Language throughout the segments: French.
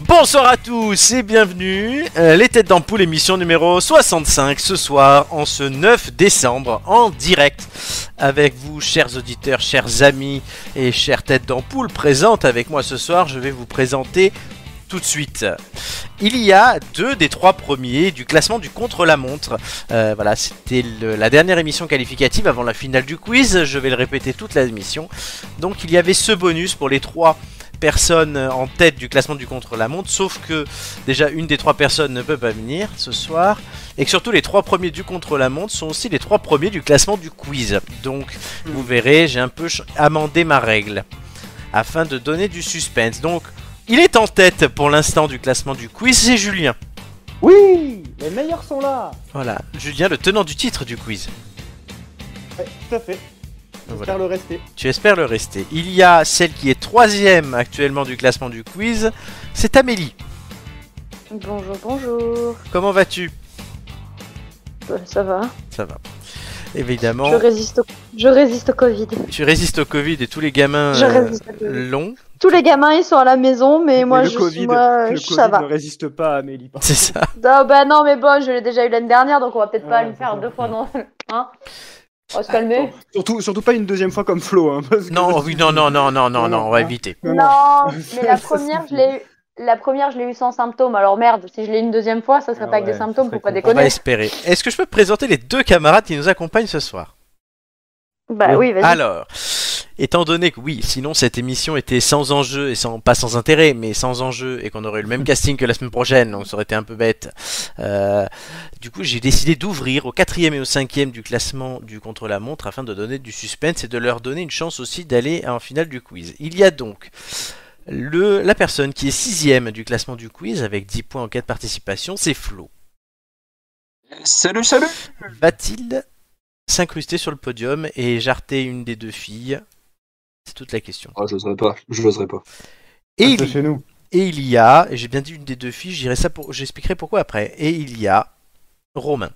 Bonsoir à tous et bienvenue. Euh, les têtes d'ampoule, émission numéro 65 ce soir, en ce 9 décembre, en direct. Avec vous, chers auditeurs, chers amis et chères têtes d'ampoule présentes avec moi ce soir, je vais vous présenter tout de suite. Il y a deux des trois premiers du classement du contre-la-montre. Euh, voilà, c'était le- la dernière émission qualificative avant la finale du quiz. Je vais le répéter toute la émission. Donc il y avait ce bonus pour les trois personnes en tête du classement du contre-la-montre, sauf que déjà une des trois personnes ne peut pas venir ce soir, et que surtout les trois premiers du contre-la-montre sont aussi les trois premiers du classement du quiz. Donc vous verrez, j'ai un peu ch- amendé ma règle afin de donner du suspense. Donc il est en tête pour l'instant du classement du quiz, c'est Julien. Oui Les meilleurs sont là Voilà, Julien, le tenant du titre du quiz. Ouais, tout à fait. Donc J'espère voilà. le rester. Tu espères le rester. Il y a celle qui est troisième actuellement du classement du quiz, c'est Amélie. Bonjour, bonjour. Comment vas-tu Euh, Ça va Ça va. Évidemment, je, résiste au... je résiste au Covid. tu résistes au Covid et tous les gamins Je euh, résiste au Covid. l'ont. Tous les gamins, ils sont à la maison, mais moi, le je COVID, suis- moi, le je- COVID ça va. ne résiste pas à Amélie. C'est ça. Ah, bah non, mais bon, je l'ai déjà eu l'année dernière, donc on va peut-être pas Ouais, le c'est faire bon. deux fois dans... Hein on va se calmer. Surtout, surtout pas une deuxième fois comme Flo. Hein, parce que- Non, oui, non, non, non, non, non, Non, non, on va hein. éviter. Non, non. Non, mais Ça, la c'est première, je fini. l'ai eu... La première, je l'ai eu sans symptômes, alors merde, si je l'ai une deuxième fois, ça serait Ah pas avec ouais, des symptômes, ça faut serait pas con. On va Ah déconner. espérer. Est-ce que je peux te présenter les deux camarades qui nous accompagnent ce soir Bah oui, Ah, vas-y. Alors, étant donné que oui, sinon cette émission était sans enjeu et sans pas sans intérêt, mais sans enjeu et qu'on aurait eu le même casting que la semaine prochaine, donc ça aurait été un peu bête. euh, du coup, j'ai décidé d'ouvrir au quatrième et au cinquième du classement du contre-la-montre afin de donner du suspense et de leur donner une chance aussi d'aller en finale du quiz. Il y a donc le, la personne qui est sixième du classement du quiz avec 10 points en cas de participation, c'est Flo. Salut, salut Va-t-il s'incruster sur le podium et jarter une des deux filles C'est toute la question. Oh, j'oserais pas, j'oserais pas. Et Reste il, chez nous. et il y a, et j'ai bien dit une des deux filles, je dirai ça pour, j'expliquerai pourquoi après. Et il y a Romain.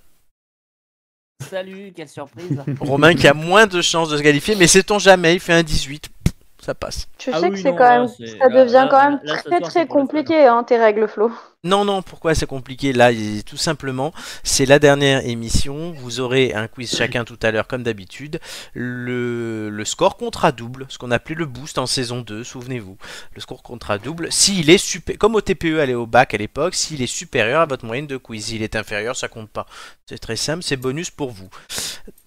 Salut, quelle surprise. Romain qui a moins de chances de se qualifier, mais sait-on jamais, il fait un 18. Pff, Ça passe. Tu Ah sais oui, que c'est non, quand là, même... c'est- Ça là, devient là, quand même là, ce très soir, très c'est pour le fun. compliqué, hein, tes règles, Flo. Non, non, pourquoi c'est compliqué là il- Tout simplement, c'est la dernière émission. Vous aurez un quiz chacun tout à l'heure, comme d'habitude. Le, le score comptera double, ce qu'on appelait le boost en saison 2, souvenez-vous. Le score comptera double, s'il est super, comme au TPE, allait au bac à l'époque, s'il est supérieur à votre moyenne de quiz. S'il est inférieur, ça compte pas. C'est très simple, c'est bonus pour vous.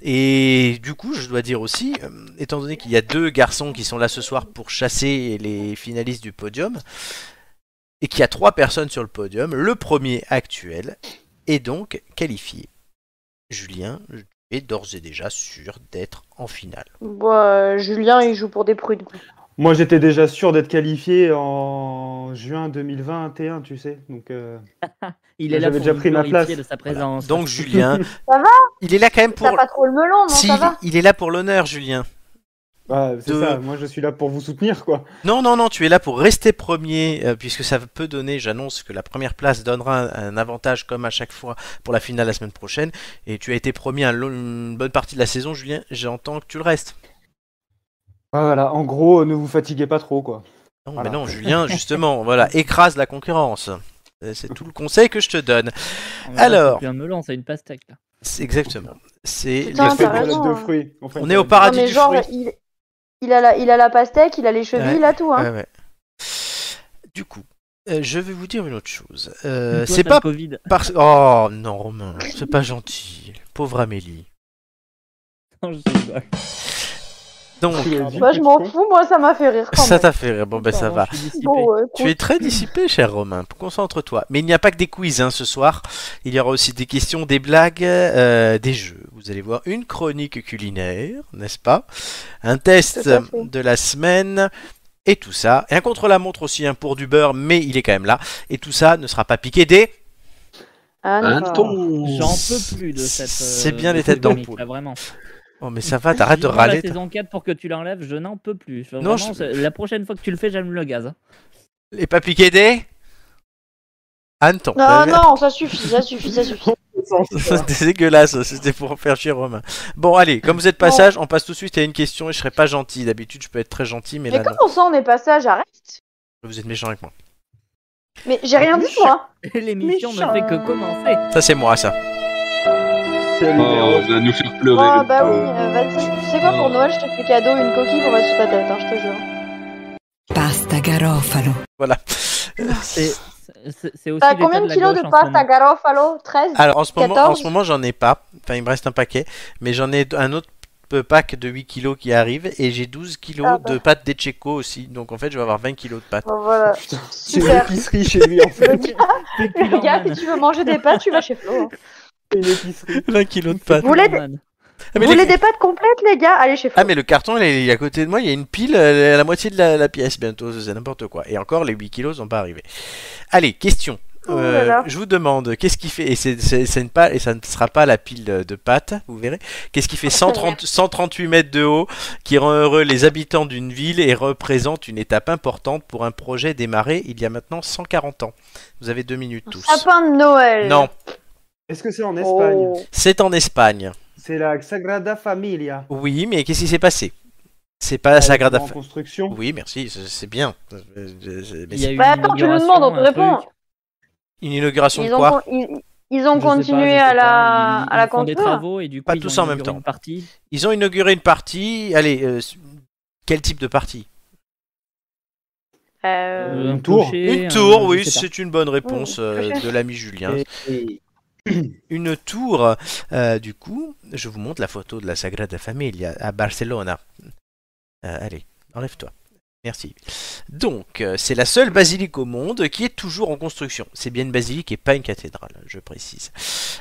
Et du coup, je dois dire aussi, euh, étant donné qu'il y a deux garçons qui sont là ce soir pour chasser les finalistes du podium, et qu'il y a trois personnes sur le podium, le premier actuel est donc qualifié. Julien est d'ores et déjà sûr d'être en finale. Bon, euh, Julien, il joue pour des prudes. Moi, j'étais déjà sûr d'être qualifié en juin 2021, tu sais. Donc, euh, Il est là J'avais pour déjà nous pris ma glorifier place. de sa présence. Donc Julien, Ça va il est là quand même pour... T'as pas trop le melon, non, Si, ça va il est là pour l'honneur, Julien. ah, c'est De- ça. Moi, je suis là pour vous soutenir, quoi. Non, non, non, tu es là pour rester premier, euh, puisque ça peut donner, j'annonce que la première place donnera un, un avantage comme à chaque fois pour la finale la semaine prochaine, et tu as été premier un long- une bonne partie de la saison, Julien, j'entends que tu le restes. Ah, voilà. En gros, ne vous fatiguez pas trop, quoi. Non, Voilà. mais non, Julien, justement, voilà, écrase la concurrence. Euh, C'est tout le conseil que je te donne. On a alors- coupé un melon, c'est une pastèque. Là. C'est exactement. C'est Putain, l'effet- fait une raison, salade de hein. fruits. On, fait euh, une On est au salade de- paradis Non, mais du genre, fruit. il, il a la, il a la pastèque, il a les chevilles, Ouais. Euh, il a tout. Hein. Ouais, ouais. Du coup, euh, je vais vous dire une autre chose. Euh, Toi, c'est t'as pas le Covid. parce. Oh non, Romain, c'est pas gentil. Pauvre Amélie. Non, je sais pas. Donc, Tu l'as dit, Moi, je petit m'en con. fous, moi, ça m'a fait rire quand ça même. t'a fait rire. Bon, ben ça Pardon, va. je suis dissipé. Bon, euh, Tu écoute, es très dissipé, cher Romain. Concentre-toi. Mais il n'y a pas que des quiz hein, ce soir. Il y aura aussi des questions, des blagues, euh, des jeux. Vous allez voir une chronique culinaire, n'est-ce pas Un test Tout à fait. de la semaine et tout ça. Et un contre-la-montre aussi, un pour du beurre, mais il est quand même là. Et tout ça ne sera pas piqué des. ah, non, ça va. Oh, J'en peux plus de cette. C'est euh, bien de les cette têtes chronique, d'ampoule. là, Vraiment. Oh, mais ça va, t'arrêtes de Vivement La râler. t'as- saison 4 pour que tu l'enlèves, je n'en peux plus. Je- Non, vraiment, je- c'est- La prochaine fois que tu le fais, j'allume le gaz. hein. Et pas piqué des. Anton. Non, non, ça suffit, ça suffit, ça suffit. C'était dégueulasse, c'était pour faire chier Romain. Bon, allez, comme vous êtes passage, on passe tout de suite à une question et je serai pas gentil. D'habitude, je peux être très gentil, mais, Mais là, non. comment ça, on est passé à j'arrête Vous êtes méchant avec moi. Mais j'ai rien dit, moi. L'émission ne fait que commencer. Ça, c'est moi, ça. Quel numéro Oh, va nous faire pleurer. Ah le bah oui, pauvre. euh, vas-y. Tu sais quoi, pour Noël, je te fais cadeau une coquille pour mettre sur ta tête, hein, je te jure. Pasta garofalo. Voilà. Ah. C'est c'est- c'est aussi T'as l'état combien de la kilos gauche de en ce pâte moment. à Garofalo 13 Alors, en ce moment, en 14. ce moment, j'en ai pas. Enfin, il me reste un paquet. Mais j'en ai un autre p- pack de 8 kilos qui arrive. Et j'ai 12 kilos Ah bah. de pâtes d'Echeco aussi. Donc, en fait, je vais avoir 20 kilos de pâtes. Bon, voilà. C'est Super. une épicerie chez lui en fait. Fais plus Les gars, si l'emmène. tu veux manger des pâtes, tu vas chez Flo. hein. C'est une épicerie. 20 kilos de pâtes. Fais Vous voulez- plus l'emmène. Ah, mais Vous les- voulez des pâtes complètes, les gars Allez chez Flo. Ah mais le carton il est il est à côté de moi, il y a une pile euh, à la moitié de la, la pièce bientôt, c'est n'importe quoi. Et encore les 8 kilos sont pas arrivés. Allez, question. Euh, Oh là là. je vous demande, qu'est-ce qui fait, et, c'est- c'est- c'est pas, et ça ne sera pas la pile de pâtes, vous verrez, qu'est-ce qui fait 130, 138 mètres de haut, qui rend heureux les habitants d'une ville et représente une étape importante pour un projet démarré il y a maintenant 140 ans Vous avez deux Ah, minutes tous. Sapin de Noël. Non, Est-ce que c'est en Espagne Oh. c'est en Espagne. C'est la Sagrada Familia. Oui, mais qu'est-ce qui s'est passé C'est Ah, pas la Sagrada En construction. Oui, merci, c'est- c'est bien. Euh, je- mais Il y a c'est- eu Bah une attends, tu nous demandes, on te inauguration, un répond. truc. Une inauguration Ils de ont, quoi con- ils, ils ont Je sais pas, je continué sais à pas, la, ils- à la ils font des construire. travaux et du coup Pas ils tous ont en même inauguré temps. Une partie. Ils ont inauguré une partie. Allez, euh, s- quel type de partie Euh, Euh, une un tour. clocher, Une un- tour, je oui, sais pas. c'est une bonne réponse euh, de l'ami Julien. Et- et- Une tour, euh, du coup, je vous montre la photo de la Sagrada Familia à Barcelona. Euh, allez, enlève-toi. Merci. Donc, euh, c'est la seule basilique au monde qui est toujours en construction. C'est bien une basilique et pas une cathédrale, je précise.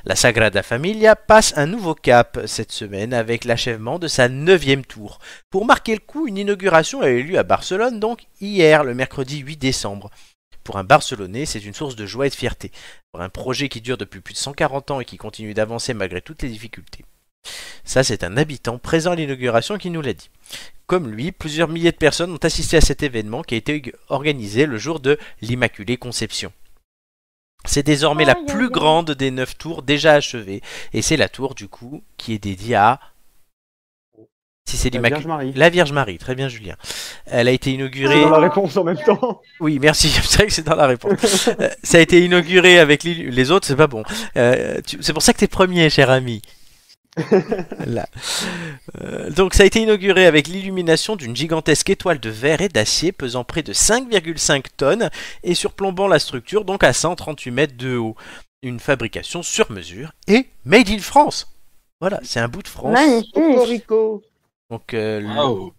La Sagrada Familia passe un nouveau cap cette semaine avec l'achèvement de sa neuvième tour. Pour marquer le coup, une inauguration a eu lieu à Barcelone, donc hier, le mercredi 8 décembre. Pour un Barcelonais, c'est une source de joie et de fierté. Pour un projet qui dure depuis plus de 140 ans et qui continue d'avancer malgré toutes les difficultés. Ça, c'est un habitant présent à l'inauguration qui nous l'a dit. Comme lui, plusieurs milliers de personnes ont assisté à cet événement qui a été organisé le jour de l'Immaculée Conception. C'est désormais la Aïe, aïe, plus aïe. grande des neuf tours déjà achevées. Et c'est la tour, du coup, qui est dédiée à... Si c'est La l'Immaculée... Vierge Marie. La Vierge Marie, très bien Julien. Elle a été inaugurée. Dans la réponse en même temps. Oui, merci. C'est vrai que c'est dans la réponse. Euh, ça a été inauguré avec les, les autres, c'est pas bon. Euh, tu- c'est pour ça que t'es premier, cher ami. Là. Euh, donc ça a été inauguré avec l'illumination d'une gigantesque étoile de verre et d'acier pesant près de 5,5 tonnes et surplombant la structure donc à 138 mètres de haut. Une fabrication sur mesure et made in France. Voilà, c'est un bout de Euh, France. Magnifique. Cocorico. Donc euh, le- Waouh.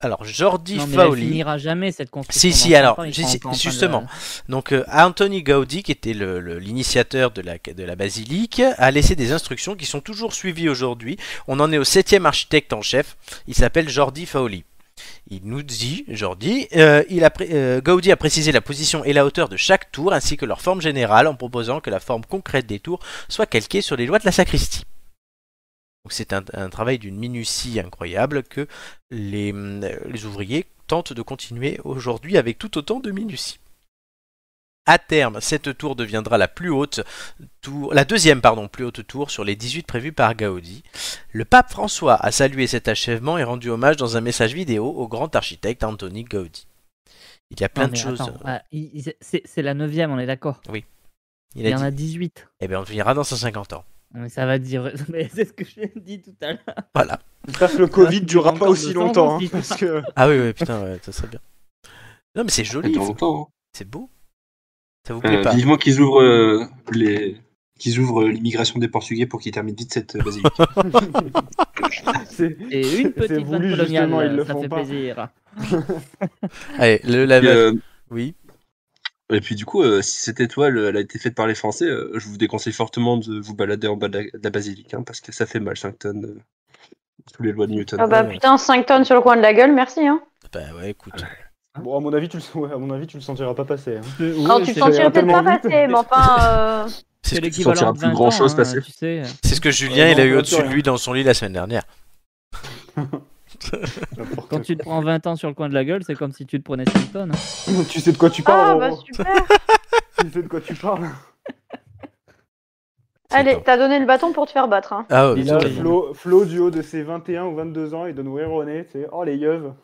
alors Jordi Non, mais elle Faoli. finira jamais cette construction. Si, si, on en alors, parle, ils si, sont si, encore en train de- justement. Donc euh, Anthony Gaudi, qui était le- le- l'initiateur de la, de la basilique, a laissé des instructions qui sont toujours suivies aujourd'hui. On en est au septième architecte en chef. Il s'appelle Jordi Faoli. Il nous dit, Jordi, euh, il a pré- euh, Gaudi a précisé la position et la hauteur de chaque tour ainsi que leur forme générale en proposant que la forme concrète des tours soit calquée sur les lois de la sacristie. Donc c'est un, un travail d'une minutie incroyable que les, hum, les ouvriers tentent de continuer aujourd'hui avec tout autant de minutie. À terme, cette tour deviendra la plus haute tour, la deuxième pardon, plus haute tour sur les 18 prévues par Gaudi. Le pape François a salué cet achèvement et rendu hommage dans un message vidéo au grand architecte Anthony Gaudi. Il y a plein Non, de mais choses. attends, ah, il- il- c'est- C'est la 9 on est d'accord. euh, Il Il a y en dit, a 18. eh bien, on finira dans 150 ans. Non, Mais ça va dire. Mais c'est ce que je dis tout à l'heure. Voilà. J'espère que le Covid durera pas Encore aussi 200, longtemps. hein, si. parce que Ah oui, oui, putain, ouais, ça serait bien. Non, mais c'est joli, Dans longtemps. hein. c'est beau. Ça vous plaît Euh, pas vivement qu'ils ouvrent euh, les qu'ils ouvrent euh, l'immigration des Portugais pour qu'ils terminent vite cette euh, basilique. c'est Et une C'est petite voulu, vanne coloniale, justement, ils le ça font fait pas. plaisir. Allez, le Et, level. euh, Oui. et puis du coup, euh, si cette étoile euh, elle a été faite par les Français, euh, je vous déconseille fortement de vous balader en bas de la, de la basilique, hein, parce que ça fait mal 5 tonnes euh, sous les lois de Newton. Ah bah putain, 5 tonnes sur le coin de la gueule, merci. Hein. Bah ouais, écoute. bon à mon avis tu le ouais, à mon avis tu le sentiras pas passer. hein. Alors tu te sentirais peut-être tellement pas vite. passer, mais enfin. euh, C'est ce, que, l'équivalent sentiras plus grand-chose passer. Tu sais. c'est ce que Julien, Ouais, il a non, eu on au-dessus peut de rien. lui dans son lit la semaine dernière. N'importe Quand tu te prends 20 ans sur le coin de la gueule, c'est comme si tu te prenais 5 tonnes. quoi. Tu sais de quoi tu Ah parles. bah Roro. super. Tu sais de quoi tu parles. Allez, t'as donné le bâton pour te faire battre. Hein. Ah ouais, Et là tout à fait. Flo, Flo du haut de ses 21 ou 22 ans il donne rire au nez. C'est oh les yeux.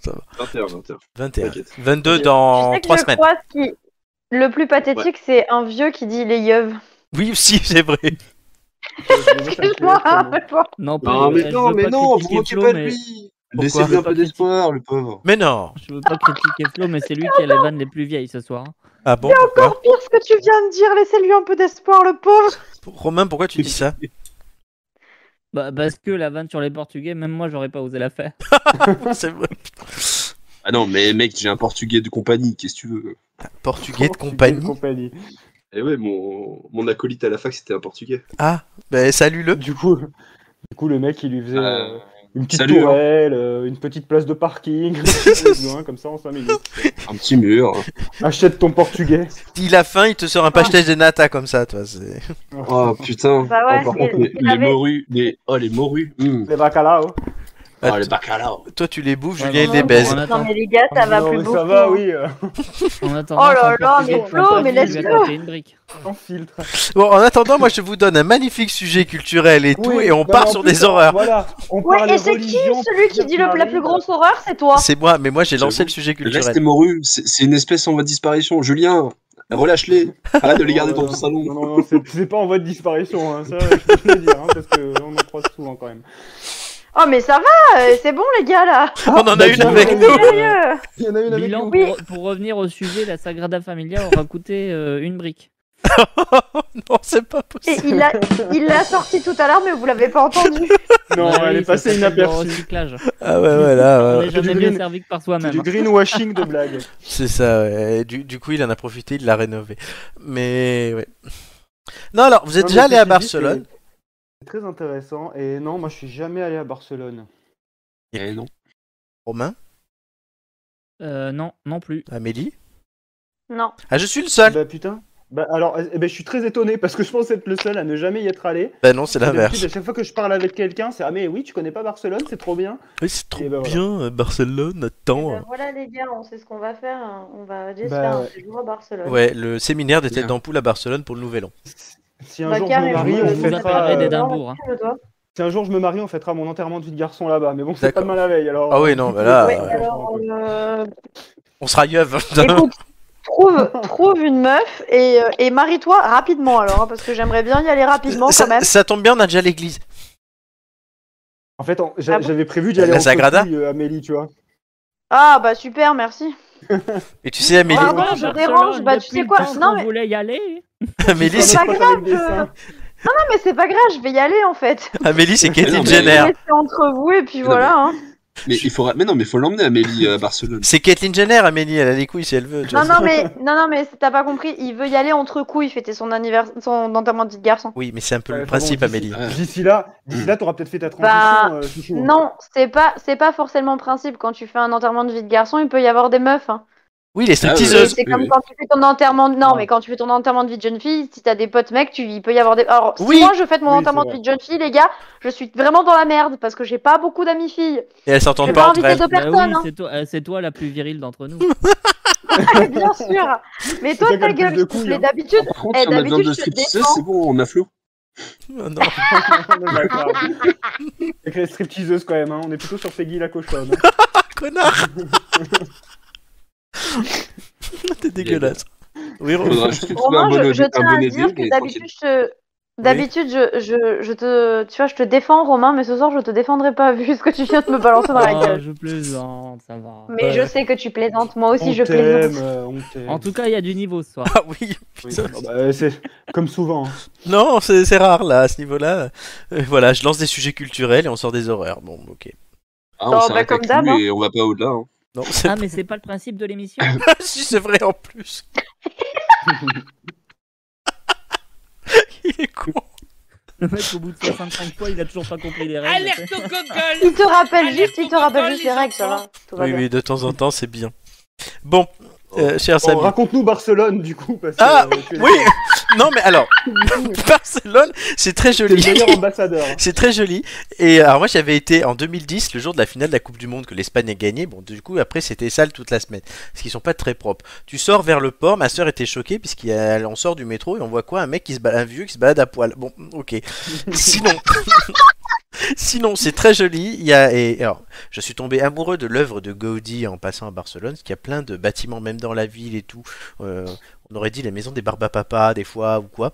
Putain, 21. 22 T'inquiète. Je 22 dans sais que 3 je semaines. crois ce qui. Le plus pathétique, c'est un vieux qui dit les yeux. Oui, si, c'est vrai. Excuse-moi, hein, bon. Non, pas- Non, je Ah, mais veux non, mais pas non, vous critiquer moquez Flo, pas de mais- lui. Pourquoi Laissez-lui un peu d'espoir, le pauvre. Mais non Je veux pas critiquer Flo, mais c'est lui qui a les vannes les plus vieilles ce soir. hein. Ah bon pourquoi Encore pire ce que tu viens de dire, laissez-lui un peu d'espoir, le pauvre. Romain, pourquoi tu dis ça Bah, parce que la vanne sur les Portugais, même moi, j'aurais pas osé la faire. C'est vrai. Ah non, mais mec, j'ai un portugais de compagnie, qu'est-ce que tu veux Portugais de compagnie. Eh ouais, mon, mon acolyte à la fac, c'était un portugais. Ah, ben salue-le. Du coup, du coup, le mec, il lui faisait euh, une petite salut, hein. tourelle, euh, une petite place de parking, un petit peu plus loin, comme ça en 5 minutes. Un petit mur. Achète ton portugais. Il a faim, il te sort un pastel Ah. de nata comme ça, toi. c'est- Oh putain. Bah ouais, Oh, par c'est- contre, les, il les avait- morues, les... Oh, les morues. Mm. Les bacalao. Ah, Oh, les bacalao. Toi, tu les bouffes, Ouais, Julien, il non, les non, baise. Ah, non, Non mais les gars, ça va Non, plus mais beaucoup. hein. Ça va, oui, euh, En attendant, Oh là son là, Portugais, mais son Flo, Portugais, mais il lui a laisse-le. tapé une brique. sans filtre. Bon, en attendant, moi, je vous donne un magnifique sujet culturel et tout, Oui, et on non, mais part en sur plus, des horreurs. Voilà, on parle Ouais, et c'est qui religion, celui qui dit le- la plus grosse horreur C'est toi. C'est moi, mais moi, j'ai lancé J'avoue. le sujet Laisse les culturel. morues, c'est c'est une espèce en voie de disparition. Julien, relâche-les. Arrête de les garder Oh, dans non, ton salon. Non, non, non, c'est- c'est pas en voie de disparition, hein, ça, je peux te le dire, hein, parce qu'on en croise souvent quand même. Oh mais ça va, euh, c'est bon les gars là. On en a une tiens, avec euh, nous. Sérieux. Il y en a une avec nous. Bilan, pour, pour revenir au sujet, la Sagrada Familia aura coûté euh, une brique. Non, c'est pas Et possible. il a, il l'a sorti tout à l'heure, mais vous l'avez pas entendu. Non, Bah elle oui, est ça passée s'appelle le inaperçue. recyclage. Ah ouais, ouais, là, On ouais. n'est jamais du bien green- servi que par C'est du soi-même. greenwashing de blague. C'est ça, ouais. Et Du, du coup, il en a profité, il l'a rénové. Mais, ouais. Non, alors, vous êtes Non, déjà allé mais à ceci dit, c'est- Barcelone C'est très intéressant, et non, moi je suis jamais allé à Barcelone. Eh non. Romain Euh, non, non plus. Amélie Non. Ah, je suis le seul Bah putain. Bah alors, eh ben, je suis très étonné parce que je pense être le seul à ne jamais y être allé. Bah non, c'est D'habitude, l'inverse. À chaque fois que je parle avec quelqu'un, c'est Ah, mais oui, tu connais pas Barcelone, c'est trop bien. Oui, c'est trop Et ben voilà. bien, euh, Barcelone, attends. Ben voilà les gars, on sait ce qu'on va faire. hein. On va juste Bah, faire un ouais. séjour à Barcelone. Ouais, le séminaire des Bien. têtes d'ampoule à Barcelone pour le nouvel an. Si un, Bah, jour je me carrément, marie, Vous- on on vous fait ça, fêtera, appellerez euh, d'Édimbourg. hein. Tu le dois. si un jour je me marie, on fêtera mon enterrement de vie de garçon là-bas. Mais bon, c'est D'accord. pas demain la veille alors. Ah oui, non, bah là, Ouais, euh, alors, euh, On sera yeuve. écoute, trouve, trouve une meuf et, euh, et marie-toi rapidement alors, hein, parce que j'aimerais bien y aller rapidement quand ça, même. ça tombe bien, on a déjà l'église. En fait, en- j'a- Ah bon j'avais prévu d'y aller La en Sagrada coquille, euh, Amélie, tu vois. Ah bah super, merci. Et tu sais, Amélie, Pardon, Ouais, je Barcelone, dérange, bah, tu depuis sais le quoi, temps non, qu'on mais- voulait y aller. Ah, Amélie, C'est c'est- pas Avec grave des que- seins. Non mais c'est pas grave, je vais y aller en fait. Amélie, c'est Non, Caitlyn mais- Jenner. Restez entre vous et puis Non, voilà. hein. Mais il faudra... mais non, mais faut l'emmener, Amélie, euh, à Barcelone. C'est Caitlyn Jenner, Amélie, elle a les couilles si elle veut. tu Non vois. non mais non non mais t'as pas compris, il veut y aller entre couilles fêter son anniversaire, son enterrement de vie de garçon. Oui, mais c'est un peu Ah, Ouais, le enfin bon, principe, d'ici- Amélie. Ouais. D'ici là, d'ici Mm. là, t'auras peut-être fait ta Bah, transition. euh, chouchou, hein. Non, c'est pas c'est pas forcément le principe quand tu fais un enterrement de vie de garçon, il peut y avoir des meufs. hein. Oui, les Ah, Et stripteaseuses. Teaseuse. C'est Oui, comme oui. quand tu fais ton enterrement de... non Ouais. mais quand tu fais ton enterrement de vie de jeune fille, si t'as des potes mecs, tu il peut y avoir des Alors si Oui. moi je fais mon Oui, enterrement c'est de vrai. vie de jeune fille les gars, je suis vraiment dans la merde parce que j'ai pas beaucoup d'amis filles. Et elles Je vais s'entendent pas pas entre inviter elles. deux Bah oui, personnes hein. c'est toi, euh, c'est toi la plus virile d'entre nous. bien sûr. Mais toi C'est ta quelqu'un qui a gueule, le plus de je te couilles, plais hein. d'habitude. Par contre, Eh, si on a besoin d'habitude, de je te stripteaseuse, défends. c'est bon, on a flou. Oh, non. D'accord. Avec les stripteaseuses quand même, hein. on est plutôt sur Peggy la cochonne. hein. Connard T'es dégueulasse. Oui, Faudra juste trouver un Romain, bon je, je un tiens à bon dire aidé, que d'habitude, et tranquille. je te- D'habitude, je, je, je te, tu vois, je te défends, Romain, mais ce soir, je te défendrai pas vu ce que tu viens de me balancer dans la Oh, gueule. je plaisante, ça va. Mais je sais que tu plaisantes, moi aussi, on je t'aime, plaisante. euh, on t'aime. En tout cas, il y a du niveau ce soir. Ah oui, Oui, putain. bah, euh, c'est comme souvent. hein. Non, c'est c'est rare là, à ce niveau-là. Euh, voilà, je lance des sujets culturels et on sort des horreurs. Bon, ok. Ah, Non, on bah, s'arrête comme à d'hab, cul et on va pas au-delà. hein. Non, c'est Ah, mais c'est pas le principe de l'émission. si c'est vrai en plus. Il est con. Le mec, au bout de 65 fois, il a toujours pas compris les règles. tu Alerte sais. au Google Il te rappelle juste, il te Allez, rappelle on juste les rigole, règles, les ça va. enfants. Tout va Oui, bien. oui, de temps en temps, c'est bien. Bon, euh, cher Bon, Samy. Raconte-nous Barcelone du coup. Parce que, Ah, euh, tu es- Oui, non, mais alors, Barcelone, c'est très T'es joli. le meilleur ambassadeur. hein. C'est très joli. Et alors moi j'avais été en 2010, le jour de la finale de la Coupe du Monde que l'Espagne a gagné. Bon du coup après c'était sale toute la semaine. Parce qu'ils sont pas très propres. Tu sors vers le port, ma soeur était choquée puisqu'on sort du métro et on voit quoi Un mec qui se balade, un vieux qui se balade à poil. Bon ok. Sinon... Sinon, c'est très joli. Il y a, et, alors, je suis tombé amoureux de l'œuvre de Gaudi en passant à Barcelone, parce qu'il y a plein de bâtiments, même dans la ville et tout. Euh, on aurait dit les maisons des Barbapapa des fois ou quoi.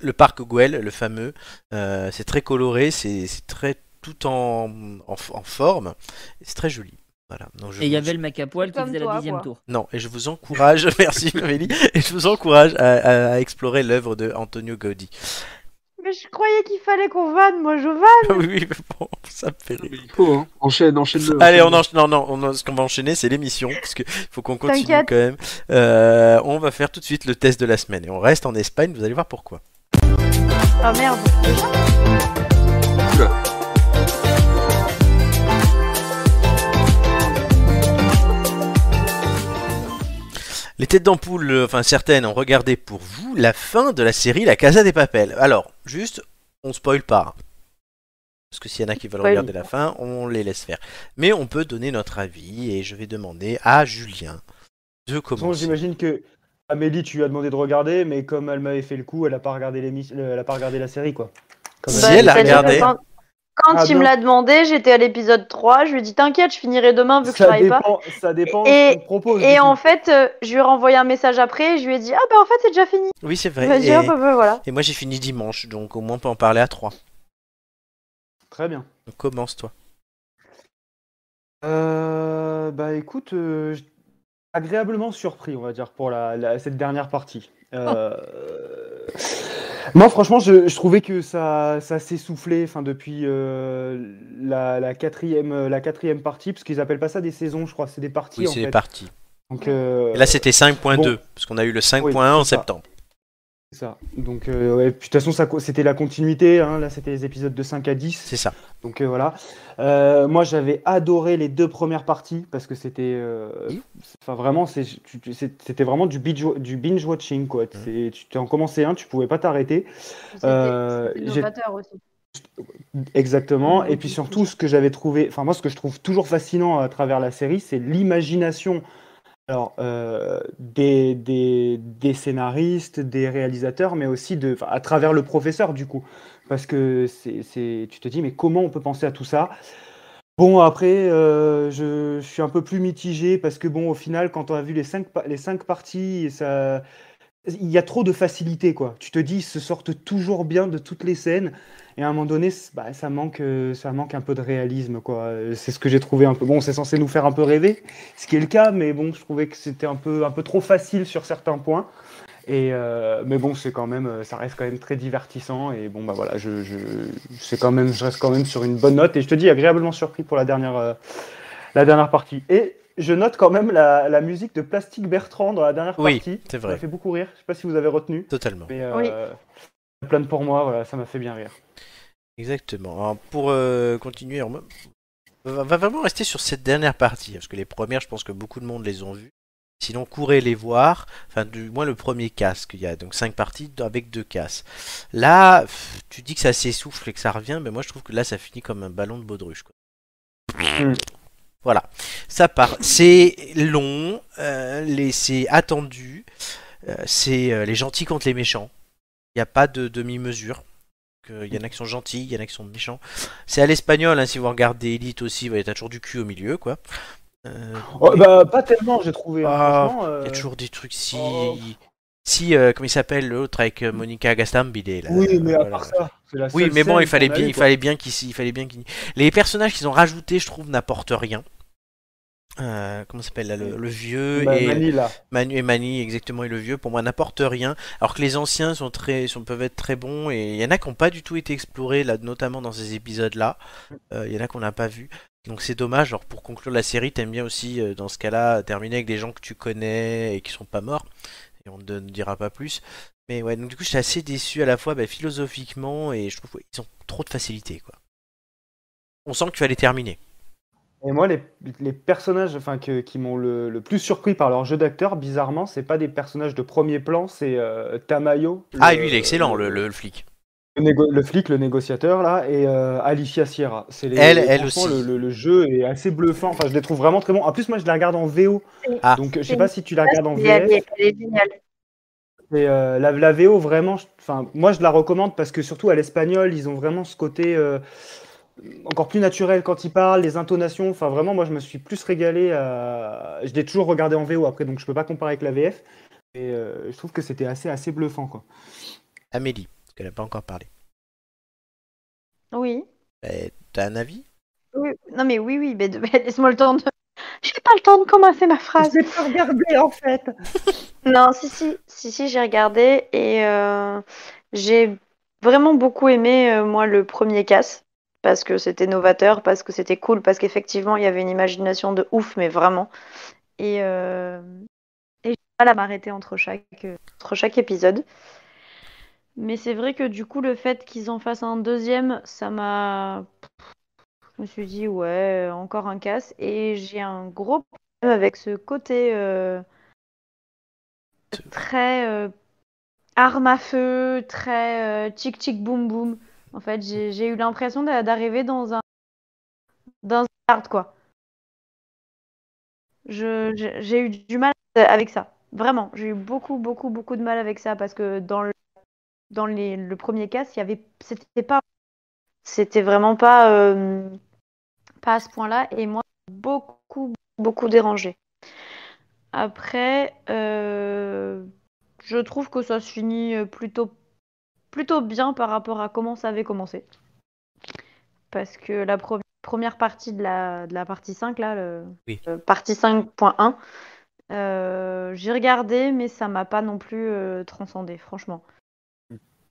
Le parc Goël, le fameux, euh, c'est très coloré, c'est c'est très tout en, en, en forme, c'est très joli. Voilà. Donc, je Et il y vous- avait le mec à poil qui Comme faisait toi, la dixième quoi. tour. non, et je vous encourage, merci Amélie, et je vous encourage à, à- à explorer l'œuvre de Antonio Gaudi. Mais je croyais qu'il fallait qu'on vanne, moi je vanne. Ah oui, oui, mais bon, ça me fait rire. Il faut, hein. Enchaîne, enchaîne le. Allez, on enchaîne. Non, non, on- ce qu'on va enchaîner, c'est l'émission, parce que faut qu'on continue T'inquiète. quand même. Euh, on va faire tout de suite le test de la semaine, et on reste en Espagne. Vous allez voir pourquoi. Ah merde. Les têtes d'ampoule, euh, enfin certaines, ont regardé pour vous la fin de la série La Casa des Papels. Alors, juste, on spoil pas. hein. Parce que s'il y en a qui veulent Spoil. regarder la fin, on les laisse faire. Mais on peut donner notre avis, et je vais demander à Julien de toute façon, commencer. j'imagine que Amélie, tu lui as demandé de regarder, mais comme elle m'avait fait le coup, elle a pas regardé, l'émi- le- elle a pas regardé la série, quoi. Comme Si Bah, elle a c'est-à-dire que regardé. Quand, quand Ah, il me donc. l'a demandé, j'étais à l'épisode 3, je lui ai dit t'inquiète, je finirai demain vu que je ça, travaille pas. dépend, ça dépend Et- ce qu'on te propose. du Et coup. en fait, euh, je lui ai renvoyé un message après et je lui ai dit ah bah en fait c'est déjà fini. Oui, c'est vrai. Il m'a dit, Et, Ah, bah, bah, voilà. et moi, j'ai fini dimanche, donc au moins on peut en parler à trois. Très bien. Donc, Commence, toi. Euh, bah écoute, euh, j- agréablement surpris, on va dire, pour la, la- cette dernière partie. Euh, Moi, franchement, je, je trouvais que ça, ça s'essoufflait enfin, depuis euh, la, la quatrième, la quatrième partie, parce qu'ils appellent pas ça des saisons, je crois, c'est des parties Oui, en c'est fait. les parties. Donc, euh, Et là, c'était 5.2, bon. parce qu'on a eu le 5.1 Oui, en c'est ça. septembre. c'est ça. Donc, euh, ouais, puis de toute façon, ça co- c'était la continuité, hein, là, c'était les épisodes de 5 à 10. C'est ça. Donc euh, voilà. Euh, moi, j'avais adoré les deux premières parties parce que c'était, euh, Oui. c'est- enfin vraiment, c'est- tu- tu- c'est- c'était vraiment du binge, du binge watching quoi. C'est- Tu t'en commençais un, tu pouvais pas t'arrêter. Euh, C'était j'ai- novateur aussi. Exactement. Et puis surtout, ce que j'avais trouvé, enfin moi, ce que je trouve toujours fascinant à travers la série, c'est l'imagination. Alors, euh, des, des, des scénaristes, des réalisateurs, mais aussi de, enfin, à travers le professeur, du coup. Parce que c'est, c'est- tu te dis, mais comment on peut penser à tout ça Bon, après, euh, je, je suis un peu plus mitigé parce que, bon, au final, quand on a vu les cinq, pa- les cinq parties, ça, il y a trop de facilité, quoi. Tu te dis, ils se sortent toujours bien de toutes les scènes. Et à un moment donné, c- bah, ça, manque, euh, ça manque un peu de réalisme, quoi. Euh, C'est ce que j'ai trouvé un peu. Bon, c'est censé nous faire un peu rêver, ce qui est le cas, mais bon, je trouvais que c'était un peu, un peu trop facile sur certains points. Et euh, mais bon, c'est quand même, euh, ça reste quand même très divertissant. Et bon, bah voilà, je, je, c'est quand même, je reste quand même sur une bonne note. Et je te dis, agréablement surpris pour la dernière, euh, la dernière partie. Et je note quand même la, la musique de Plastique Bertrand dans la dernière Oui, partie. c'est Ça vrai. m'a fait beaucoup rire. Je sais pas si vous avez retenu, Totalement. mais euh, Oui. plein pour moi, voilà, ça m'a fait bien rire. Exactement. Alors, pour euh, continuer, on va- on va vraiment rester sur cette dernière partie, hein, parce que les premières, je pense que beaucoup de monde les ont vues. Sinon, courez les voir. Enfin, du moins le premier casque. Il y a donc cinq parties avec deux casses. Là, pff, tu dis que ça s'essouffle et que ça revient, mais moi je trouve que là, ça finit comme un ballon de baudruche. quoi. Mm. Voilà, ça part. C'est long, euh, les- c'est attendu, euh, c'est euh, les gentils contre les méchants. Il n'y a pas de demi-mesure. Donc, euh, Il y en a qui sont gentils, il y en a qui sont méchants. C'est à l'espagnol, hein, si vous regardez Elite aussi, il y a toujours du cul au milieu, quoi. Euh, Oh, bah, pas tellement, j'ai trouvé. hein, Ah, franchement, euh, il y a toujours des trucs si. Oh. Si, euh, comment il s'appelle l'autre avec euh, Monica Gastambilé là, Oui, mais à voilà. part ça, c'est la Oui, seule mais bon, scène il fallait qu'on a bien, eue, il quoi. fallait bien qu'ils, il fallait bien qu'ils. Les personnages qu'ils ont rajoutés, je trouve, n'apportent rien. Euh, comment ça s'appelle là, le, le vieux Bah, et Mani, là. Manu et Mani exactement et le vieux pour moi n'apportent rien alors que les anciens sont très sont, peuvent être très bons et il y en a qui n'ont pas du tout été explorés là notamment dans ces épisodes là il y en a qu'on n'a pas vu donc c'est dommage alors pour conclure la série t'aimes bien aussi euh, dans ce cas là terminer avec des gens que tu connais et qui sont pas morts et on ne te- ne dira pas plus mais ouais donc du coup je suis assez déçu à la fois bah, philosophiquement et je trouve qu'ils ont trop de facilité quoi on sent que tu allais terminer Et moi, les, les personnages enfin, que- qui m'ont le, le plus surpris par leur jeu d'acteur, bizarrement, c'est pas des personnages de premier plan, c'est euh, Tamayo. le- ah lui il est excellent le, le- le flic Le, négo- le flic, le négociateur, là, et euh, Alicia Sierra. C'est les- Elle- elle franchement, aussi. Le, le- le jeu est assez bluffant. Enfin, je les trouve vraiment très bons. En plus, moi, je la regarde en VO. Ah. Donc, je sais pas si tu la regardes en Et elle, VF. est- elle est géniale. Et, euh, la, la VO, vraiment, je- enfin, moi je la recommande parce que surtout à l'espagnol, ils ont vraiment ce côté euh, encore plus naturel quand ils parlent, les intonations. Enfin, vraiment, moi je me suis plus régalé. à- Je l'ai toujours regardé en VO après, donc je peux pas comparer avec la VF. Et euh, je trouve que c'était assez, assez bluffant, quoi. Amélie, parce qu'elle n'a pas encore parlé. Oui. Euh, T'as un avis oui. Non, mais oui, oui, mais, de- mais laisse-moi le temps de. J'ai pas le temps de commencer ma phrase. Je vais pas regarder en fait. Non, si, si, si, si, j'ai regardé et euh, j'ai vraiment beaucoup aimé, euh, moi, le premier casse, parce que c'était novateur, parce que c'était cool, parce qu'effectivement, il y avait une imagination de ouf, mais vraiment. Et, euh, et j'ai du mal à m'arrêter entre chaque, euh, entre chaque épisode. Mais c'est vrai que du coup, le fait qu'ils en fassent un deuxième, ça m'a. Je me suis dit, ouais, euh, encore un casse. Et j'ai un gros problème avec ce côté. euh, très euh, arme à feu, très euh, tic tic boum boum. En fait, j'ai j'ai eu l'impression d'a- d'arriver dans un dans un yard, quoi. Je- je- J'ai eu du mal avec ça, vraiment. J'ai eu beaucoup beaucoup beaucoup de mal avec ça parce que dans le dans les- le premier cas, il y avait c'était pas c'était vraiment pas euh, pas à ce point-là et moi beaucoup beaucoup dérangé. Après, euh, je trouve que ça se finit euh, plutôt, plutôt bien par rapport à comment ça avait commencé. Parce que la pro- première partie de la, de la partie 5, là, le, Oui. le partie 5.1, euh, j'ai regardé, mais ça m'a pas non plus euh, transcendé, franchement.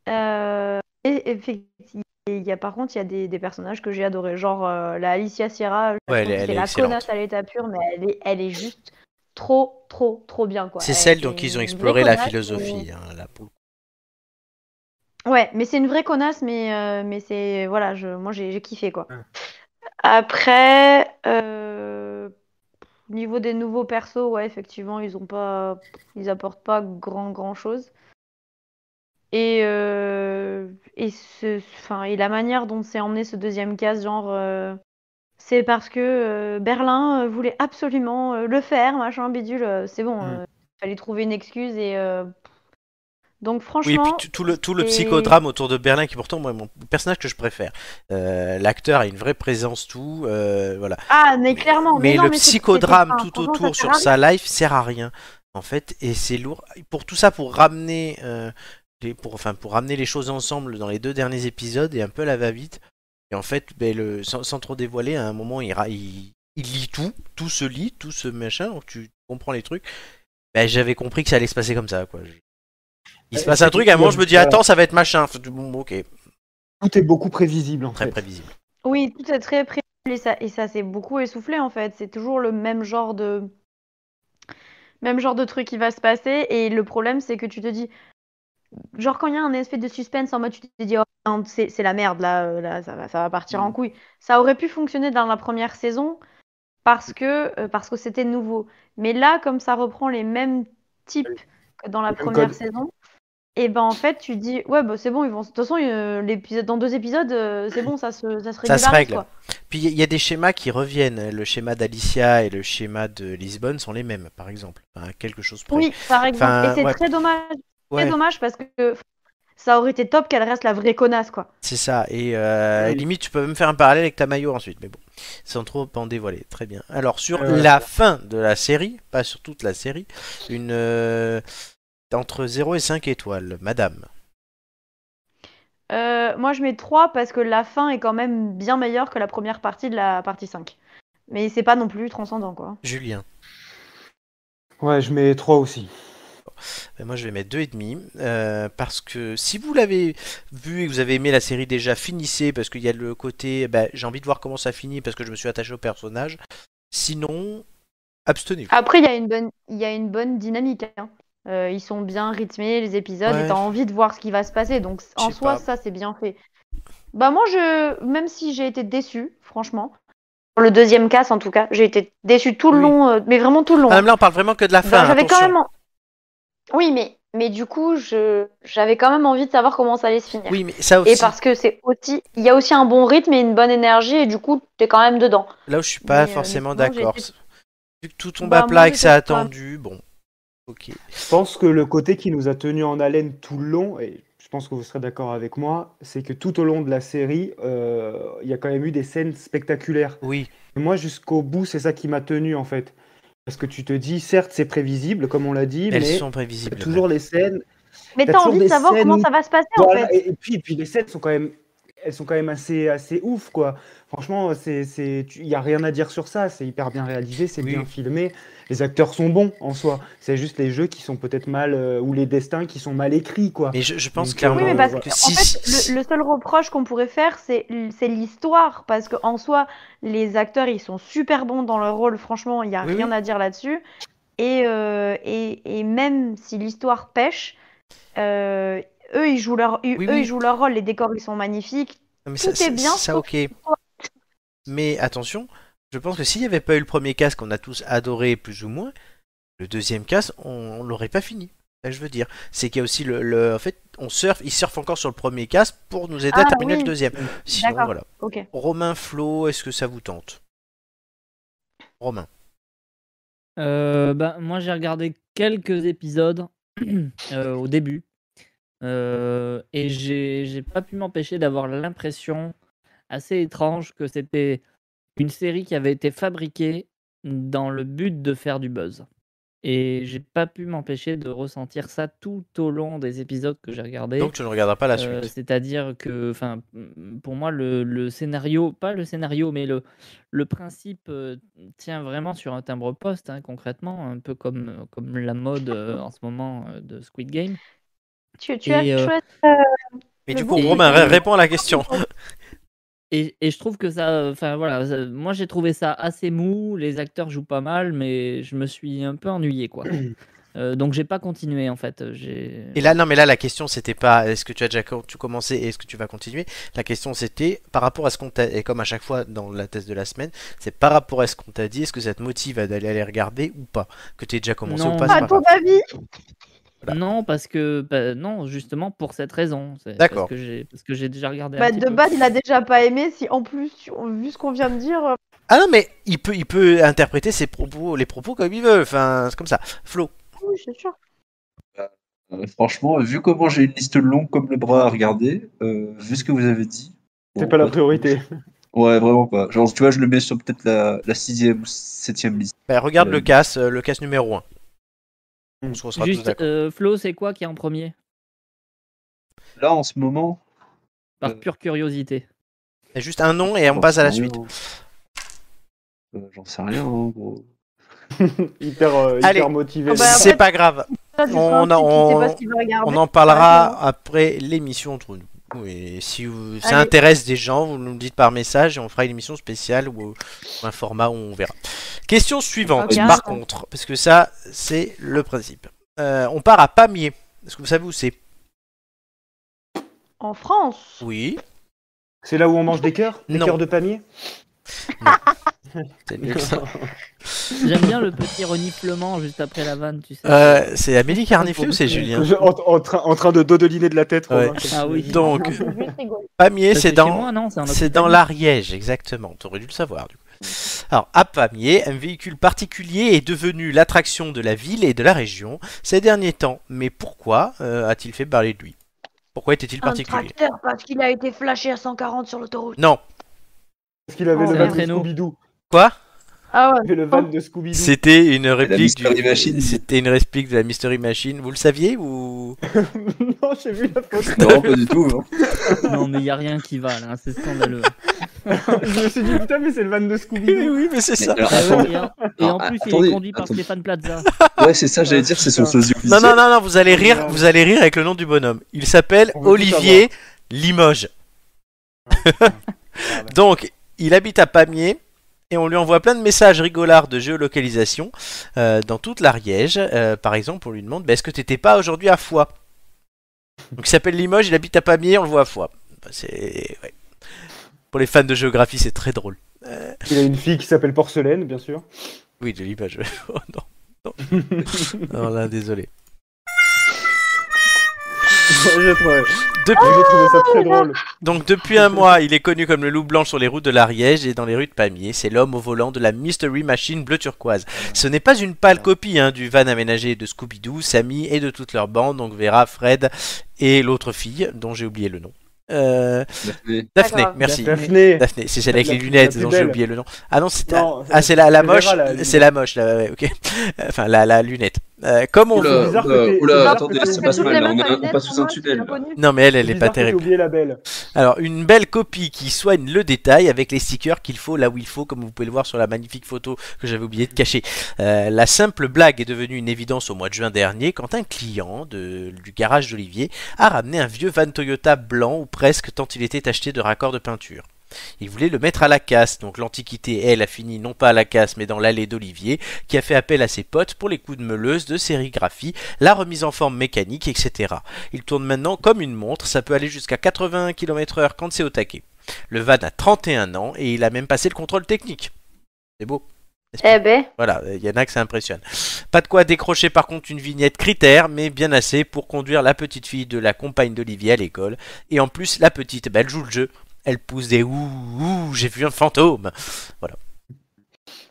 Euh, et effectivement, il y a, par contre, il y a des, des personnages que j'ai adorés, genre euh, la Alicia Sierra, je Ouais, elle trouve est- que elle c'est est la excellente. connasse à l'état pur, mais elle est, elle est juste trop, trop, trop bien. quoi. C'est Elle- celle dont c'est ils ont une exploré vraie la connasse, philosophie. hein, là, pour le coup. mais- Ouais, mais c'est une vraie connasse, mais, euh, mais c'est. Voilà, je, moi j'ai j'ai kiffé quoi. Ouais. Après, euh, niveau des nouveaux persos, ouais, effectivement, ils ont pas. Ils apportent pas grand grand chose. Et, euh, et, ce, enfin, et la manière dont s'est emmené ce deuxième cas, genre, euh, c'est parce que euh, Berlin euh, voulait absolument euh, le faire, machin, bidule, euh, c'est bon, Hmm. Mm. euh, fallait trouver une excuse et. euh, donc Oui, franchement, puis tout- tout le, tout le c'est- psychodrame autour de Berlin, qui pourtant, moi, est mon personnage que je préfère. Euh, L'acteur a une vraie présence, tout. euh, voilà. ah, mais clairement, mais, mais, non, le mais c'est- psychodrame c'est- c'est- tout franchement, autour ça sert sur à rien. sa life sert à rien en fait et c'est lourd pour tout ça pour ramener euh, les, pour enfin pour ramener les choses ensemble dans les deux derniers épisodes et un peu la va vite et en fait ben, le sans, sans trop dévoiler à un moment il, ra- il il lit tout tout se lit tout ce machin donc tu comprends les trucs ben, j'avais compris que ça allait se passer comme ça quoi Je- il se Euh, passe un c'est- truc à un moment je me dis voilà. attends ça va être machin bon ok Tout est beaucoup prévisible, en très fait. prévisible Oui, tout est très prévisible et ça, et ça s'est beaucoup essoufflé en fait. C'est toujours le même genre de même genre de truc qui va se passer et le problème c'est que tu te dis genre quand il y a un espèce de suspense en mode tu te dis oh, non, c'est c'est la merde là, euh, là ça va ça va partir Mm. en couille. Ça aurait pu fonctionner dans la première saison parce que euh, parce que c'était nouveau. Mais là comme ça reprend les mêmes types que dans la Le même première code. saison et ben en fait tu dis ouais bah c'est bon ils vont de toute façon euh, l'épisode dans deux épisodes euh, c'est bon ça se ça Ça se se régularise, règle. quoi. puis il y- y a des schémas qui reviennent le schéma d'Alicia et le schéma de Lisbonne sont les mêmes par exemple Enfin, quelque chose près. Oui, par exemple. Enfin, et c'est ouais. très dommage. Très Ouais. dommage parce que ça aurait été top qu'elle reste la vraie connasse, quoi. C'est ça, et euh, Oui. limite tu peux même faire un parallèle avec ta maillot ensuite, mais bon, sans trop en dévoiler, très bien. Alors sur Euh, la fin de la série, pas sur toute la série, une euh, entre 0 et 5 étoiles, madame. Euh, moi, je mets 3 parce que la fin est quand même bien meilleure que la première partie de la partie 5. Mais c'est pas non plus transcendant, quoi. Julien, Ouais, je mets 3 aussi. Ben, moi je vais mettre 2,5, euh, parce que si vous l'avez vu et que vous avez aimé la série déjà, finissez, parce qu'il y a le côté, ben, j'ai envie de voir comment ça finit, parce que je me suis attaché au personnage, sinon, abstenez-vous. Après, il y a une bonne, il y a une bonne dynamique. hein. Euh, ils sont bien rythmés, les épisodes, Ouais. et t'as envie de voir ce qui va se passer. Donc, en sais soi, pas. ça, c'est bien fait. Bah, moi, je, même si j'ai été déçue, franchement, pour le deuxième casse, en tout cas, j'ai été déçue tout le Oui. long, euh, mais vraiment tout le long. Ah, même là on parle vraiment que de la Enfin, fin, Ben, j'avais quand attention. même. en- Oui, mais, mais du coup, je, j'avais quand même envie de savoir comment ça allait se finir. Oui, mais ça aussi... et parce que c'est aussi. Il y a aussi un bon rythme et une bonne énergie, et du coup, t'es quand même dedans. Là où je suis pas Mais, euh, forcément mais sinon, j'ai d'accord. été- Vu que tout tombe à Bah, moi, plat et que j'étais c'est pas- attendu, bon. Ok. Je pense que le côté qui nous a tenus en haleine tout le long, et je pense que vous serez d'accord avec moi, c'est que tout au long de la série, euh, il y a quand même eu des scènes spectaculaires. Oui. Et Moi, jusqu'au bout, c'est ça qui m'a tenu, en fait. Parce que tu te dis, certes, c'est prévisible, comme on l'a dit, Elles mais sont prévisibles. toujours les scènes. Mais T'as t'as toujours envie de des savoir scènes comment où- ça va se passer en Voilà, fait. et, et puis, et puis les scènes sont quand même, elles sont quand même assez, assez ouf, quoi. Franchement, c'est, c'est, tu- il y a rien à dire sur ça. C'est hyper bien réalisé, c'est Oui. bien filmé. Les acteurs sont bons en soi. C'est juste les jeux qui sont peut-être mal euh, ou les destins qui sont mal écrits, quoi. Mais je, je pense Donc, euh, clairement Oui, mais parce que, que en si, fait, le, le seul reproche qu'on pourrait faire, c'est c'est l'histoire. Parce que en soi, les acteurs, ils sont super bons dans leur rôle. Franchement, il n'y a Oui, rien oui. à dire là-dessus. Et, euh, et, et même si l'histoire pêche, euh, eux, ils jouent leur, eux, Oui, eux, oui. ils jouent leur rôle. Les décors, ils sont magnifiques. Non, mais Tout ça, est ça- bien, ça, sauf ok. Mais attention, je pense que s'il n'y avait pas eu le premier casque qu'on a tous adoré plus ou moins, le deuxième casque, on, on l'aurait pas fini. C'est ça que je veux dire, c'est qu'il y a aussi le, le- en fait, on surfe, ils surfent encore sur le premier casque pour nous aider à Ah, terminer oui. le deuxième. Sinon, D'accord. voilà. Ok. Romain Flo, est-ce que ça vous tente Romain. Euh, bah, moi, j'ai regardé quelques épisodes euh, au début. Euh, et j'ai j'ai pas pu m'empêcher d'avoir l'impression assez étrange que c'était une série qui avait été fabriquée dans le but de faire du buzz. Et j'ai pas pu m'empêcher de ressentir ça tout au long des épisodes que j'ai regardés. Donc tu ne regarderas pas la Euh, suite. C'est-à-dire que, enfin, m- pour moi, le, le scénario, pas le scénario, mais le, le principe euh, tient vraiment sur un timbre poste, hein, concrètement, un peu comme, euh, comme la mode euh, en ce moment euh, de Squid Game. Tu, tu Et, as euh, ah, choisi. Mais le du coup, bon- Romain, et- ré- réponds à la question. Et, et je trouve que ça, enfin voilà, ça- moi j'ai trouvé ça assez mou, les acteurs jouent pas mal, mais je me suis un peu ennuyé, quoi. Euh, donc j'ai pas continué en fait. J'ai... Et là, non, mais là, la question, c'était pas est-ce que tu as déjà co- tu commencé et est-ce que tu vas continuer. La question, c'était par rapport à ce qu'on t'a et comme à chaque fois dans la thèse de la semaine, c'est par rapport à ce qu'on t'a dit, est-ce que ça te motive à d'aller aller regarder ou pas, que tu déjà commencé Non. ou pas. c'est À pas ton grave. avis Voilà. Non, parce que bah, non, justement pour cette raison. C'est D'accord. Parce que j'ai, parce que j'ai déjà regardé. un bah, petit De peu. base, il a déjà pas aimé. Si en plus, tu- vu ce qu'on vient de dire, euh, Ah non, mais il peut, il peut interpréter ses propos, les propos comme il veut. Enfin, c'est comme ça. Flo. oui, c'est sûr. Euh, franchement, vu comment j'ai une liste longue comme le bras à regarder, euh, vu ce que vous avez dit. C'est bon, pas la bah, priorité. Ouais, vraiment pas. Genre, tu vois, je le mets sur peut-être la, la sixième ou septième liste. Ben, regarde Euh. le casse, euh, le casse numéro 1. On Mm. se sera tous Juste, d'accord. euh, Flo, c'est quoi qui est en premier Là, en ce moment. Par Euh, pure curiosité. Et Juste un nom et on j'en passe à la sais rien, suite. hein. Euh, J'en sais rien, hein, gros. hyper, euh, hyper Allez. motivé. Ah bah, après- C'est pas grave. Là, du On principe, a- il sait on- pas ce qu'il veut regarder. On en parlera après l'émission entre nous. Et si vous- ça Allez. intéresse des gens, vous nous le dites par message et on fera une émission spéciale ou ou un format où on verra. Question suivante, Ok. par contre, parce que ça, c'est le principe. Euh, on part à Pamiers. Est-ce que vous savez où c'est En France Oui. C'est là où on mange des cœurs, des Non. cœurs de palmier. C'est mieux que ça. J'aime bien le petit reniflement juste après la vanne, tu sais. Euh, c'est Amélie Carniflet ou c'est Julien Je- en, en train- en train de dodeliner de la tête. Ouais. Romain, comme Ah tu oui. l'as dit. Donc, Je vais juste rigoler. Pamiers, Ça, c'est chez dans, moi, non, c'est en C'est dans Occitanie. l'Ariège, exactement. T'aurais dû le savoir, du coup. Alors, à Pamiers, un véhicule particulier est devenu l'attraction de la ville et de la région ces derniers temps. Mais pourquoi euh, a-t-il fait parler de lui Pourquoi était-il Un particulier tracteur parce qu'il a été flashé à 140 sur l'autoroute. Non. Parce qu'il avait Oh, le c'est van un de traîneau. Scooby-Doo. Quoi Ah Il avait le van de Scooby-Doo. C'était une réplique Mystery Machine. C'était une réplique de la Mystery Machine. Vous le saviez ou non, j'ai vu la photo. Non, pas du tout. hein. Non, mais il n'y a rien qui va là, c'est scandaleux. je me suis dit, putain, mais c'est le van de Oui, Scooby-Doo. oui, mais c'est Mais ça. alors, Ah ouais, attendez. et en, et en plus, il attendez, est conduit par attendez. Stéphane Plaza. Ouais, c'est ça, j'allais dire, c'est son Putain. sosie Non, non, officiel. non, non, vous allez rire, Non. vous allez rire avec le nom du bonhomme. Il s'appelle On veut tout Olivier Limoges. Donc, il habite à Pamiers et on lui envoie plein de messages rigolards de géolocalisation euh, dans toute l'Ariège. Euh, par exemple, on lui demande bah, Est-ce que t'étais pas aujourd'hui à Foix Donc, il s'appelle Limoges, il habite à Pamiers, on le voit à Foix. Bah, c'est. ouais. Pour les fans de géographie, c'est très drôle. Il a une fille qui s'appelle Porcelaine, bien sûr. Oui, de Limoges. oh non. Non. non, là, désolé. j'ai trouvé, Depuis. j'ai trouvé ça très drôle. Donc depuis un mois, il est connu comme le loup blanc sur les routes de l'Ariège et dans les rues de Pamiers. C'est l'homme au volant de la Mystery Machine bleu turquoise. Ce n'est pas une pâle copie hein, du van aménagé de Scooby-Doo, Sammy et de toute leur bande, donc Vera, Fred et l'autre fille dont j'ai oublié le nom. Euh, Daphné. Daphné, grave. merci. Daphné. Daphné, Daphné, c'est celle avec La- les la lunettes plus dont j'ai belle. oublié le nom. Ah non, c'est Non, ah, c'est la, la c'est moche. Vera, la- C'est la moche, là, ouais, ouais, ok. Enfin, la, la lunette. Euh, comme on Oula, veut. bizarre que oula, t'aies- oula, c'est bizarre Euh, attendez, que ça t'aies- passe toutes les mal, là, meufs on, est- on passe sous un tunnel. là. Non, mais elle, elle est pas bizarre que t'aies terrible. oublié la belle. Alors, une belle copie qui soigne le détail avec les stickers qu'il faut là où il faut, comme vous pouvez le voir sur la magnifique photo que j'avais oublié de cacher. Euh, la simple blague est devenue une évidence au mois de juin dernier quand un client de- du garage d'Olivier a ramené un vieux van Toyota blanc ou presque tant il était acheté de raccords de peinture. Il voulait le mettre à la casse, donc l'antiquité, elle, a fini non pas à la casse mais dans l'allée d'Olivier, qui a fait appel à ses potes pour les coups de meuleuse, de sérigraphie, la remise en forme mécanique, etc. Il tourne maintenant comme une montre, ça peut aller jusqu'à 80 km/h quand c'est au taquet. Le van a 31 ans et il a même passé le contrôle technique. C'est beau. Eh ben, Voilà, il y en a que ça impressionne. Pas de quoi décrocher par contre une vignette critère, mais bien assez pour conduire la petite fille de la compagne d'Olivier à l'école. Et en plus, la petite, bah, elle joue le jeu. Elle pousse des ouh, ouh, j'ai vu un fantôme.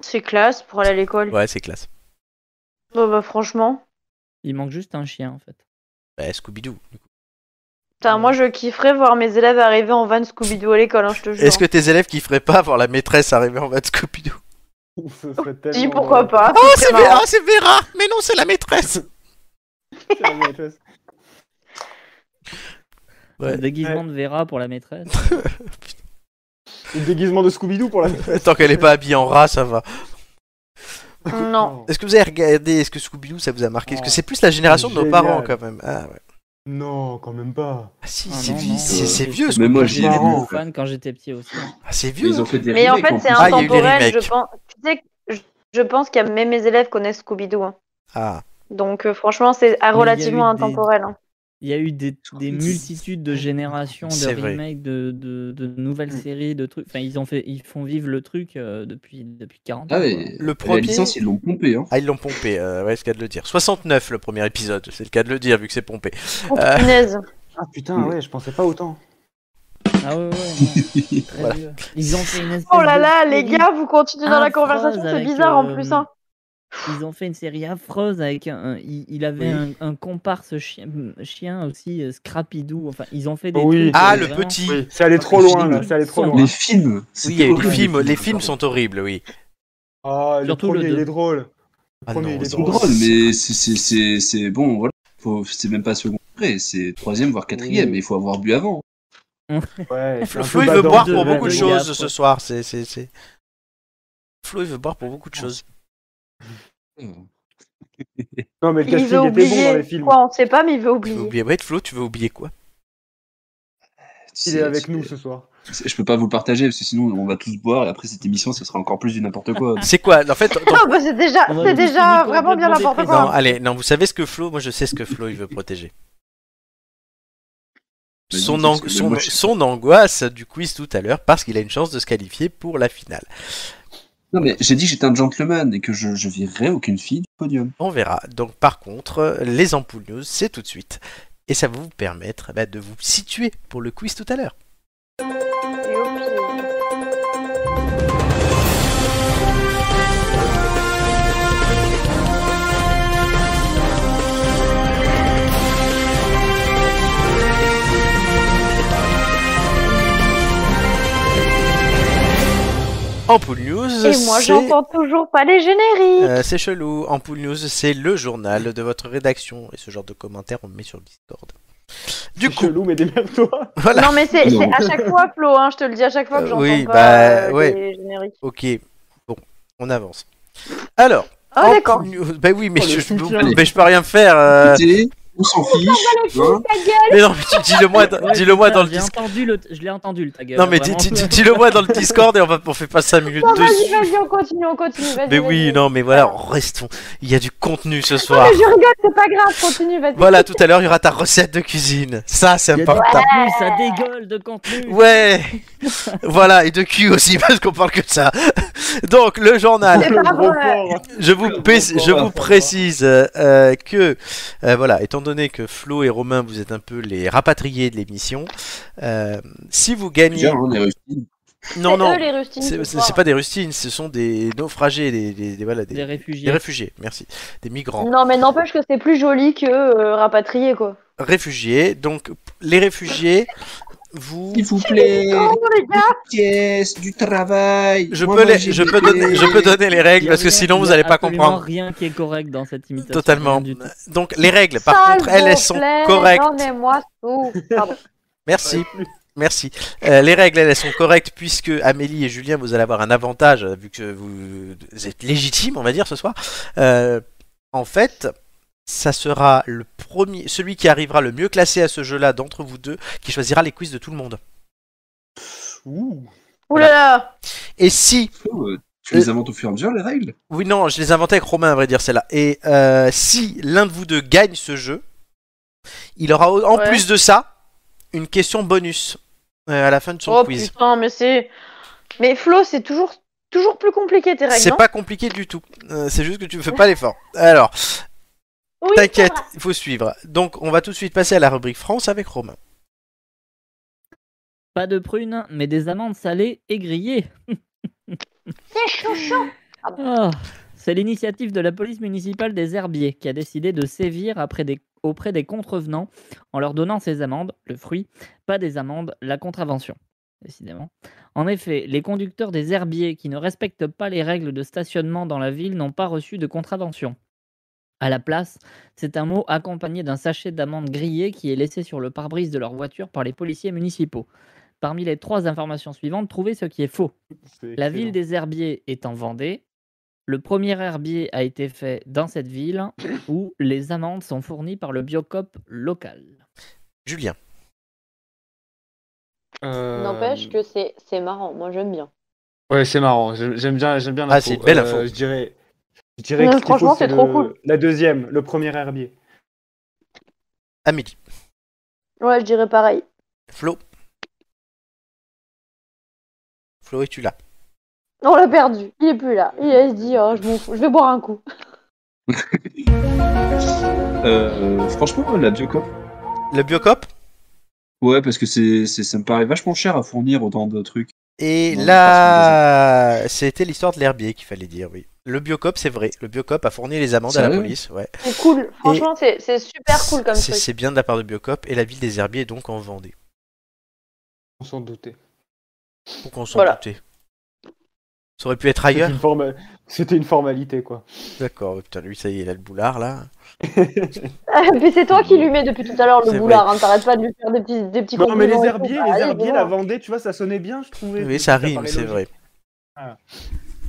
c'est classe pour aller à l'école. Ouais, c'est classe. Bon, bah, franchement. Il manque juste un chien en fait. Bah, Scooby-Doo. Putain, moi, je kifferais voir mes élèves arriver en van Scooby-Doo à l'école, hein, je te jure. Est-ce que tes élèves kifferaient pas voir la maîtresse arriver en mode Scooby-Doo Ce serait tellement Si, pourquoi drôle. pas Oh, c'est c'est marrant. Vera, c'est Vera Mais non, c'est la maîtresse C'est la même chose. Ouais. Le déguisement de Vera pour la maîtresse. Ah Le déguisement de Scooby-Doo pour la Tant qu'elle est pas habillée en rat, ça va. Non. Est-ce que vous avez regardé Est-ce que Scooby-Doo ça vous a marqué Est-ce que Oh, c'est plus la génération de nos génial. parents quand même Ah ouais. Non, quand même pas. Ah si, Ah c'est non, vieux, non. c'est- c'est vieux. Mais moi, Scooby-Doo. j'y ai Marrant. vu, en fait. Fan quand j'étais petit aussi. Ah, c'est vieux. Ils ont fait des Mais en remakes, fait, c'est plus. Ah, il y a eu les intemporel. remakes. Je pense... Tu sais, que je, je pense qu'il y a même mes élèves connaissent Scooby-Doo. hein. Ah. Donc, euh, franchement, c'est ah, eu relativement des- intemporel. hein. Il y a eu des, des multitudes de générations, de C'est vrai. Mm. remakes, de, de, de nouvelles séries, de trucs. Enfin, ils, ont fait, ils font vivre le truc euh, depuis, depuis 40 ans. Ah quoi. ouais, Le la premier. licence, ils l'ont pompé. Hein. Ah, ils l'ont pompé, euh, ouais, c'est le cas de le dire. 69 le premier épisode, c'est le cas de le dire vu que c'est pompé. Oh, Euh. punaise. Ah putain, ouais, je pensais pas autant. Ah ouais, ouais, ouais. Très Voilà. vieux. Ils ont fait une espèce Oh là de là, les série- gars, vous continuez dans la affreuse conversation, c'est avec, bizarre en euh, plus. Hein. Ils ont fait une série affreuse avec un. un- il, il avait un, un comparse chien, chien aussi, euh, Scrappy-Doo. Enfin, ils ont fait des. Oui. trucs, Ah, euh, le vraiment- petit. Oui, Oui, c'est allé trop loin là, c'est allé trop loin. Les films. hein. il c'était y a eu horrible, les films, les pardon. films sont horribles, oui. Ah, le Surtout le premier, il deux. est drôle. Le Ah premier, non, il est c'est C'est drôle, mais c'est- c'est- c'est c'est- bon, voilà. Faut- C'est même pas second degré, c'est troisième voire quatrième, Oui. mais il faut avoir bu avant. Ouais, c'est un Flo, peu Flo, il veut badant. boire de pour la beaucoup de Ligue choses Afro. ce soir, c'est c'est c'est- Flo, il veut boire pour beaucoup de choses. Non, mais le Il casting veut était bon dans les oublier. films. Quoi, on sait pas, mais il veut Tu veux oublier. oublier ouais, Flo, tu veux oublier quoi Il est avec nous ce soir. C'est- Je peux pas vous le partager parce que sinon on va tous boire et après cette émission ça sera encore plus du n'importe quoi. C'est quoi En fait, dans- Ah, bah, c'est déjà, On va c'est tous déjà finir vraiment bien complètement n'importe Non, quoi. allez, non, vous savez ce que Flo, moi je sais ce que Flo il veut protéger. Mais Son, non, ang- parce que son- moi, je- son angoisse du quiz tout à l'heure parce qu'il a une chance de se qualifier pour la finale. Non mais j'ai dit que j'étais un gentleman et que je, je virerais aucune fille du podium. On verra. Donc par contre, les ampoules news, c'est tout de suite. Et ça va vous permettre eh ben, de vous situer pour le quiz tout à l'heure. Youpi. Ampoules news, Et moi, c'est- j'entends toujours pas les génériques. Euh, c'est chelou. Ampoule News, c'est le journal de votre rédaction. Et ce genre de commentaires, on le met sur le Discord. Du C'est coup, chelou, mais démerde-toi. Euh, voilà. Non, mais c'est Non. c'est à chaque fois Flo, hein, je te le dis à chaque fois que Euh, j'entends oui, pas bah, euh, ouais. les génériques. Ok, bon, on avance. Alors, Ah Ampoule d'accord. News- bah oui, mais, Oh, le je, soutien. je- mais je peux rien faire. euh, Écoutez, on s'en fiche. hein. Mais non, mais tu- dis-le moi, dans- Ouais, dis-le moi putain, dans le j'ai Discord. entendu le- Je l'ai entendu le ta gueule. Non, mais dis- vraiment. dis- dis- dis-le moi dans le Discord et on va on fait pas 5 minutes Non, vas-y, dessus. vas-y, on continue, on continue. vas-y, Mais vas-y, oui, vas-y. non, mais voilà, restons. Il y a du contenu ce Non, soir. mais je rigole, c'est pas grave, continue, vas-y. Voilà, tout à l'heure, il y aura ta recette de cuisine. Ça, c'est Il y a du important. contenu, ça dégueule de contenu. Ouais Voilà, et de cul aussi, parce qu'on parle que de ça. Donc, le journal, C'est Le hein, pas gros vrai. porc. je vous, pé- Encore je un vous fort. précise euh, euh, que, euh, voilà, étant donné que Flo et Romain, vous êtes un peu les rapatriés de l'émission, euh, si vous gagnez... Déjà, hein, on est réussi. Non, C'est non, eux, les rustines, c'est ce c'est- soir. c'est pas des rustines, ce sont des naufragés, des, des, des- voilà, des- Des des réfugiés. réfugiés, merci, des migrants. Non, mais n'empêche que c'est plus joli que euh, rapatrié, quoi. réfugiés. Donc, les réfugiés, vous. S'il vous plaît, Oh, les gars pièce, du travail. Je Moi, peux, moi, les- j'ai je, peux payé. donner, je peux donner les Il y règles a parce que rien- sinon il y vous a n'allez pas absolument comprendre. rien qui est correct dans cette imitation. Totalement. rien du tout. Donc les règles, par contre, elles, elles sont correctes. moi tout. Pardon. Merci. Merci. Euh, les règles, elles, elles sont correctes puisque Amélie et Julien, vous allez avoir un avantage euh, vu que vous vous êtes légitime, on va dire, ce soir. Euh, en fait, ça sera le premier, celui qui arrivera le mieux classé à ce jeu-là d'entre vous deux qui choisira les quiz de tout le monde. Ouh. Ouh là là Et si Oh, euh, Tu les inventes au fur et à mesure, les règles Oui, non, je les inventais avec Romain, à vrai dire, celle-là. Et euh, si l'un de vous deux gagne ce jeu, il aura au- en Ouais. plus de ça une question bonus euh, à la fin de son Oh quiz. putain, mais c'est. Mais Flo, c'est toujours, toujours plus compliqué tes règles. C'est non pas compliqué du tout. Euh, c'est juste que tu ne fais pas l'effort. Alors, Oui, t'inquiète, il faut suivre. Donc, on va tout de suite passer à la rubrique France avec Romain. Pas de prunes, mais des amandes salées et grillées. C'est chaud, chaud. Ah, C'est l'initiative de la police municipale des Herbiers qui a décidé de sévir après des- auprès des contrevenants en leur donnant ces amendes, le fruit, pas des amendes, la contravention. Décidément. En effet, les conducteurs des herbiers qui ne respectent pas les règles de stationnement dans la ville n'ont pas reçu de contravention. À la place, c'est un mot accompagné d'un sachet d'amandes grillées qui est laissé sur le pare-brise de leur voiture par les policiers municipaux. Parmi les trois informations suivantes, trouvez ce qui est faux. C'est La excellent. ville des herbiers est en Vendée. Le premier herbier a été fait dans cette ville où les amendes sont fournies par le biocop local. Julien. Euh, N'empêche que c'est c'est marrant, moi j'aime bien. Ouais, c'est marrant. J'aime j'aime bien, j'aime bien. Ah, l'info. c'est une belle Euh, info. je dirais, je dirais Non, que ce qu'il franchement, faut, c'est trop le- cool. La deuxième, le premier herbier. Amélie. Ouais, je dirais pareil. Flo. Flo, es-tu là On l'a perdu. Il est plus là. Il il se dit, oh, je m'en fous, je vais boire un coup. Euh, Franchement, la Biocop. Le Biocop Ouais, parce que c'est, c'est- ça me paraît vachement cher à fournir autant de trucs. Et Non, là, c'était l'histoire de l'herbier qu'il fallait dire, oui. Le Biocop, c'est vrai. Le Biocop a fourni les amendes à la Sérieux police. Ouais. C'est cool. Franchement, c'est c'est super cool comme C'est truc. c'est bien de la part de Biocop et la ville des herbiers est donc en Vendée. On s'en doutait. Pour qu'on s'en Voilà. doutait. Ça aurait pu être C'était ailleurs. une, forma- c'était une formalité, quoi. D'accord, ouais, putain, lui, ça y est, il a le boulard là. Mais c'est toi qui lui mets depuis tout à l'heure C'est le boulard. hein. T'arrêtes pas de lui faire des petits, des petits Non, mais les compliments et herbiers, tout. les Allez, herbiers, bon. la Vendée, tu vois, ça sonnait bien, je trouvais. Oui, ça paraît rime, c'est logique. vrai. Ah.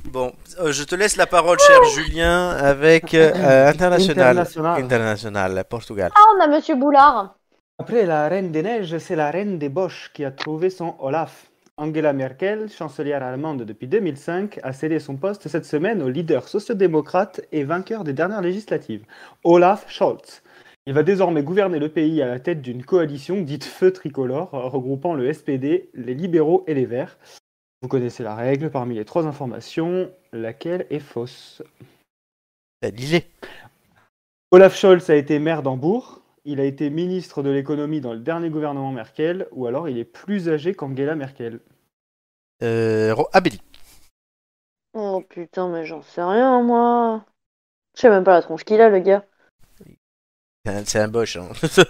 Bon, euh, je te laisse la parole, cher Julien, avec euh, International. International. International, Portugal. Ah, on a Monsieur Boulard. Après la Reine des Neiges, c'est la Reine des Boches qui a trouvé son Olaf. Angela Merkel, chancelière allemande depuis 2005, a cédé son poste cette semaine au leader sociodémocrate et vainqueur des dernières législatives, Olaf Scholz. Il va désormais gouverner le pays à la tête d'une coalition dite feu tricolore, regroupant le SPD, les libéraux et les verts. Vous connaissez la règle, parmi les trois informations, laquelle est fausse T'as Lillet. Olaf Scholz a été maire d'Hambourg. Il a été ministre de l'économie dans le dernier gouvernement Merkel, ou alors il est plus âgé qu'Angela Merkel. Euh, Ro- Amélie. Oh putain, mais j'en sais rien, moi. Je sais même pas la tronche qu'il a, le gars. C'est un- C'est un boche. Hein.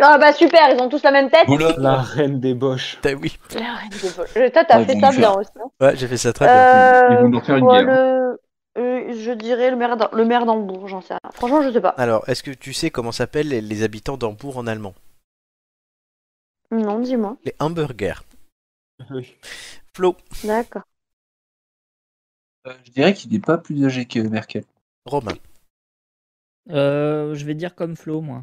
Ah bah super, ils ont tous la même tête. Voilà. La reine des boches. Putain, oui, La reine des boches. Euh, Toi, t'as Ah, fait bon, ça je- bien aussi. hein. ouais, j'ai fait ça très bien. Euh, Ils vont nous faire une moi, guerre. le- euh, je dirais le maire d'Am- le maire d'Hambourg, j'en sais rien. Franchement, je sais pas. Alors, est-ce que tu sais comment s'appellent les, les habitants d'Hambourg en allemand Non, dis-moi. Les hamburgers. Oui. Flo, D'accord. Euh, je dirais qu'il n'est pas plus âgé que Merkel. Romain. Euh, je vais dire comme Flo, moi.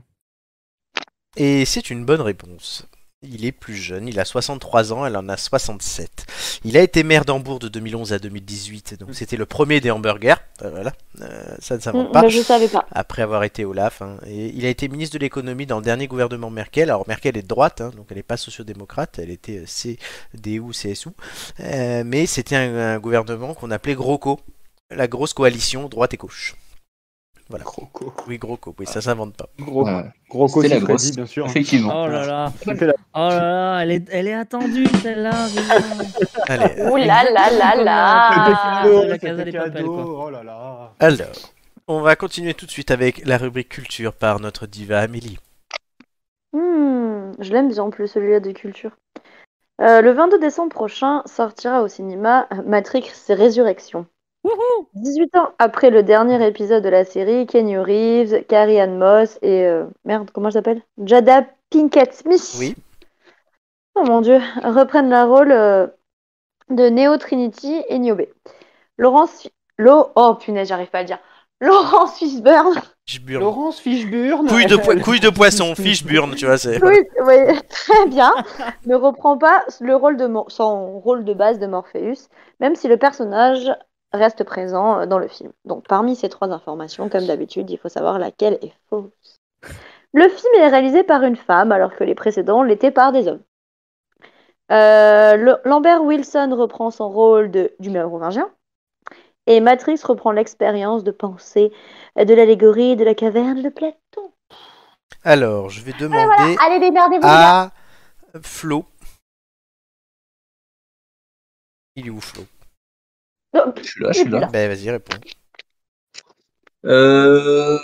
Et c'est une bonne réponse. Il est plus jeune, il a 63 ans, elle en a 67. Il a été maire d'Hambourg de 2011 à 2018, donc c'était le premier des hamburgers. Euh, voilà, Euh, ça ne s'invente Mm, pas. mais je savais pas. Après avoir été Olaf, hein. et il a été ministre de l'économie dans le dernier gouvernement Merkel. Alors Merkel est de droite, hein, donc elle n'est pas sociodémocrate, elle était euh, CDU, CSU, Euh, mais c'était un, un gouvernement qu'on appelait GroKo, la grosse coalition droite et gauche. Croco. Oui, GroKo, oui, ça s'invente pas. Gros, Ouais. gros C'était la grosse. bien sûr. hein. Effectivement. Oh là là, C'était la- oh là là, elle est, elle est attendue celle-là. putain. Allez, Ouh là là là là. Ah, c'est la c'était Casa des Papel, cadeau, quoi. oh là là. Alors, on va continuer tout de suite avec la rubrique culture par notre diva Amélie. Hmm, Je l'aime bien en plus, celui-là de culture. Euh, le 22 décembre prochain sortira au cinéma Matrix Résurrection. 18 ans après le dernier épisode de la série, Kenny Reeves, Carrie Ann Moss et. euh, merde, comment elle s'appelle Jada Pinkett Smith. Oui. Oh mon dieu, reprennent la rôle euh, de Neo Trinity et Niobé. Laurence. Fi- Lo... Oh punaise, j'arrive pas à le dire. Laurence Fishburne. Je burne. Laurence Fishburne. Couille de, poi- couille de poisson, fiche burne, tu vois, c'est. Oui, oui, très bien. Ne reprend pas le rôle de Mor- son rôle de base de Morpheus, même si le personnage reste présent euh, dans le film. Donc, parmi ces trois informations, comme d'habitude, il faut savoir laquelle est fausse. Le film est réalisé par une femme, alors que les précédents l'étaient par des hommes. Euh, le- Lambert Wilson reprend son rôle de, du mérovingien. Et Matrix reprend l'expérience de pensée euh, de l'allégorie de la caverne de Platon. Alors, je vais demander Allez, démerdez-vous les à gars. Flo. Il est où Flo Non, Je suis là, je suis là. Ben vas-y, réponds. Euh...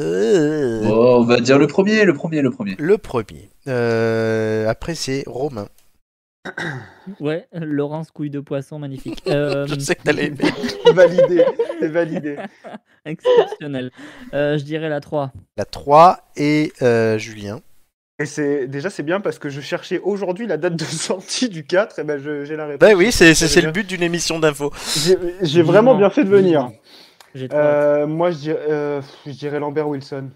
Euh, bon, on va dire le premier, le premier, le premier. Le premier. Euh, après, c'est Romain. Ouais, Laurence couille de poisson, magnifique. Euh, Je sais que t'allais aimer. Validé. C'est validé. Exceptionnel. Euh, je dirais la 3. La 3 et euh, Julien. Et c'est déjà c'est bien parce que je cherchais aujourd'hui la date de sortie du 4 et ben je- j'ai la réponse. Ben oui, c'est c'est- c'est le but d'une émission d'info. J'ai- J'ai vraiment Vivement, bien fait de venir. vivement. J'ai trois. Euh, moi je dirais, euh, je dirais Lambert Wilson.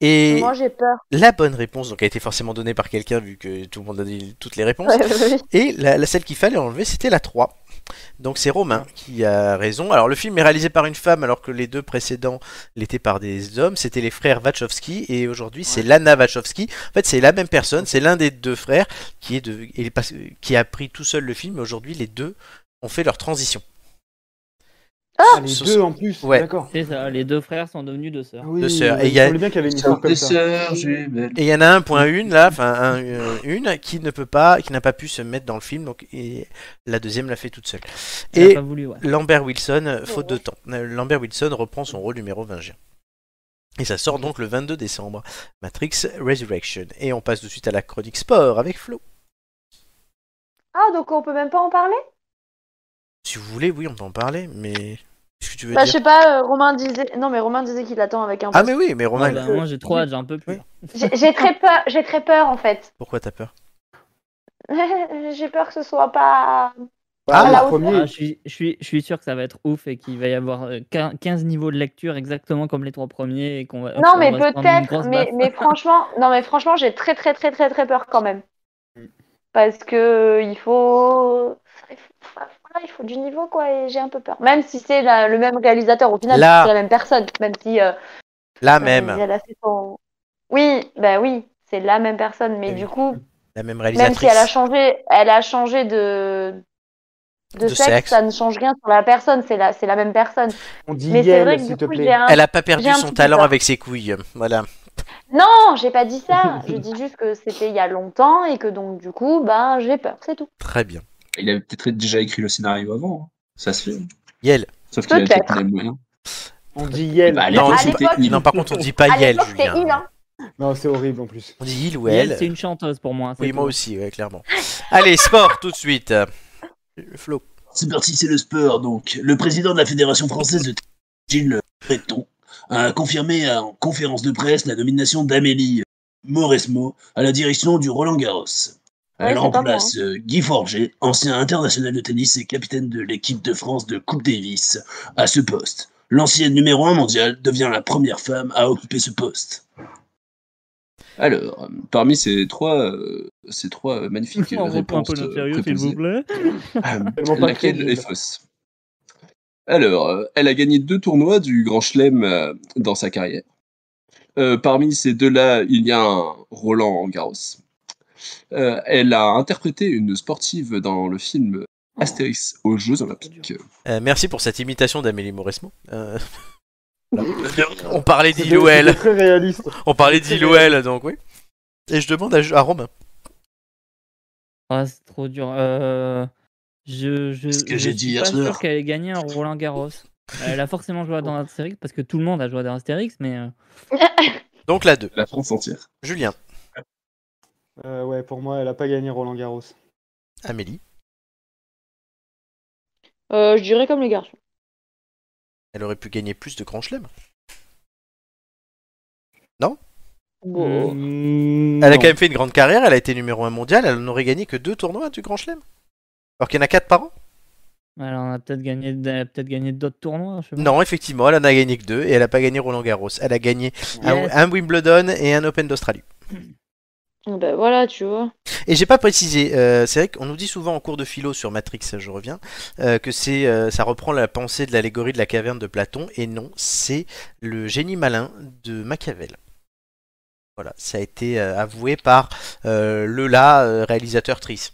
Et Moi, j'ai peur. la bonne réponse, donc, a été forcément donnée par quelqu'un, vu que tout le monde a dit toutes les réponses. Ouais, ouais, ouais. Et la, la- celle qu'il fallait enlever, c'était la 3. Donc c'est Romain qui a raison. Alors le film est réalisé par une femme alors que les deux précédents l'étaient par des hommes. C'était les frères Wachowski et aujourd'hui c'est Lana Wachowski. En fait c'est la même personne, c'est l'un des deux frères qui, est de, et pas- qui a pris tout seul le film. mais Aujourd'hui les deux ont fait leur transition. Ah, les Ce- deux en plus. Ouais. D'accord. C'est ça, les deux frères sont devenus deux sœurs. Oui, Deux sœurs. Et Il il y a- semblait bien qu'il y avait une histoire comme Des ça. sœurs jumelles. Et il y en a un point une là, enfin un, euh, une qui ne peut pas, qui n'a pas pu se mettre dans le film. Donc et la deuxième l'a fait toute seule. Elle a Et pas voulu, ouais. Lambert Wilson, Oh. euh, faute de temps. Euh, Lambert Wilson reprend son rôle numéro 20 Et ça sort donc le 22 décembre, Matrix Resurrection. Et on passe de suite à la chronique sport avec Flo. Ah, donc on peut même pas en parler Si vous voulez, oui, on peut en parler, mais... Qu'est-ce que tu veux Bah, je dire sais pas, euh, Romain disait. Non, mais Romain disait qu'il attend avec un. Ah mais oui, mais Ah Romain, bah, moi j'ai 3, j'ai un peu plus. J'ai j'ai très peur, j'ai très peur en fait. pourquoi t'as peur j'ai peur que ce soit Ah, pas. Bah, le la Ah, premier. je, suis, je, suis, je suis sûr que ça va être ouf et qu'il va y avoir euh, quin- 15 niveaux de lecture exactement comme les trois premiers. Et qu'on va, Non, on mais va se prendre une peut-être, grosse mais, baffe. mais franchement, non, mais franchement, j'ai très, très, très, très, très peur quand même. Parce que il faut. il faut- Voilà, il faut du niveau, quoi, et j'ai un peu peur. Même si c'est la- le même réalisateur, au final, Là. c'est la même personne, même si. euh, La euh, même, elle a fait son- Oui, bah oui, c'est la même personne, mais Eh Oui. du coup, la même Même réalisatrice. si elle a changé, elle a changé de, de, De sexe, sexe. ça ne change rien sur la personne, c'est la, c'est la même personne. On dit Mais c'est vrai Yel, que s'il du te coup, plaît. j'ai un... Elle a pas perdu J'ai un son petit talent peu peur. avec ses couilles, voilà. Non, j'ai pas dit ça, je dis juste que c'était il y a longtemps et que donc du coup, ben, j'ai peur, c'est tout. Très bien. Il avait peut-être déjà écrit le scénario avant. hein. Ça se fait. hein. Yel. Sauf qu'il a Peut-être. peut-être les moyens. On dit Yel. Bah, Non, à l'époque, à c'était l'époque- il. Non, par contre, on dit pas À Yel, l'époque, c'est Julien. il, hein. Non, c'est horrible en plus. On dit il ou Mais elle, elle. c'est une chanteuse pour moi. Oui, c'est moi tout. aussi, ouais, clairement. Allez, sport, tout de suite. Euh, Flo. C'est parti, c'est le sport. Donc, le président de la Fédération française de Gilles Breton a confirmé en conférence de presse la nomination d'Amélie Mauresmo à la direction du Roland Garros. Ouais, Elle c'est pas hein. remplace euh, Guy Forger, ancien international de tennis et capitaine de l'équipe de France de Coupe Davis, à ce poste. L'ancienne numéro 1 mondiale devient la première femme à occuper ce poste. Alors, euh, parmi ces trois, euh, ces trois euh, magnifiques euh, On reprend un réponses peu notre euh, sérieux, s'il vous préposées, Ah, plaît. Tellement pas laquelle crédible. est fausse Alors, euh, elle a gagné deux tournois du Grand Chelem euh, dans sa carrière. Euh, parmi ces deux-là, il y a un Roland Garros. Euh, elle a interprété une sportive dans le film euh, Astérix aux Jeux Olympiques. Oh. Euh, merci pour cette imitation d'Amélie Mauresmo. Euh, Bien, on parlait d'il C'était- ou elle. c'était très réaliste. On parlait d'il ou elle, donc oui. Et je demande à, à Romain. Ah, c'est trop dur. Euh, je, je, Ce que je j'ai dit suis hier pas soir. sûr qu'elle ait gagné un Roland Garros. Elle a forcément joué dans Astérix parce que tout le monde a joué dans Astérix, mais euh, Donc la 2. La France entière. Julien. Euh, ouais, pour moi, elle a pas gagné Roland Garros. Amélie, Euh, je dirais comme les garçons. elle aurait pu gagner plus de grands chelems. Hmm. Oh, Bon. Mm, Elle a non. quand même fait une grande carrière, elle a été numéro 1 mondial, elle n'aurait gagné que deux tournois du grand chelem. Alors qu'il y en a 4 par an Alors, on a peut-être gagné, elle a peut-être gagné d'autres tournois. Je sais pas. Non, effectivement, elle en a gagné que deux et elle a pas gagné Roland Garros. Elle a gagné un- Yes. un Wimbledon et un Open d'Australie. Ben voilà, tu vois. Et j'ai pas précisé, euh, c'est vrai qu'on nous dit souvent en cours de philo sur Matrix, je reviens, euh, que c'est, euh, ça reprend la pensée de l'allégorie de la caverne de Platon, et non, c'est le génie malin de Machiavel. Voilà, ça a été euh, avoué par euh, le là euh, réalisateur Tris.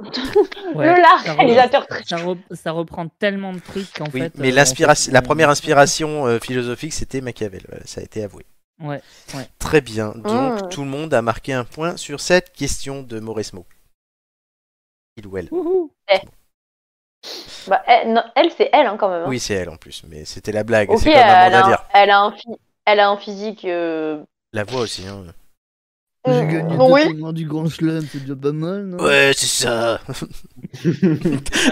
Ouais, le ça lard, reprend- réalisateur très ça, re- ça reprend tellement de trucs qu'en Oui, fait. mais euh, l'inspiration, on- la première inspiration euh, philosophique, c'était Machiavel. Voilà, ça a été avoué. Ouais. Très bien. Donc Ah. tout le monde a marqué un point sur cette question de Mauresmo. Il ou elle. Wouhou. Eh. Bah, elle, non, elle, c'est elle hein, quand même. hein. Oui, c'est elle en plus, mais c'était la blague. Ok, euh, c'est elle, comme un a à dire. un, elle, a un phy- elle a un physique. euh, La voix aussi. Hein. J'ai euh, gagné non, deux oui. tournois du Grand Chelem, c'est déjà pas mal, non Ouais, c'est ça. Ah,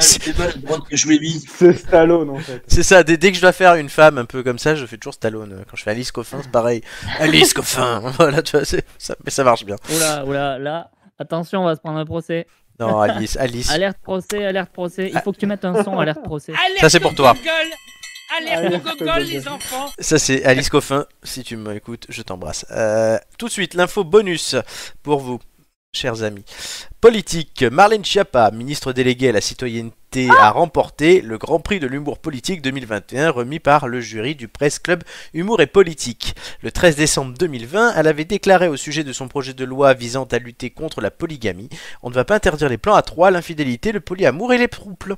c'était pas la droite que je lui ai mis. C'est Stallone en fait. C'est ça. Dès, dès que je dois faire une femme un peu comme ça, je fais toujours Stallone. Quand je fais Alice Coffin, c'est pareil. Alice Coffin. voilà, tu vois, c'est- ça, mais ça marche bien. Oula, oula, là. Attention, on va se prendre un procès. Non, Alice, Alice. Alerte procès, alerte procès. Il faut que tu mettes un son, alerte procès. Ça, c'est pour toi. Alerte au gogol, les enfants Ça, c'est Alice Coffin. Si tu m'écoutes, je t'embrasse. Euh, tout de suite, l'info bonus pour vous, chers amis. Politique. Marlène Schiappa, ministre déléguée à la citoyenneté, a remporté le Grand Prix de l'humour politique 2021 remis par le jury du Presse Club Humour et Politique. Le 13 décembre 2020, elle avait déclaré au sujet de son projet de loi visant à lutter contre la polygamie On ne va pas interdire les plans à trois, l'infidélité, le polyamour et les troubles.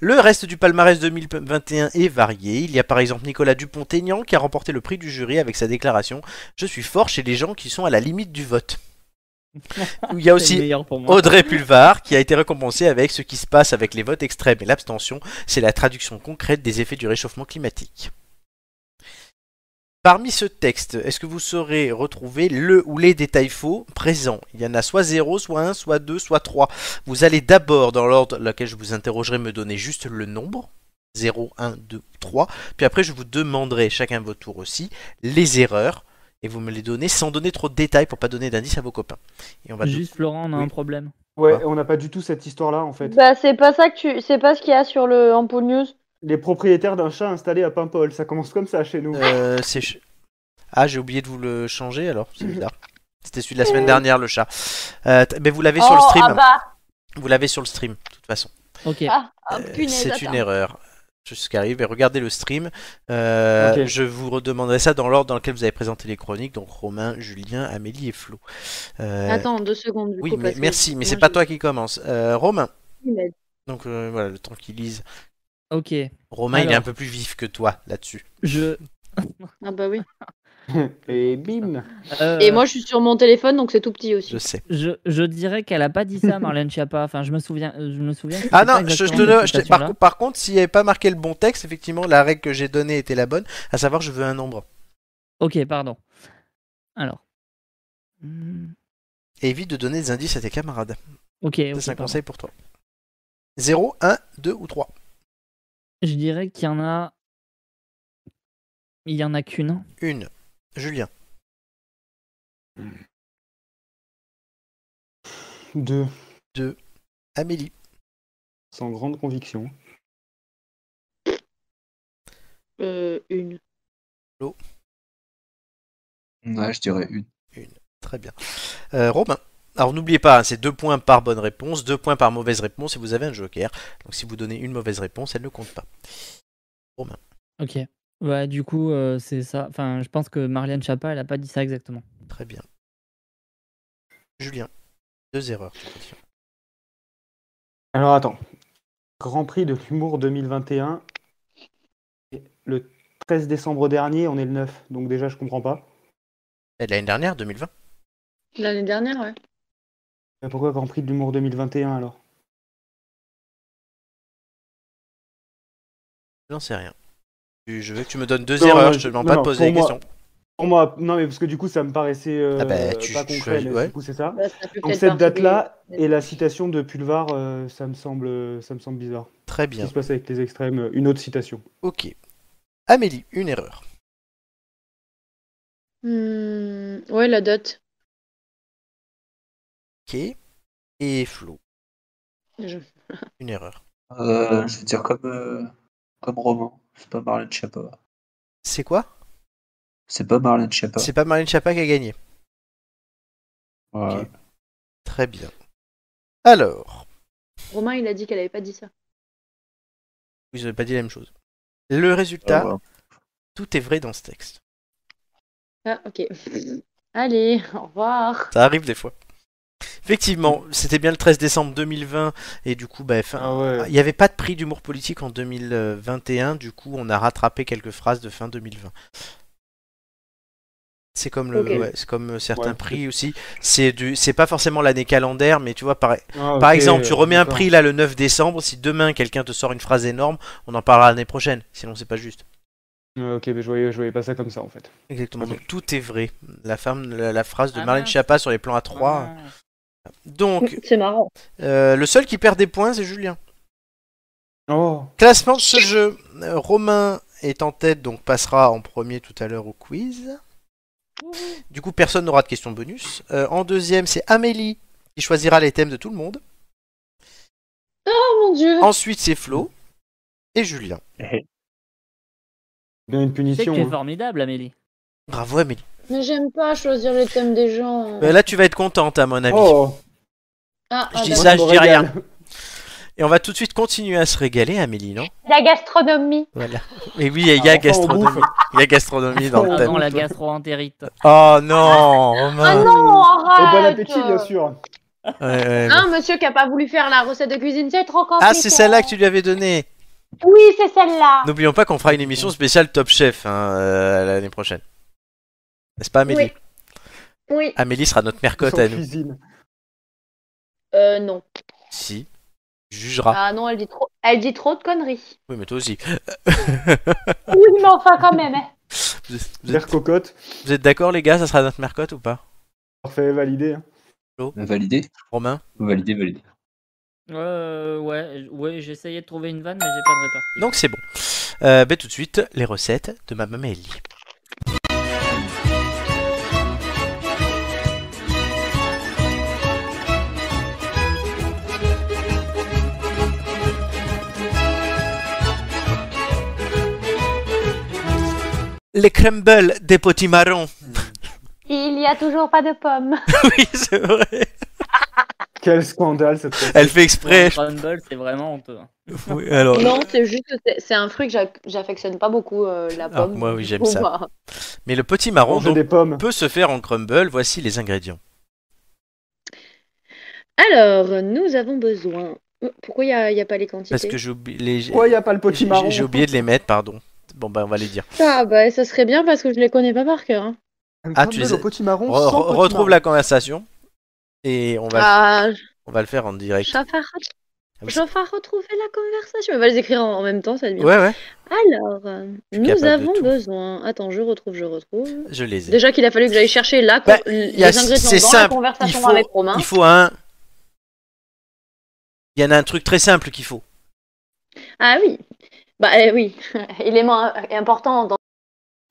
Le reste du palmarès 2021 est varié. Il y a par exemple Nicolas Dupont-Aignan qui a remporté le prix du jury avec sa déclaration Je suis fort chez les gens qui sont à la limite du vote. Il y a C'est le aussi meilleur pour moi. Audrey Pulvar qui a été récompensée avec ce qui se passe avec les votes extrêmes et l'abstention. C'est la traduction concrète des effets du réchauffement climatique. Parmi ce texte, est-ce que vous saurez retrouver le ou les détails faux présents Il y en a soit 0, soit 1, soit 2, soit 3. Vous allez d'abord, dans l'ordre lequel je vous interrogerai, me donner juste le nombre. 0, 1, 2, 3. Puis après, je vous demanderai, chacun votre tour aussi, les erreurs. Et vous me les donnez sans donner trop de détails pour pas donner d'indices à vos copains. Et on va Juste Florent, on a Oui. un problème. Ouais, Ah. et on n'a pas du tout cette histoire là en fait. Bah, c'est pas ça que tu. C'est pas ce qu'il y a sur le Ampoule News. Les propriétaires d'un chat installé à Paimpol, ça commence comme ça chez nous. Euh, c'est ch- Ah, j'ai oublié de vous le changer alors, c'est Mhm. bizarre. C'était celui de la semaine dernière, le chat. Euh, t- mais vous l'avez sur le Oh, stream. ah bah, Vous l'avez sur le stream, de toute façon. Ok. ah, ah, Euh, punaise, c'est une attends. erreur. Je suis arrive et regardez le stream. Euh, Ok. Je vous redemanderai ça dans l'ordre dans lequel vous avez présenté les chroniques, donc Romain, Julien, Amélie et Flo. Euh, Attends, deux secondes. Du oui, coup, mais parce que merci, moi, mais c'est pas je- toi qui commence. Euh, Romain. Mais- Donc euh, voilà, le temps qu'il lise. Ok. Romain, il est Alors. un peu plus vif que toi là-dessus. Je. Ah bah oui. Et bim euh, Et moi, je suis sur mon téléphone, donc c'est tout petit aussi. Je sais. Je, je dirais qu'elle a pas dit ça, Marlène Schiappa. Enfin, je me souviens. euh, Je me souviens que Ah c'était non, pas je, je te exactement le- cette je te- par, citation-là. co- par contre, s'il n'y avait pas marqué le bon texte, effectivement, la règle que j'ai donnée était la bonne, à savoir je veux un nombre. Ok, pardon. Alors. Hmm, Et évite de donner des indices à tes camarades. Ok. Ça, ok, c'est un pardon. conseil pour toi. 0, 1, 2 ou 3. Je dirais qu'il y en a. Il y en a qu'une. Une. Julien. Deux, Amélie. sans grande conviction. Euh, une. Ouais, je dirais une. Très bien. Euh, Romain. Alors n'oubliez pas, hein, c'est deux points par bonne réponse, deux points par mauvaise réponse et vous avez un joker. Donc si vous donnez une mauvaise réponse, elle ne compte pas. Ok. Ouais, du coup, euh, c'est ça. Enfin, je pense que Marlène Schiappa, elle a pas dit ça exactement. Très bien. Julien. Deux erreurs. tu peux dire. Alors attends. Grand Prix de l'humour 2021. Et Le 13 décembre dernier, on est le 9, donc déjà je comprends pas. Et L'année dernière, 2020. L'année dernière, ouais. Mais Pourquoi Grand Prix de l'humour 2021 alors Je n'en sais rien. Tu- Je veux que tu me donnes deux Non, erreurs, non, je te demande non, pas de non, poser des pour moi- questions. Pour moi, non, mais parce que du coup, ça me paraissait euh, Ah bah, tu- pas tu concret, choisis, mais ouais. du coup, c'est ça. Bah, ça fait Donc peut-être cette partie date-là des- et la citation de Pulvar, euh, ça me semble, ça me semble bizarre. Très Ce bien. qui se passe avec les extrêmes, euh, une autre citation. Ok. Amélie, une erreur. Hmm, ouais, la date. Ok. Et Flo, Je- une erreur. Euh, je veux dire comme, euh, comme roman. C'est pas Marlène Chapa. C'est quoi C'est pas Marlène Ah. Chapa. C'est pas Marlène Chapa qui a gagné. Ouais. Très bien. Alors, Romain, il a dit qu'elle avait pas dit ça. vous n'avez pas dit la même chose. Le résultat, Ah ouais. tout est vrai dans ce texte. Ah, ok. Allez, au revoir. Ça arrive des fois. Effectivement, c'était bien le 13 décembre 2020 et du coup, bah, fin- il n'y avait pas de prix d'humour politique en 2021. Du coup, on a rattrapé quelques phrases de fin 2020. C'est comme le, Ok. ouais, c'est comme euh, certains Ouais. prix aussi. C'est du, c'est pas forcément l'année calendaire, mais tu vois, par, Ah, par ok, exemple, tu euh, remets un d'accord. prix là le 9 décembre. Si demain quelqu'un te sort une phrase énorme, on en parlera l'année prochaine. Sinon, c'est pas juste. Euh, ok, mais je voyais, je voyais pas ça comme ça en fait. Exactement. Ok. Donc tout est vrai. La femme, la, la phrase de Ah Marlène mince. Ah. Schiappa sur les plans A3. Donc, C'est marrant. euh, le seul qui perd des points, c'est Julien. Oh. Classement de ce jeu. Euh, Romain est en tête, donc passera en premier tout à l'heure au quiz. Du coup, personne n'aura de questions bonus. Euh, en deuxième, c'est Amélie qui choisira les thèmes de tout le monde. Oh mon dieu. Ensuite, c'est Flo et Julien. Bien une Tu sais que punition. tu es hein. formidable, Amélie. Bravo, Amélie. Mais j'aime pas choisir les thèmes des gens. Euh, là, tu vas être contente, à mon avis. Oh. Oh, Ah, Je ah, dis bah, ça, oui. je dis rien. Et on va tout de suite continuer à se régaler, Amélie, non bah. La gastronomie. Voilà. Et oui, il y a Ah, enfin, on gastronomie. bouffe. Il y a gastronomie dans le Ah non, thème. la gastro-entérite. Oh non, Ah Romain. Et bon arrête. appétit, euh. bien sûr. Ouais, ouais, Ah, Hein, monsieur qui a pas voulu faire la recette de cuisine, c'est trop compliqué. Ah, c'est celle-là que tu lui avais donnée. Oui, c'est celle-là. N'oublions pas qu'on fera une émission spéciale Top Chef hein, euh, l'année prochaine. N'est-ce pas, Amélie Oui. Oui. Amélie sera notre mercotte Sans à nous. cuisine. Euh, non. Si. Tu Jugeras. Ah non, elle dit trop, elle dit trop de conneries. Oui, mais toi aussi. Ah. Oui, mais enfin quand même. hein. vous êtes, vous Vert êtes- cocotte. vous êtes d'accord, les gars Ça sera notre mercotte ou pas Parfait, validé. hein. Validé. Romain Validé, validé. Euh, ouais, ouais j'essayais de trouver une vanne, mais j'ai pas de répartie. Donc, c'est bon. Euh, ben, tout de suite, les recettes de ma Amélie. Les crumbles des potimarrons. Il y a toujours pas de pommes. oui, c'est vrai. Quel scandale cette. Elle fait exprès. Crumble, c'est vraiment honteux. hein. Oui, alors. Non, c'est juste que c'est- c'est un fruit que j'ac- j'affectionne pas beaucoup, euh, la Ah, pomme. moi, oui, j'aime Bon, ça. bah, Mais le petit marron Manger des pommes. peut se faire en crumble. Voici les ingrédients. Alors, nous avons besoin. Oh, Pourquoi il n'y a, y a pas les quantités Parce que j'ai oublié les. Pourquoi y a pas le petit j'ai- marron J'ai oublié de les mettre, pardon. Bon, ben, on va les dire. Ah, bah, ça serait bien parce que je les connais pas par cœur. hein. Ah, tu les as- petit marron. Re- re- retrouve la conversation et on va, Ah, on va le Ah, faire en direct. je vais faire- je vais faire retrouver la conversation. On va les écrire en, en même temps, ça devient. Ouais, ouais, Alors, euh, Je suis nous capable de avons tout. besoin. Attends, je retrouve, je retrouve. je les ai. Déjà qu'il a fallu que j'aille chercher la con- Bah, les il y a- ingrédients c'est dans la simple. conversation Il faut- avec Romain. Il faut un. Il y en a un truc très simple qu'il faut. Ah oui. Bah eh oui, élément euh, important dans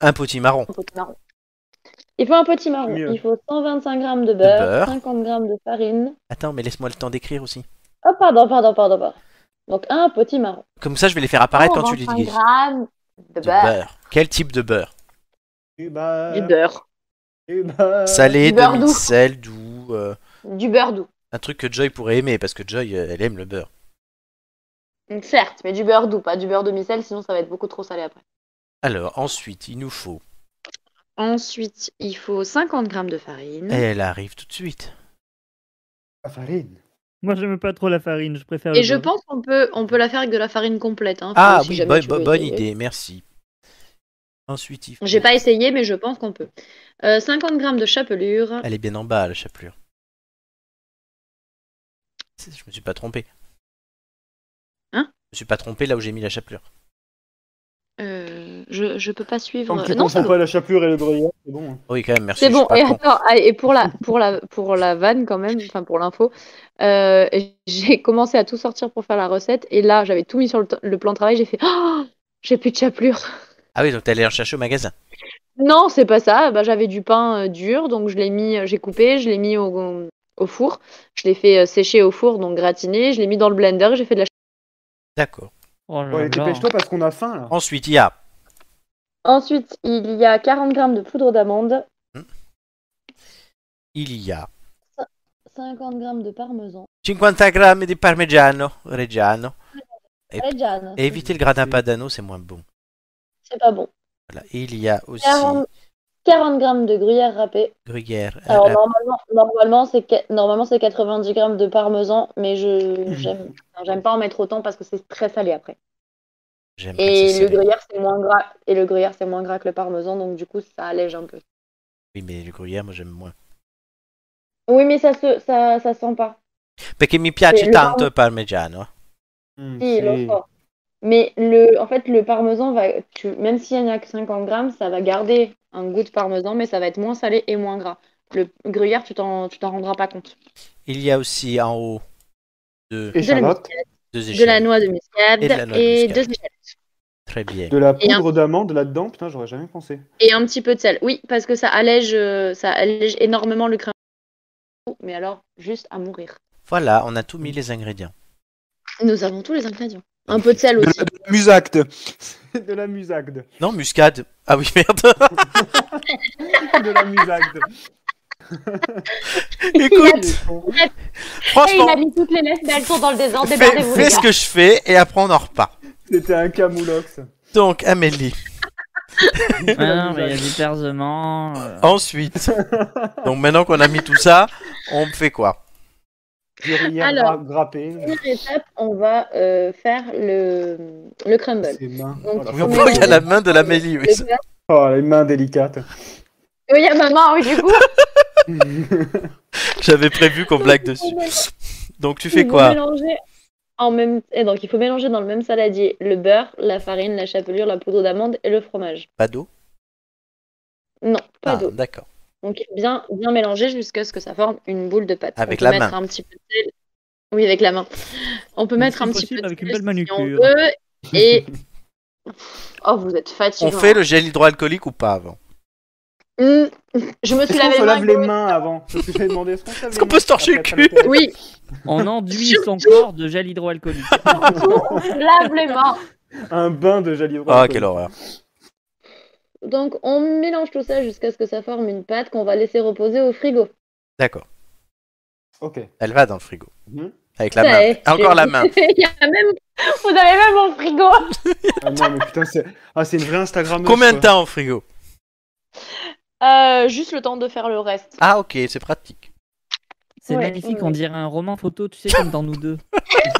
Un petit marron. un petit marron. Il faut un petit marron. Mieux. Il faut 125 grammes de beurre, beurre. 50 grammes de farine. Attends, mais laisse-moi le temps d'écrire aussi. Oh pardon, pardon, pardon, pardon. Donc un petit marron. Comme ça, je vais les faire apparaître quand tu les 125 dis. grammes de De beurre. beurre. Quel type de beurre Du beurre. Du beurre. Du beurre. Salé, Euh, du beurre doux. demi-sel, doux. euh, Du beurre doux. un truc que Joy pourrait aimer parce que Joy, euh, elle aime le beurre. Donc, certes, mais du beurre doux, pas du beurre demi-sel, sinon ça va être beaucoup trop salé après. Alors, ensuite, il nous faut. Ensuite, il faut 50 grammes de farine. Elle arrive tout de suite. La Ah, farine. Moi, j'aime pas trop la farine, je préfère. Et je pense qu'on peut, on peut la faire avec de la farine complète. hein, Ah si oui, jamais bonne, tu veux bonne essayer. idée, merci. Ensuite, il faut... J'ai pas essayé, mais je pense qu'on peut. Euh, 50 grammes de chapelure. Elle est bien en bas, la chapelure. C'est- Je me suis pas trompé. Hein Je me suis pas trompé là où j'ai mis la chapelure. Euh, je, je peux pas suivre. Tant que tu non, c'est confonds pas bon. la chapelure et le gruyère, c'est bon. hein. Oh Oui, quand même, merci. C'est je bon. suis pas eh. Et con. attends, allez, et pour la, pour la, pour la vanne quand même, enfin pour l'info, euh, j'ai commencé à tout sortir pour faire la recette et là j'avais tout mis sur le, t- le plan de travail. J'ai fait, Ah, j'ai plus de chapelure. Ah oui, donc t'es allé rechercher au magasin. Non, c'est pas ça. Bah, j'avais du pain euh, dur, donc je l'ai mis, euh, j'ai coupé, je l'ai mis au, au- au four. Je l'ai fait euh, sécher au four, donc gratiné. Je l'ai mis dans le blender, j'ai fait de la. D'accord. Oh, Bon, allez, dépêche-toi parce qu'on a faim là. Ensuite, il y a. Ensuite, il y a 40 grammes de poudre d'amande, Il y a. 50 grammes de parmesan. 50 grammes di parmigiano reggiano. Et, Reggiano, et évitez le gradin padano, c'est moins bon. C'est pas bon. Voilà. Il y a aussi 40, 40 grammes de gruyère râpée. gruyère. euh, Alors la- normalement, normalement c'est que- normalement c'est 90 grammes de parmesan, mais Mmh. je j'aime enfin, j'aime pas en mettre autant parce que c'est très salé après. J'aime pas Et si le Ah, salé. gruyère c'est moins gras et le gruyère c'est moins gras que le parmesan, donc du coup ça allège un peu. Oui, mais le gruyère, moi j'aime moins. Oui, mais ça se ça, ça sent pas. Perché mi piace le tanto parme- il parmigiano. Hmm. Si, il en sort. Mais le en fait le parmesan va tu, même s'il y en a que 50 grammes, ça va garder un goût de parmesan, mais ça va être moins salé et moins gras. Le gruyère tu t'en tu t'en rendras pas compte. Il y a aussi en haut deux Et Échalotes. Deux de la échalotes. noix de muscade Et et, de la noix de muscade. deux échalotes. Très bien. De la Et un- poudre d'amande là-dedans, putain, j'aurais jamais pensé. Et un petit peu de sel. Oui, parce que ça allège, euh, ça allège énormément le crème. Mais alors, juste à mourir. Voilà, on a tout mis les ingrédients. Nous avons tous les ingrédients. Un peu de sel aussi. Musacte. de la musagde. Non, muscade. Ah oui, merde. de la musagde. Eh, Écoute, Et il a franchement, mis toutes les lettres, mais elles sont dans le désordre. fais, Débordez-vous, fais les ce gars. que je fais et après on en repart. C'était un camoulox. Donc, Amélie. Ah, non, Hein, mais il y a du persement. euh, Ensuite, donc maintenant qu'on a mis tout ça, on fait quoi Gruyère Alors. gra- grappée. Première étape, on va euh, faire le, le crumble. Donc, Oui, on voit qu'il Oh, y a la main de l'Amélie. Oui. Le beurre. Oh, les mains délicates. Oui, Oh, il y a maman, oui, du coup. J'avais prévu qu'on blague dessus. Donc, tu fais il faut quoi mélanger en même... Et donc, il faut mélanger dans le même saladier le beurre, la farine, la chapelure, la poudre d'amande et le fromage. Pas d'eau Non, pas Ah, d'eau. d'accord. Donc bien, bien mélanger jusqu'à ce que ça forme une boule de pâte. Avec On peut la mettre main. un petit peu de sel. Oui, avec la main. On peut Mais mettre si un petit peu possible, de avec une sel belle si on manucure. veut. Et oh, vous êtes fatigué. On fait le gel hydroalcoolique ou pas avant Hmm. Je me suis Est-ce lavé qu'on se les mains. lave avec les l'eau. mains avant Parce que j'avais demandé est-ce qu'on se lave qu'on peut se torcher le cul Oui. On enduit son corps de gel hydroalcoolique. On se lave les mains. Un bain de jalivre. Ah, quelle horreur. Donc on mélange tout ça jusqu'à ce que ça forme une pâte qu'on va laisser reposer au frigo. D'accord. Ok. Elle va dans le frigo. Mhm. Avec la Ça main. est, Encore j'ai- la main. Il y a même... Vous avez même mon frigo. Ah non, mais putain, c'est ah, c'est une vraie Instagram. Combien de temps au frigo Euh, juste le temps de faire le reste. Ah, ok, c'est pratique. C'est Ouais, magnifique, ouais. on dirait un roman photo, tu sais, comme dans nous deux.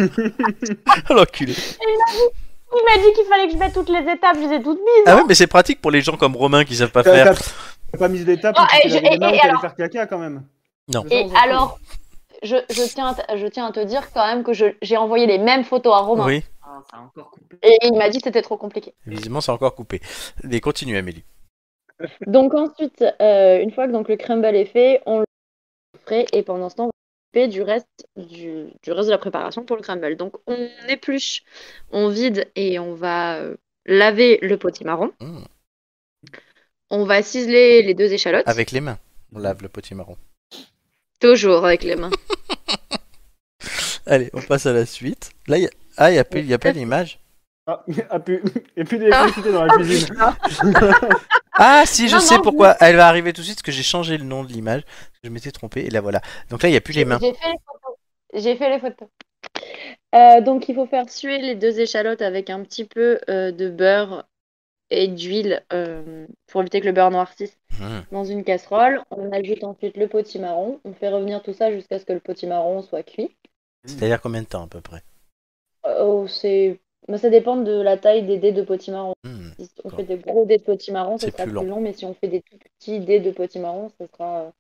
Oh, l'enculé. Et il m'a dit- il m'a dit qu'il fallait que je mette toutes les étapes, je les ai toutes mises. Ah, ouais, mais c'est pratique pour les gens comme Romain qui savent pas T'as faire. t'as- t'as pas mis d'étape Ah, parce que et tu je- t'avais les et- mains et où t'allais alors- faire caca quand même. Non. Et alors, je, je tiens, à t- je tiens à te dire quand même que je- j'ai envoyé les mêmes photos à Romain. Oui, Et il m'a dit que c'était trop compliqué. visiblement, c'est encore coupé. Mais continue, Amélie. Donc ensuite, euh, une fois que donc, le crumble est fait, on le frais et pendant ce temps, on va s'occuper du reste, du, du reste de la préparation pour le crumble. Donc on épluche, on vide et on va euh, laver le potimarron. Mm. On va ciseler les deux échalotes. Avec les mains. On lave le potimarron. Toujours avec les mains. Allez, on passe à la suite. Là, il y a... Ah, il n'y a, plus- il y a Euh, pas l'image Ah, a pu... Et plus d'électricité dans la cuisine. Ah, si, je Non, sais non, pourquoi. Elle va arriver tout de suite parce que j'ai changé le nom de l'image. Je m'étais trompé et là voilà. Donc là, il n'y a plus les mains. J'ai fait les photos. J'ai fait les photos. Euh, donc il faut faire suer les deux échalotes avec un petit peu euh, de beurre et d'huile euh, pour éviter que le beurre noircisse Mhm. dans une casserole. On ajoute ensuite le potimarron. On fait revenir tout ça jusqu'à ce que le potimarron soit cuit. C'est-à-dire combien de temps à peu près Oh, c'est... mais ça dépend de la taille des dés de potimarron. Mhm. Si on fait des gros dés de potimarron, ce C'est sera plus plus long. long. mais si on fait des tout petits dés de potimarron, ce sera,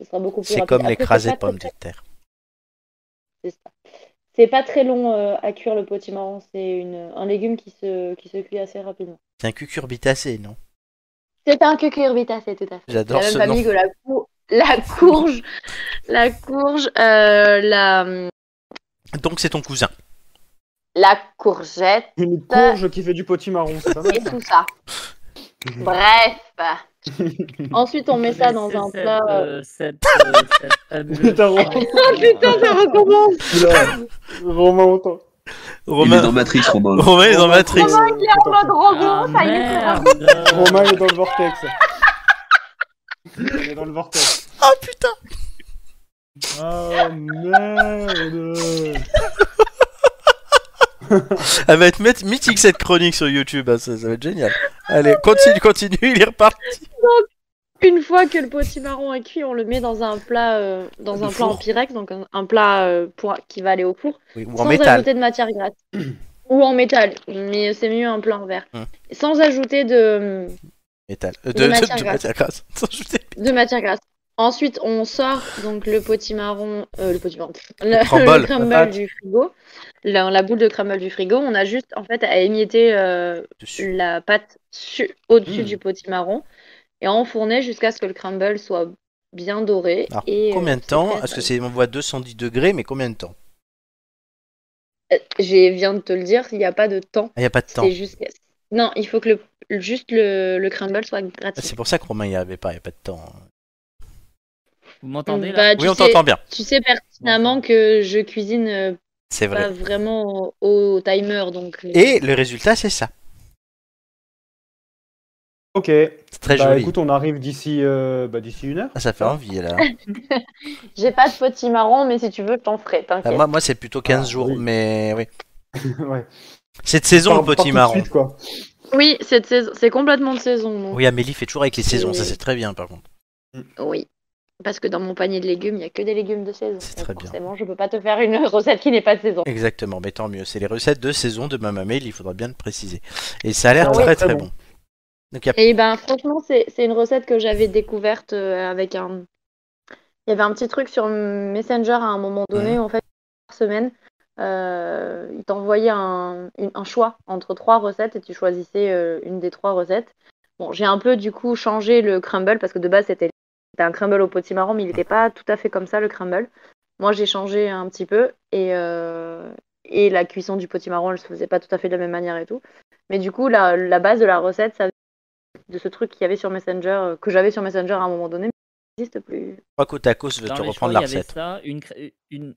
ce sera beaucoup plus C'est rapide. comme Après, l'écrasé c'est de pas pommes très- de terre. C'est ça. C'est pas très long euh, à cuire le potimarron, c'est une, un légume qui se, qui se cuit assez rapidement. C'est un cucurbitacé, non C'est un cucurbitacé, tout à fait. J'adore la même ce famille nom. que la, cou- la courge, la courge, euh, la, Donc c'est ton cousin. la courgette Une courge qui fait du potimarron, c'est pas mal. et tout ça. Bref. Ensuite, on met ça dans un Cette, plat. euh, euh, cette, euh, cette fabuleuse- Ah, Putain, Romain. Putain, ça recommence Romain, autant. Romain Il est dans Matrix, Romain. Romain est dans Matrix. Romain qui est en mode robot, ça y est, c'est Ah, Merde. bon. Romain est dans le vortex. Il est dans le vortex. Oh putain Oh merde Elle va être myth- mythique cette chronique sur YouTube, hein, ça, ça va être génial. Allez, continue, continue, il est reparti. Une fois que le potimarron est cuit, on le met dans un plat, euh, dans Le un plat en four. pyrex, donc un, un plat euh, pour- qui va aller au four, Oui, ou en sans métal. ajouter de matière grasse. ou en métal, mais c'est mieux un plat en verre. Hmm. Sans ajouter de, Métal. Euh, De de, de- matière de grasse. matière grasse. Attends, je t'ai- de matière grasse. Ensuite, on sort donc le potimarron, euh, le potimarron, pff, le, crumble, le crumble la pâte. du frigo, la, la boule de crumble du frigo. On a juste en fait à émietter euh, Dessus. la pâte su- au-dessus Mm. du potimarron et à enfourner jusqu'à ce que le crumble soit bien doré. Alors, et, euh, combien de c'est temps prêt à Parce que servir. c'est, on voit 210 degrés, mais combien de temps Euh, J'ai viens de te le dire, il n'y a pas de temps. Il n'y Ah, a pas de temps. C'est juste. Non, il faut que le juste le, le crumble soit Ah, gratiné. C'est pour ça que Romain n'y avait pas, il n'y a pas de temps. Vous m'entendez là Bah, tu Oui, on sais- t'entend bien. Tu sais pertinemment que je cuisine euh, C'est vrai. pas vraiment au, au timer, donc. euh, Et le résultat, c'est ça. Ok. C'est très bah joli. écoute, on arrive d'ici euh, bah, d'ici une heure. Ah, ça fait envie, là. J'ai pas de potimarron, mais si tu veux, je t'en ferai, Ah, t'inquiète. moi, moi, c'est plutôt 15 Ah, jours, oui. mais oui. ouais. Cette saison, Pars- le pars tout de potimarron. suite, quoi. Oui, cette saison, c'est complètement de saison. donc. Oui, Amélie fait toujours avec les saisons, ça Oui. c'est très bien par contre. Oui. Parce que dans mon panier de légumes, il n'y a que des légumes de saison. C'est Donc très bien. Forcément, je peux pas te faire une recette qui n'est pas de saison. Exactement, mais tant mieux. C'est les recettes de saison de Mamma Mail, il faudra bien le préciser. Et ça a l'air Ah oui, très très très bon. bon. Donc il y a Et ben, franchement, c'est c'est une recette que j'avais découverte euh, avec un. Il y avait un petit truc sur Messenger à un moment donné, en fait, par semaine. euh, il t'envoyait un, une- un choix entre trois recettes et tu choisissais euh, une des trois recettes. Bon, j'ai un peu du coup changé le crumble parce que de base c'était c'était un crumble au potimarron, mais il n'était pas tout à fait comme ça le crumble. Moi j'ai changé un petit peu et, euh, et la cuisson du potimarron elle se faisait pas tout à fait de la même manière et tout. Mais du coup, la, la base de la recette, ça de ce truc qu'il y avait sur Messenger, euh, que j'avais sur Messenger à un moment donné, mais qui n'existe plus. trois côte à côte, je vais Dans te les reprendre choix, la il y avait recette. ça, une, crê- une-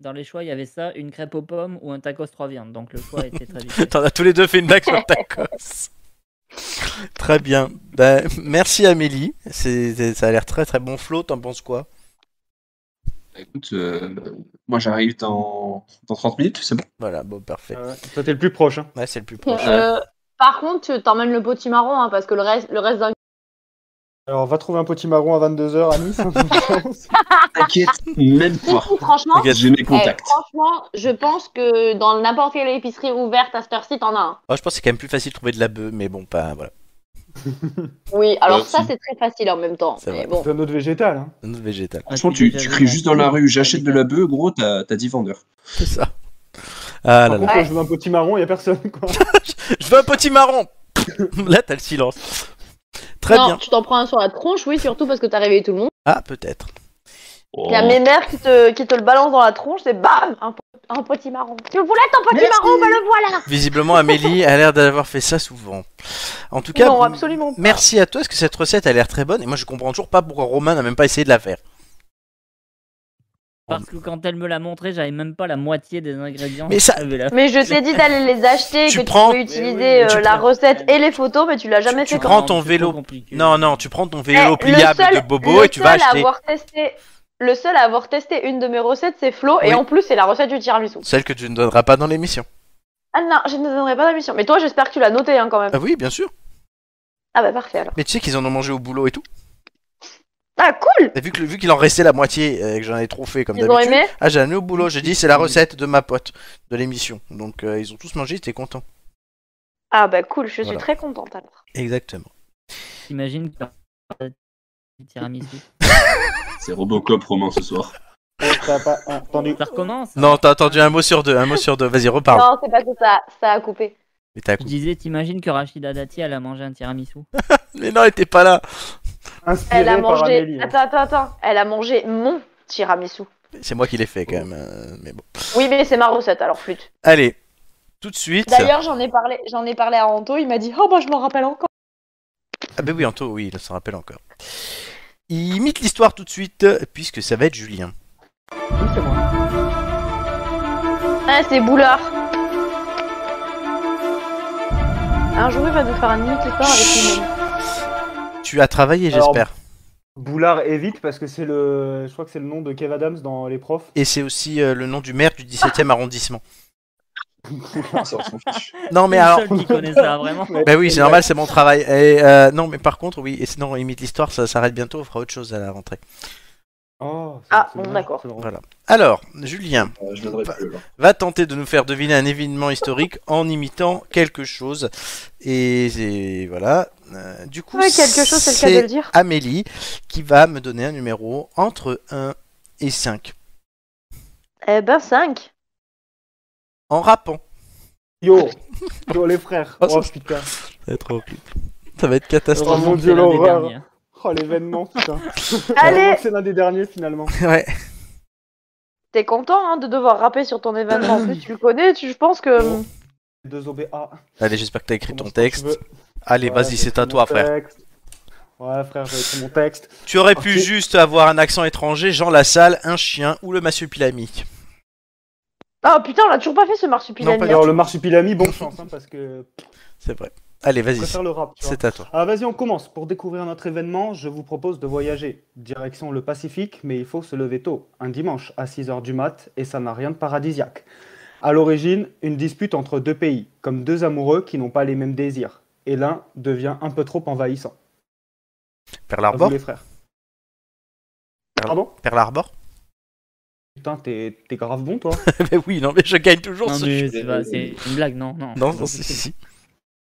Dans les choix, il y avait ça, une crêpe aux pommes ou un tacos trois viandes. Donc le choix était très vite. fait. T'en as tous les deux fait une blague sur le tacos. très bien. Ben, merci Amélie. C'est, c'est- ça a l'air très très bon. Flo, t'en penses quoi Bah, Écoute, euh, moi j'arrive dans... dans 30 minutes, c'est bon. Voilà, bon, parfait. Ah ouais. Toi, t'es le plus proche. Hein. Ouais, c'est le plus proche. Euh, par contre, tu t'emmènes le potimarron, hein, parce que le reste, le reste d'un. Alors, va trouver un potimarron à 22h à Nice. hein. T'inquiète, même Si, pas. si, franchement, T'inquiète. J'ai mes eh, contacts. franchement, je pense que dans n'importe quelle épicerie ouverte à cette heure-ci, t'en as un. Oh, je pense que c'est quand même plus facile de trouver de la bœuf, mais bon, pas voilà. Oui, alors Merci. ça, c'est très facile en même temps. C'est mais vrai. bon. C'est un autre végétal. Hein. Un autre végétal. Franchement, Ah, tu, déjà tu vu cries la juste dans la queue, rue, j'achète de putain. la bœuf, gros, t'as t'as 10 vendeurs. C'est ça. Ah là Par là. contre, quand je veux un potimarron, il n'y a personne. Quoi. Je veux un petit marron Là, t'as le silence. Très non, bien. tu t'en prends un sur la tronche, oui, surtout parce que t'as réveillé tout le monde. Ah, peut-être. Il y a Oh. mes mères qui te, qui te le balancent dans la tronche, c'est bam Un, po- un potimarron. Tu le voulais ton potimarron, ben le voilà Visiblement, Amélie a l'air d'avoir fait ça souvent. En tout cas, Non, m- absolument pas. merci à toi parce que cette recette a l'air très bonne et moi je comprends toujours pas pourquoi Romain n'a même pas essayé de la faire. Parce que quand elle me l'a montré, j'avais même pas la moitié des ingrédients. Mais ça- que j'avais là. Mais je t'ai dit d'aller les acheter, Tu que prends- tu peux utiliser Mais tu euh, la prends- recette et les photos, mais tu l'as Ah, jamais tu fait prends Non, ton c'est vélo. trop compliqué. Non, non, tu prends ton Eh, vélo pliable seul- de Bobo le et tu vas seul à acheter avoir testé- le seul à avoir testé une de mes recettes, c'est Flo, Oui. et en plus, c'est la recette du tiramisu. celle que tu ne donneras pas dans l'émission. Ah non, je ne donnerai pas d'admission. Mais toi, j'espère que tu l'as noté hein, quand même. Ah oui, bien sûr. Ah bah parfait alors. Mais tu sais qu'ils en ont mangé au boulot et tout. Ah cool Et vu que vu qu'il en restait la moitié euh, et que j'en ai trop fait comme Ils ont d'habitude. aimé Ah, j'ai amené au boulot, j'ai dit c'est la recette de ma pote de l'émission. Donc euh, ils ont tous mangé, ils étaient contents. Ah bah cool, je Voilà. suis très contente alors. Exactement. J'imagine que le tiramisu. C'est Robocop Romain ce soir. T'as pas hein. entendu. Ça recommence. Ah. Non, t'as entendu un mot sur deux, un mot sur deux. Vas-y, reparle. Non, c'est pas que ça, ça a coupé. Mais t'as Je disais, t'imagines que Rachida Dati, elle a mangé un tiramisu Mais non, elle était pas là. Elle a mangé. hein. hein. Attends, attends, attends. Elle a mangé mon tiramisu. C'est moi qui l'ai fait quand même. euh, mais bon. Oui, mais c'est ma recette, alors flûte. Allez, tout de suite. D'ailleurs, j'en ai parlé, j'en ai parlé à Anto, il m'a dit "Oh, bah je m'en rappelle encore." Ah ben oui, Anto, oui, il s'en rappelle encore. Il imite l'histoire tout de suite, euh, puisque ça va être Julien. Ah, c'est Boulard. Un jour, il va nous faire un imite histoire avec lui-même. Tu as travaillé, Alors, j'espère. Boulard évite parce que c'est le, je crois que c'est le nom de Kev Adams dans Les Profs. Et c'est aussi euh, le nom du maire du 17e arrondissement. ça, on s'en fiche. Non, mais Le alors. seul qui connaît ça, vraiment. Bah oui, c'est normal, c'est mon travail. Et, euh, non, mais par contre, oui, et sinon, imite l'histoire, ça s'arrête bientôt, on fera autre chose à la rentrée. Oh, Ah, bon, d'accord. Voilà. Alors, Julien Euh, Bah, va, va tenter de nous faire deviner un événement historique en imitant quelque chose. Et, et voilà. Euh, du coup, Ouais, quelque chose, c'est le cas de le dire. Amélie qui va me donner un numéro entre 1 et 5 Eh ben, 5. en rappant. Yo, yo les frères. Oh, Oh, ça- putain. Ça va être horrible. Ça va être catastrophique. Oh mon dieu, l'horreur. Oh l'événement, putain. Allez. c'est l'un des derniers finalement. Ouais. T'es content hein, de devoir rapper sur ton événement. En plus, tu le connais, tu, je pense que. Deux OBA. Allez, j'espère que t'as écrit ton tu texte. veux. Allez, Ouais, vas-y, j'ai c'est écrit à toi, mon frère. texte. Ouais, frère, j'ai écrit mon texte. Tu aurais pu Ok. juste avoir un accent étranger, Jean Lassalle, un chien ou le massupilami. Ah putain, on l'a toujours pas fait ce Non, pas marsupilami. du Alors tout. le marsupilami, bon chance, hein, parce que C'est vrai. Allez, Je vas-y. préfère le rap, tu vois. C'est à toi. Ah, vas-y, on commence. Pour découvrir notre événement, je vous propose de voyager. Direction le Pacifique, mais il faut se lever tôt, un dimanche à 6h du mat, et ça n'a rien de paradisiaque. À l'origine, une dispute entre deux pays, comme deux amoureux qui n'ont pas les mêmes désirs. Et l'un devient un peu trop envahissant. Pearl À vous, Harbor les frères. Pearl- Pardon Pearl Harbor Putain, t'es t'es grave bon, toi. Mais Eh ben oui, non, mais je gagne toujours Non, ce mais jeu. c'est pas- c'est une blague, non, non. Non, non, si, si, si.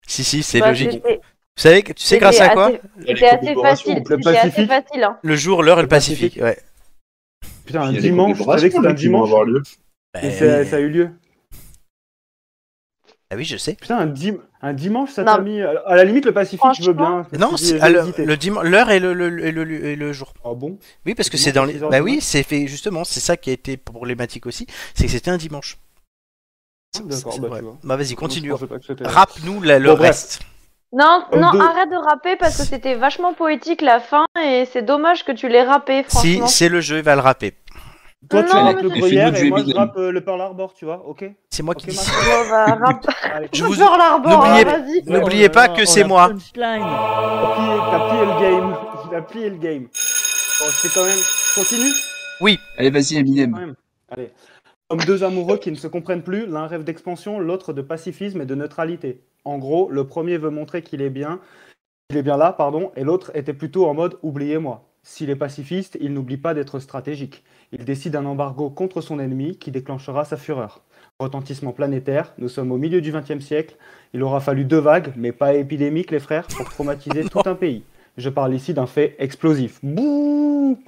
Si, si, c'est Bah, logique. c'était- Vous savez, que- tu sais c'était grâce à quoi assez- C'était assez facile. C'était assez facile. Hein. Le jour, l'heure et le Pacifique, ouais. Putain, Il un y a des dimanche, je savais que c'était un qui vont dimanche. avoir lieu. Bah Et ça- oui. ça a eu lieu. Ah oui, je sais. Putain, un, dim- un dimanche, ça Non. t'a mis. À la limite, le Pacifique, je veux bien. Je me Non, suis dit, c'est- j'ai ah, le- hésité. le dimanche, l'heure et le, le- le- et le- et le jour. Ah bon Oui, parce que Le c'est dimanche dans les. à 6 heures Bah du oui, mat. c'est fait justement, c'est ça qui a été problématique aussi, c'est que c'était un dimanche. Ah, D'accord, bah tu vois. Bah vas-y, Je continue. pensais pas que c'était- Rappe-nous la- le Bon, bref. reste. Non, Euh, non, deux. arrête de rapper parce que c'était vachement poétique la fin et c'est dommage que tu l'aies rappé, Si, franchement. c'est le jeu, il va le rapper. Toi, tu Non, rappes mais le c'est- gruyère Fais-nous du et moi, je Eminem. rappe euh, le Pearl Harbor, tu vois, ok C'est moi qui dis On va rappe- Je vous- bah, Pearl Harbor, N'oubliez- hein, vas-y. N'oubliez pas que c'est moi. T'as plié le game. T'as plié le game. Bon, je fais quand même. je Continue Oui. Allez, vas-y, Eminem. Quand même. Allez. Comme deux amoureux qui ne se comprennent plus, l'un rêve d'expansion, l'autre de pacifisme et de neutralité. En gros, le premier veut montrer qu'il est bien, qu'il est bien là, pardon, et l'autre était plutôt en mode oubliez-moi. S'il est pacifiste, il n'oublie pas d'être stratégique. Il décide un embargo contre son ennemi qui déclenchera sa fureur. Retentissement planétaire, nous sommes au milieu du XXe siècle. Il aura fallu deux vagues, mais pas épidémiques, les frères, pour traumatiser tout un pays. Je parle ici d'un fait explosif. Bouh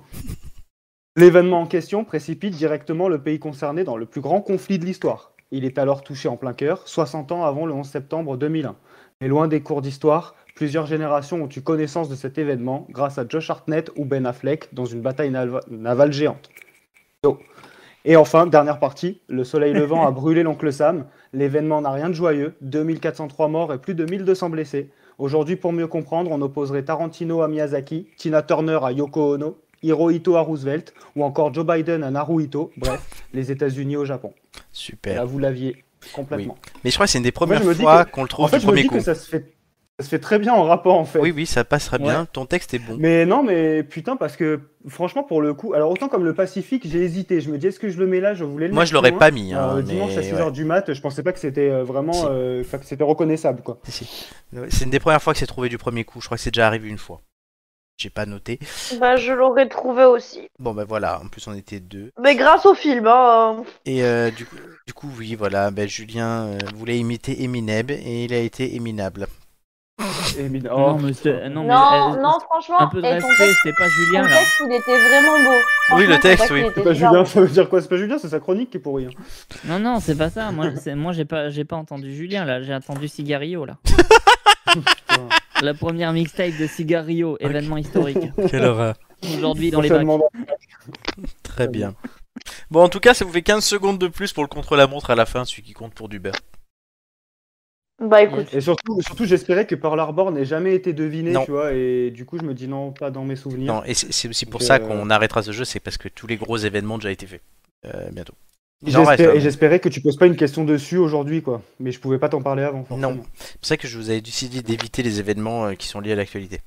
L'événement en question précipite directement le pays concerné dans le plus grand conflit de l'histoire. Il est alors touché en plein cœur, 60 ans avant le 11 septembre 2001. Mais loin des cours d'histoire, plusieurs générations ont eu connaissance de cet événement grâce à Josh Hartnett ou Ben Affleck dans une bataille nav- navale géante. Yo. Et enfin, dernière partie, le soleil levant a brûlé l'oncle Sam. L'événement n'a rien de joyeux, 2403 morts et plus de 1200 blessés. Aujourd'hui, pour mieux comprendre, on opposerait Tarantino à Miyazaki, Tina Turner à Yoko Ono, Hirohito à Roosevelt ou encore Joe Biden à Naruhito. Bref, les États-Unis au Japon. Super. Là, vous l'aviez complètement. Mais je crois que c'est une des Moi, premières je me dis fois que- qu'on le trouve en fait, du je me premier dis coup. que ça se, fait, ça se fait très bien en rapport, en fait. Oui, oui, ça passera Ouais. bien. Ton texte est bon. Mais non, mais putain, parce que franchement, pour le coup, alors autant comme le Pacifique, j'ai hésité. Je me dis, est-ce que je le mets là Je voulais le Moi, mettre je l'aurais plus pas loin. mis, hein, Euh, dimanche à mais 6h ouais. du mat, je pensais pas que c'était euh, vraiment. euh, enfin, que c'était reconnaissable, quoi. C'est une des premières fois que c'est trouvé du premier coup. Je crois que c'est déjà arrivé une fois. J'ai pas noté. Bah, je l'aurais trouvé aussi. Bon, bah voilà. En plus, on était deux. Mais grâce au film, hein. Et euh, du, coup, du coup, oui, voilà. Ben, Julien euh, voulait imiter Eminem et il a été éminable. Et mine- Non, oh, mais c'est- non, mais, Non, euh, non, franchement, un peu de Oh, et ton respect, texte- c'est pas Julien ton là. texte, il était vraiment beau. Oui, le Franchement, texte, ton oui. il C'est était pas super Julien, beau. ça veut dire quoi C'est pas Julien, c'est sa chronique qui est pourrie. hein. Non, non, c'est pas ça. Moi, c'est- moi j'ai pas, j'ai pas entendu Julien là. J'ai entendu Cigario là. hein. La première mixtape de Cigario, événement historique. Quelle horreur. Aujourd'hui dans les bacs. Prochainement Très bien. Bon, en tout cas, ça vous fait 15 secondes de plus pour le contre-la-montre à la fin, celui qui compte pour du beurre. Bah écoute, Et surtout, surtout j'espérais que Pearl Harbor n'ait jamais été deviné, Non. tu vois, et du coup, je me dis non, pas dans mes souvenirs. Non, et c'est c'est aussi pour Donc, ça euh, qu'on arrêtera ce jeu, c'est parce que tous les gros événements ont déjà été faits. Euh, bientôt. Il en J'espère- reste, hein, et mais- j'espérais que tu poses pas une question dessus aujourd'hui, quoi. Mais je pouvais pas t'en parler avant. forcément. Non. C'est pour ça que je vous avais aussi dit d'éviter les événements euh, qui sont liés à l'actualité.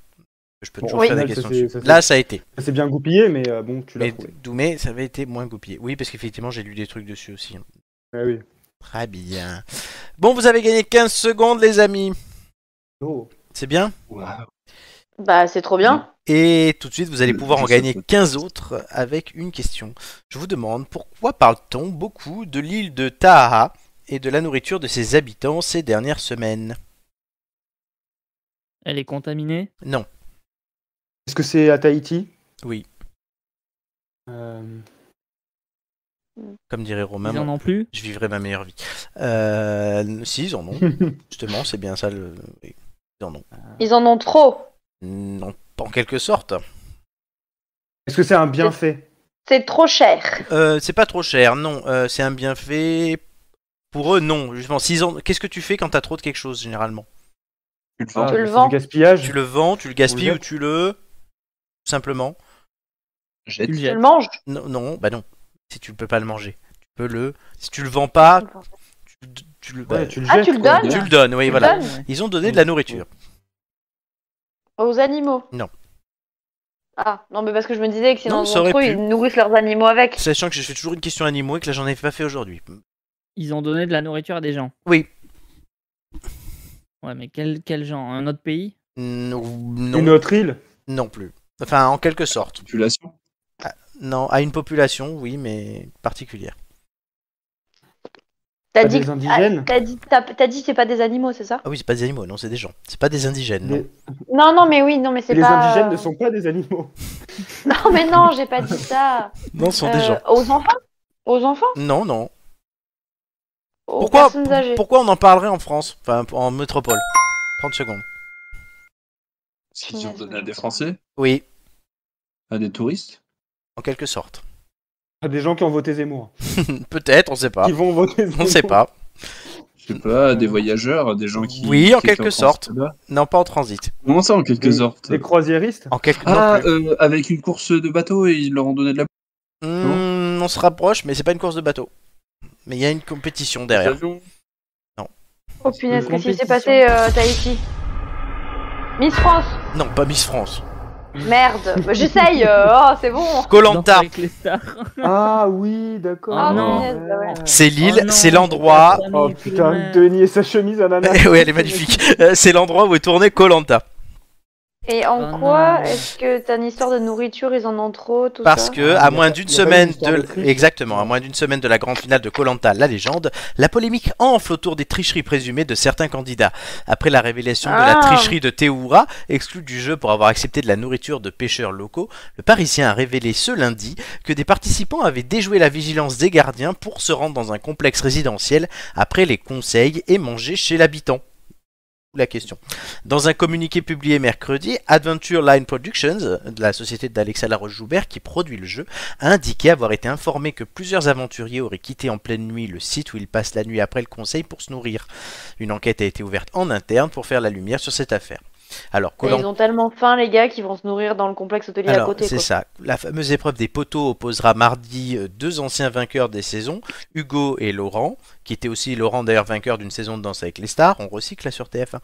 Je peux Bon, toujours au faire des final, ça questions s'est- dessus. ça s'est- Là, ça a été. Ça s'est bien goupillé, mais euh, bon, tu l'as Mais trouvé. Doumé, ça avait été moins goupillé. Oui, parce qu'effectivement, j'ai lu des trucs dessus aussi. hein. Ah oui. Très bien. Bon, vous avez gagné 15 secondes, les amis. C'est bien bah c'est trop bien. Et tout de suite, vous allez Le- pouvoir Euh, je en sais gagner pas. 15 autres avec une question. Je vous demande pourquoi parle-t-on beaucoup de l'île de Taha et de la nourriture de ses habitants ces dernières semaines Elle est contaminée. Non. Est-ce que c'est à Tahiti Oui. Euh, Comme dirait Romain, Ils en moi, ont plus. je vivrai ma meilleure vie. Euh, si, ils en ont. Justement, c'est bien ça. Le... oui, Ils en ont. Mm. Ils en ont trop. Non, pas en quelque sorte. Est-ce que c'est un bienfait C'est trop cher. Euh, c'est pas trop cher, non. Euh, c'est un bienfait. Pour eux, non. Justement, s'ils en- qu'est-ce que tu fais quand t'as trop de quelque chose, généralement Tu le Ah, vends. Tu le c'est vends du gaspillage Tu le vends, tu le gaspilles le ou jettes. tu le. Simplement. Jette. Tu le Tu le jettes. manges. Non, non, bah non. Si tu peux pas le manger, tu peux le. Si tu le vends pas, tu, tu le. bah, Ouais, tu... tu le Ah, jettes, tu le quoi. donnes le donnes, oui, Tu voilà. le donnes Ils ont donné de la nourriture. aux animaux. Non. Ah, non, mais parce que je me disais que Non, sinon, ça aurait trop, pu. ils nourrissent leurs animaux avec. Sachant que je fais toujours une question animaux et que là j'en ai pas fait aujourd'hui. Ils ont donné de la nourriture à des gens. Oui. Ouais, mais quel, quel genre Un autre pays Non, Une non, autre île non plus. Enfin, en quelque sorte. Population. Non, à une population, oui, mais particulière. T'as Pas dit, ah, des indigènes t'as dit, t'as- t'as dit c'est pas des animaux, c'est ça Ah oui, c'est pas des animaux, non, c'est des gens. C'est pas des indigènes, non. Les, Non, non, mais oui, non, mais c'est les pas. indigènes ne euh, sont pas des animaux. Non, mais non, j'ai pas dit ça. Non, ce sont Euh, des gens. Aux enfants Aux enfants Non, non. Aux Pourquoi, personnes âgées pourquoi on en parlerait en France Enfin, en métropole 30 secondes. Parce qu'ils ont Ouais, donné je à des vois. Français, Oui, à des touristes. en quelque sorte. À Ah, des gens qui ont voté Zemmour. Peut-être, on sait pas. Qui vont voter Zemmour. Ah. On sait pas. Je sais pas, à des voyageurs, à des gens qui. Oui, en qui étaient quelque France, sorte. là-bas. Non, pas en transit. Comment ça, en quelque Des, sorte des croisiéristes En quelque Ah, non plus. euh, avec une course de bateau et ils leur ont donné de la. Hmm, on se rapproche, mais c'est pas une course de bateau. Mais il y a une compétition derrière. Avion. Oh punaise, Une qu'est-ce qui s'est compétition. passé, euh, Tahiti Miss France Non, pas Miss France. Merde Bah, J'essaye euh, Oh, c'est bon Colanta. Danse avec les stars. Ah oui, d'accord. Ah non. Ouais. Punaise, bah ouais. C'est l'île, Oh non, c'est l'endroit. c'est pas Oh Samy, putain, Clément. Denis et sa chemise à nana. oui, elle est magnifique. Euh, C'est l'endroit où est tourné Colanta. Et en Ah Oh quoi non. est-ce que t'as une histoire de nourriture, ils en ont trop, tout Parce ça que, Ah, à y a moins pas- d'une y a pas eu semaine d'histoire de, de triche exactement, à moins d'une semaine de la grande finale de Colanta, la légende, la polémique enfle autour des tricheries présumées de certains candidats. Après la révélation de la Ah. tricherie de Théoura, exclu du jeu pour avoir accepté de la nourriture de pêcheurs locaux, le Parisien a révélé ce lundi que des participants avaient déjoué la vigilance des gardiens pour se rendre dans un complexe résidentiel après les conseils et manger chez l'habitant. La question. Dans un communiqué publié mercredi, Adventure Line Productions, de la société d'Alexa Laroche-Joubert qui produit le jeu, a indiqué avoir été informé que plusieurs aventuriers auraient quitté en pleine nuit le site où ils passent la nuit après le conseil pour se nourrir. Une enquête a été ouverte en interne pour faire la lumière sur cette affaire. Alors, Et Colin- Ils ont tellement faim, les gars, qu'ils vont se nourrir dans le complexe hôtelier à alors, côté. c'est quoi. ça. La fameuse épreuve des poteaux opposera mardi euh, deux anciens vainqueurs des saisons, Hugo et Laurent, qui était aussi Laurent d'ailleurs vainqueur d'une saison de Danse avec les stars, on recycle là sur TF1,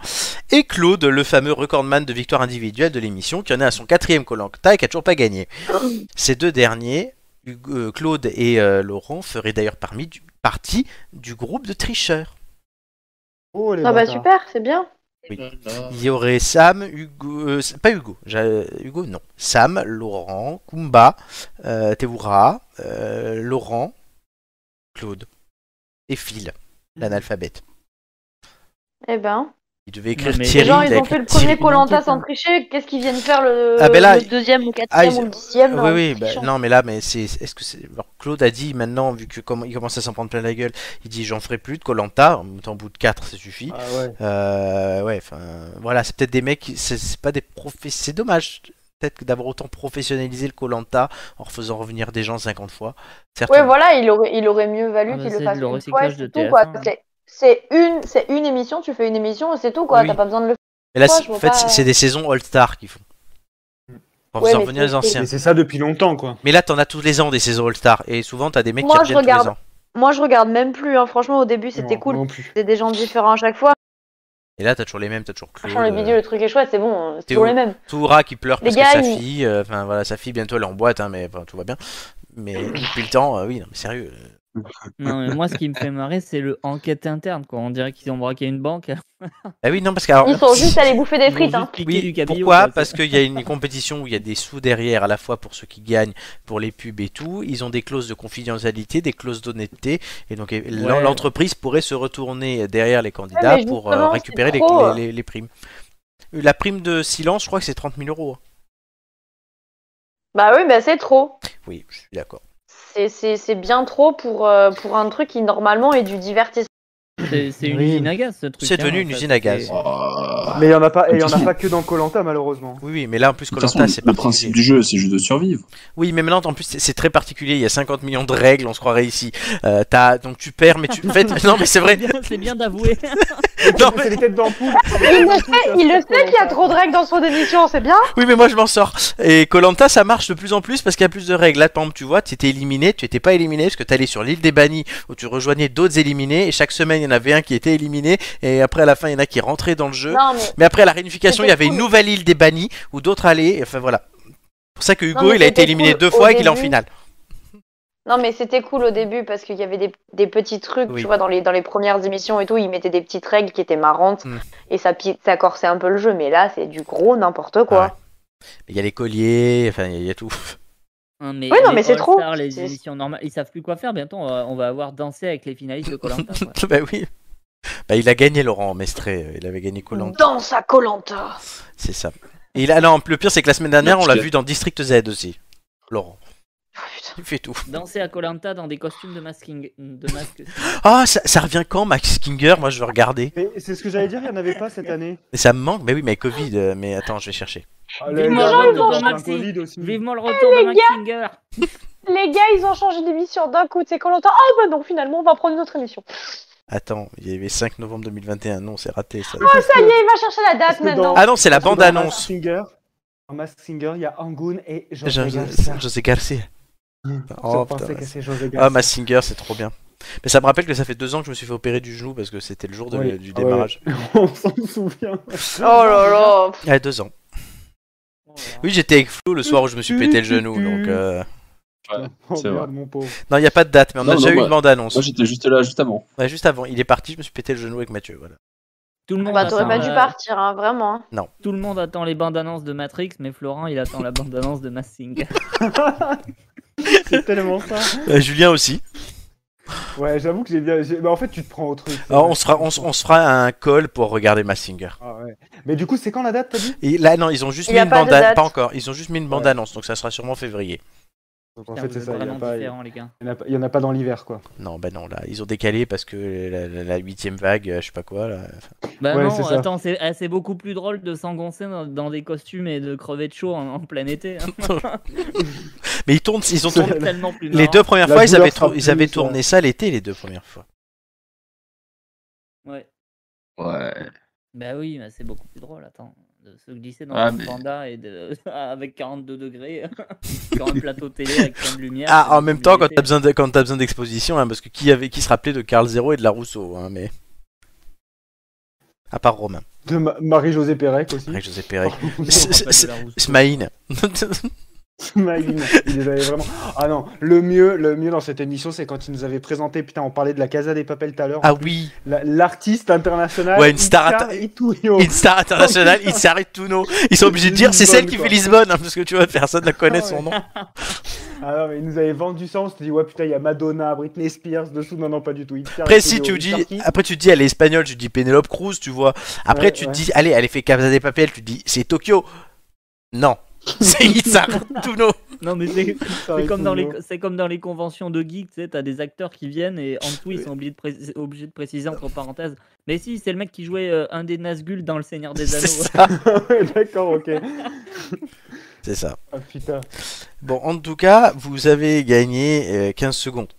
et Claude, le fameux recordman de victoire individuelle de l'émission, qui en est à son quatrième Colanta et qui a toujours pas gagné. Ces deux derniers, Hugo- euh, Claude et euh, Laurent, feraient d'ailleurs parmi du- partie du groupe de tricheurs. Oh les Non, bah bâtards. super, c'est bien. Il y aurait Sam, Hugo, euh, pas Hugo, j'a- Hugo non, Sam, Laurent, Kumba, euh, Théoura, euh, Laurent, Claude et Phil, l'analphabète. Eh ben, Il devait écrire mais- Thierry. Genre, il ils a ont fait écrit le premier Thierry. Colanta sans tricher. Qu'est-ce qu'ils viennent faire le, Ah, ben là, le deuxième ou Ah, quatrième ils- ou le dixième hein, Oui, en oui, bah, trichant non, mais là, mais c'est, est-ce que c'est, alors, Claude a dit maintenant, vu que comme il commence à s'en prendre plein la gueule, il dit j'en ferai plus de Colanta, en même temps, au bout de 4 ça suffit. Ah, ouais. Euh, ouais, enfin, voilà, c'est peut-être des mecs, qui- c'est, c'est pas des profs, c'est dommage. Peut-être que d'avoir autant professionnalisé le Colanta en refaisant revenir des gens 50 fois. Certes, Ouais, voilà, il aurait, il aurait mieux valu Ah, bah, qu'il c'est le fasse le une fois et recyclage c'est de tout, TF1, quoi. hein. C'est- C'est une, c'est une émission, tu fais une émission et c'est tout, quoi. Oui. T'as pas besoin de le mais là, faire. c'est- en fait, c'est- c'est des saisons All-Star qu'ils font. En Ouais, faisant mais revenir c'est- les anciens. Mais c'est ça depuis longtemps, quoi. Mais là, t'en as tous les ans des saisons All-Star. Et souvent, t'as des mecs Moi, qui je reviennent tous les regarde. ans. Moi, je regarde même plus. hein. Franchement, au début, c'était cool. C'était des gens différents à chaque fois. Et là, t'as toujours les mêmes, t'as toujours Claude. Franchement, le vidéo, le truc est chouette, c'est bon. hein, C'est Théo- toujours les mêmes. Toura qui pleure parce Les gars, que sa ils- fille, euh, enfin voilà, sa fille bientôt elle est en boîte, hein, mais enfin, tout va bien. Mais depuis le temps, euh, oui, non, mais sérieux. euh. Non, mais moi, ce qui me fait marrer, c'est le enquête interne. Quoi. On dirait qu'ils ont braqué une banque. Ah oui, non, parce que. alors- Ils sont juste allés bouffer des frites. hein. Oui, pourquoi Parce qu'il y a une compétition où il y a des sous derrière, à la fois pour ceux qui gagnent, pour les pubs et tout. Ils ont des clauses de confidentialité, des clauses d'honnêteté, et donc et l'en- Ouais. l'entreprise pourrait se retourner derrière les candidats mais pour justement, euh, c'est récupérer les, trop. les- les- les primes. La prime de silence, je crois que c'est 30 000 euros. hein. Bah oui, bah c'est trop. Oui, je suis d'accord. C'est- C'est c'est bien trop pour, euh, pour un truc qui, normalement, est du divertissement. C'est c'est une usine à gaz, ce truc. C'est hein, devenu en une fait. usine à gaz. C'est- Ah. Mais il n'y en a pas, et De il y en toute a façon- pas que dans Colanta, malheureusement. Oui, oui, mais là en plus, De toute Colanta, façon, c'est le particulier. principe du jeu, c'est juste de survivre. Oui, mais maintenant, en plus, c'est- c'est très particulier. Il y a 50 millions de règles, on se croirait ici. Euh, t'as- Donc tu perds, mais tu. En fait, non, mais c'est vrai. C'est bien- C'est bien d'avouer. Non, mais- Il le sait, il le sait qu'il y a trop de règles dans son émission, c'est bien. Oui, mais moi je m'en sors. Et Colanta, ça marche de plus en plus parce qu'il y a plus de règles. Là, par exemple, tu vois, tu étais éliminé, tu étais pas éliminé parce que tu allais sur l'île des bannis où tu rejoignais d'autres éliminés. Et chaque semaine, il y en avait un qui était éliminé. Et après, à la fin, il y en a qui rentraient dans le jeu. Non, mais- après, à la réunification, il y C'était avait une cool. nouvelle île des bannis où d'autres allaient. Et Enfin, voilà. C'est pour ça que Hugo, mais il a été c'était éliminé cool deux au fois et qu'il est en début. finale. Non, mais c'était cool au début parce qu'il y avait des, des petits trucs, Oui. tu vois, dans les, dans les premières émissions et tout, ils mettaient des petites règles qui étaient marrantes et ça, pi- ça corsait un peu le jeu. Mais là, c'est du gros n'importe quoi. Il y a les colliers, enfin, il y a- il y a tout. Hein, mais Oui, non, les mais c'est trop. All-Stars, les C'est- émissions normales, ils savent plus quoi faire. Bientôt, on va, on va avoir dansé avec les finalistes de Colanta. bah oui. Bah, il a gagné Laurent Mestré, il avait gagné Colanta, Danse à Colanta. c'est ça. Et là, non, le pire c'est que la semaine dernière, Non, on parce l'a que- vu dans District Z aussi. Laurent. Ah, Il fait tout. Danser à Colanta dans des costumes de masking, de masque. Ah, ça, ça revient quand Max Kinger Moi, je veux regarder. Mais c'est ce que j'allais dire, il n'y en avait pas cette année. Mais ça me manque. Mais oui, mais Covid. euh, Mais attends, je vais chercher. Ah, Vivement les le gens, ils retour ont de plein Maxi. de Covid aussi. Vivement le retour de Ah, les Max gars. Singer. Les gars, ils ont changé d'émission d'un coup, c'est Colanta. Oh bah non, finalement, on va prendre une autre émission. Attends, il y avait 5 novembre 2021. Non, c'est raté ça. Oh, ça y est, il va chercher la date Parce que dans- maintenant. Ah non, c'est la parce que dans bande-annonce. Masked Singer, Dans Masked Singer, il y a Angoon et José José, Garcia. José Garcia. Oh, Je pensais que c'est José Garcia. Ah, Max Singer, c'est trop bien. Mais ça me rappelle que ça fait deux ans que je me suis fait opérer du genou parce que c'était le jour de- Oui. du Ah ouais, démarrage. On s'en souvient. Oh là là. Il y a deux ans. Oh Oui, j'étais avec Flo le soir où je me suis pété le genou, donc. euh, c'est vrai. Oh, Mon pauvre. Non, il n'y a pas de date, mais on Non, a déjà non, eu moi- une bande-annonce. moi, j'étais juste là, juste avant. Ouais, juste avant. Il est parti, je me suis pété le genou avec Mathieu, voilà. Tout le monde Bah, t'aurais attend pas dû la- partir, hein, vraiment. Non. Tout le monde attend les bandes annonces de Matrix, mais Florent, il attend la bande annonce de Max Singer. C'est tellement ça. Euh, Julien aussi. Ouais, j'avoue que j'ai bien. j'ai- Bah, en fait, tu te prends au truc. Alors, Ah, on, sera, on, s- on se fera un call pour regarder Massinger. Ah ouais. Mais du coup, c'est quand la date, t'as dit Et là, non, ils ont juste Il mis y a une pas de bande annonce. date. Pas encore. Ils ont juste mis une bande annonce, donc ça sera sûrement en février. Donc, en Putain, fait, vous c'est êtes ça. Il n'y vraiment a pas. différents, les gars. il y en a pas- Il y en a pas dans l'hiver, quoi. Non, bah non, là, ils ont décalé parce que la- la la huitième vague, euh, je sais pas quoi, là. enfin. Bah Ouais, c'est non, ça. attends, c'est ah, c'est beaucoup plus drôle de s'engoncer dans, dans des costumes et de crever de chaud en, en plein été. hein. Mais ils tournent, ils ont C'est tourné. tellement plus Les marrant. deux premières La fois, ils douleur avaient, sera tour- ils plus, avaient euh, tourné ça l'été, les deux premières fois. Ouais. Ouais. Bah oui, mais c'est beaucoup plus drôle, attends. De se glisser dans Ah, un mais- panda et de... avec 42 degrés sur un plateau télé avec plein de lumière. Ah, c'est en même beaucoup temps, mieux quand l'été. t'as besoin de- quand t'as besoin d'exposition, hein, parce que qui, avait, qui se rappelait de Carl Zero et de la Rousseau, hein, mais. À part Romain. De Ma- Marie-Josée Pérec aussi. Marie-Josée Pérec. Smaïn. Smaïn. Smaïn. Il les avait vraiment. Ah non, le mieux, le mieux dans cette émission, c'est quand il nous avait présenté. Putain, on parlait de la Casa des Papels tout à l'heure. en Ah plus. oui. La- L'artiste international. Ouais, une star inter- Une Une star internationale, il s'arrête tout nom. Ils sont obligés de dire c'est celle qui fait Lisbonne, hein, parce que tu vois, personne ne connaît son nom. Ah non, mais il nous avait vendu ça, on s'était dit, ouais, putain, il y a Madonna, Britney Spears dessous. Non, non, pas du tout. Il sert Après, les si photos, tu il dis, sert qui après tu dis, elle est espagnole, tu dis Penelope Cruz, tu vois. Après, Ouais, tu ouais. dis, allez, elle est fait Casa des Papel, tu dis, c'est Tokyo. Non, c'est Guitare Tuno. Non, mais c'est c'est aurait comme, été dans les- beau. c'est comme dans les conventions de geeks, tu sais, t'as des acteurs qui viennent et en dessous, ils sont obligés de, pré- obligés de préciser entre parenthèses. Mais si, c'est le mec qui jouait euh, un des Nazgûl dans Le Seigneur des Anneaux. Ouais, D'accord, ok. C'est ça. Ah putain. Bon, en tout cas, vous avez gagné euh, 15 secondes.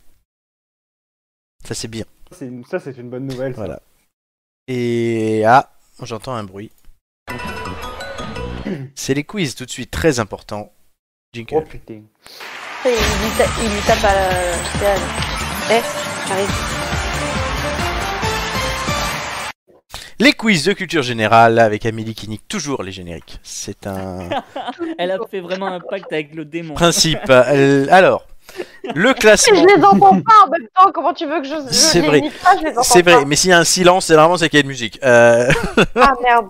Ça, c'est bien. C'est une- Ça, c'est une bonne nouvelle. ça. Voilà. Et ah, j'entends un bruit. C'est les quiz tout de suite, très important. Jingle. Oh putain. Il lui, ta- il lui tape à la. la- Eh, j'arrive. Les quiz de culture générale avec Amélie qui nique toujours les génériques. C'est un Elle a fait vraiment un pacte avec le démon. principe. Euh, Alors, le classement. Je les entends pas en même temps, comment tu veux que je. je C'est les vrai. nique pas, je les entends C'est vrai, pas. mais s'il y a un silence, c'est vraiment c'est qu'il y a de musique. Euh, Ah merde.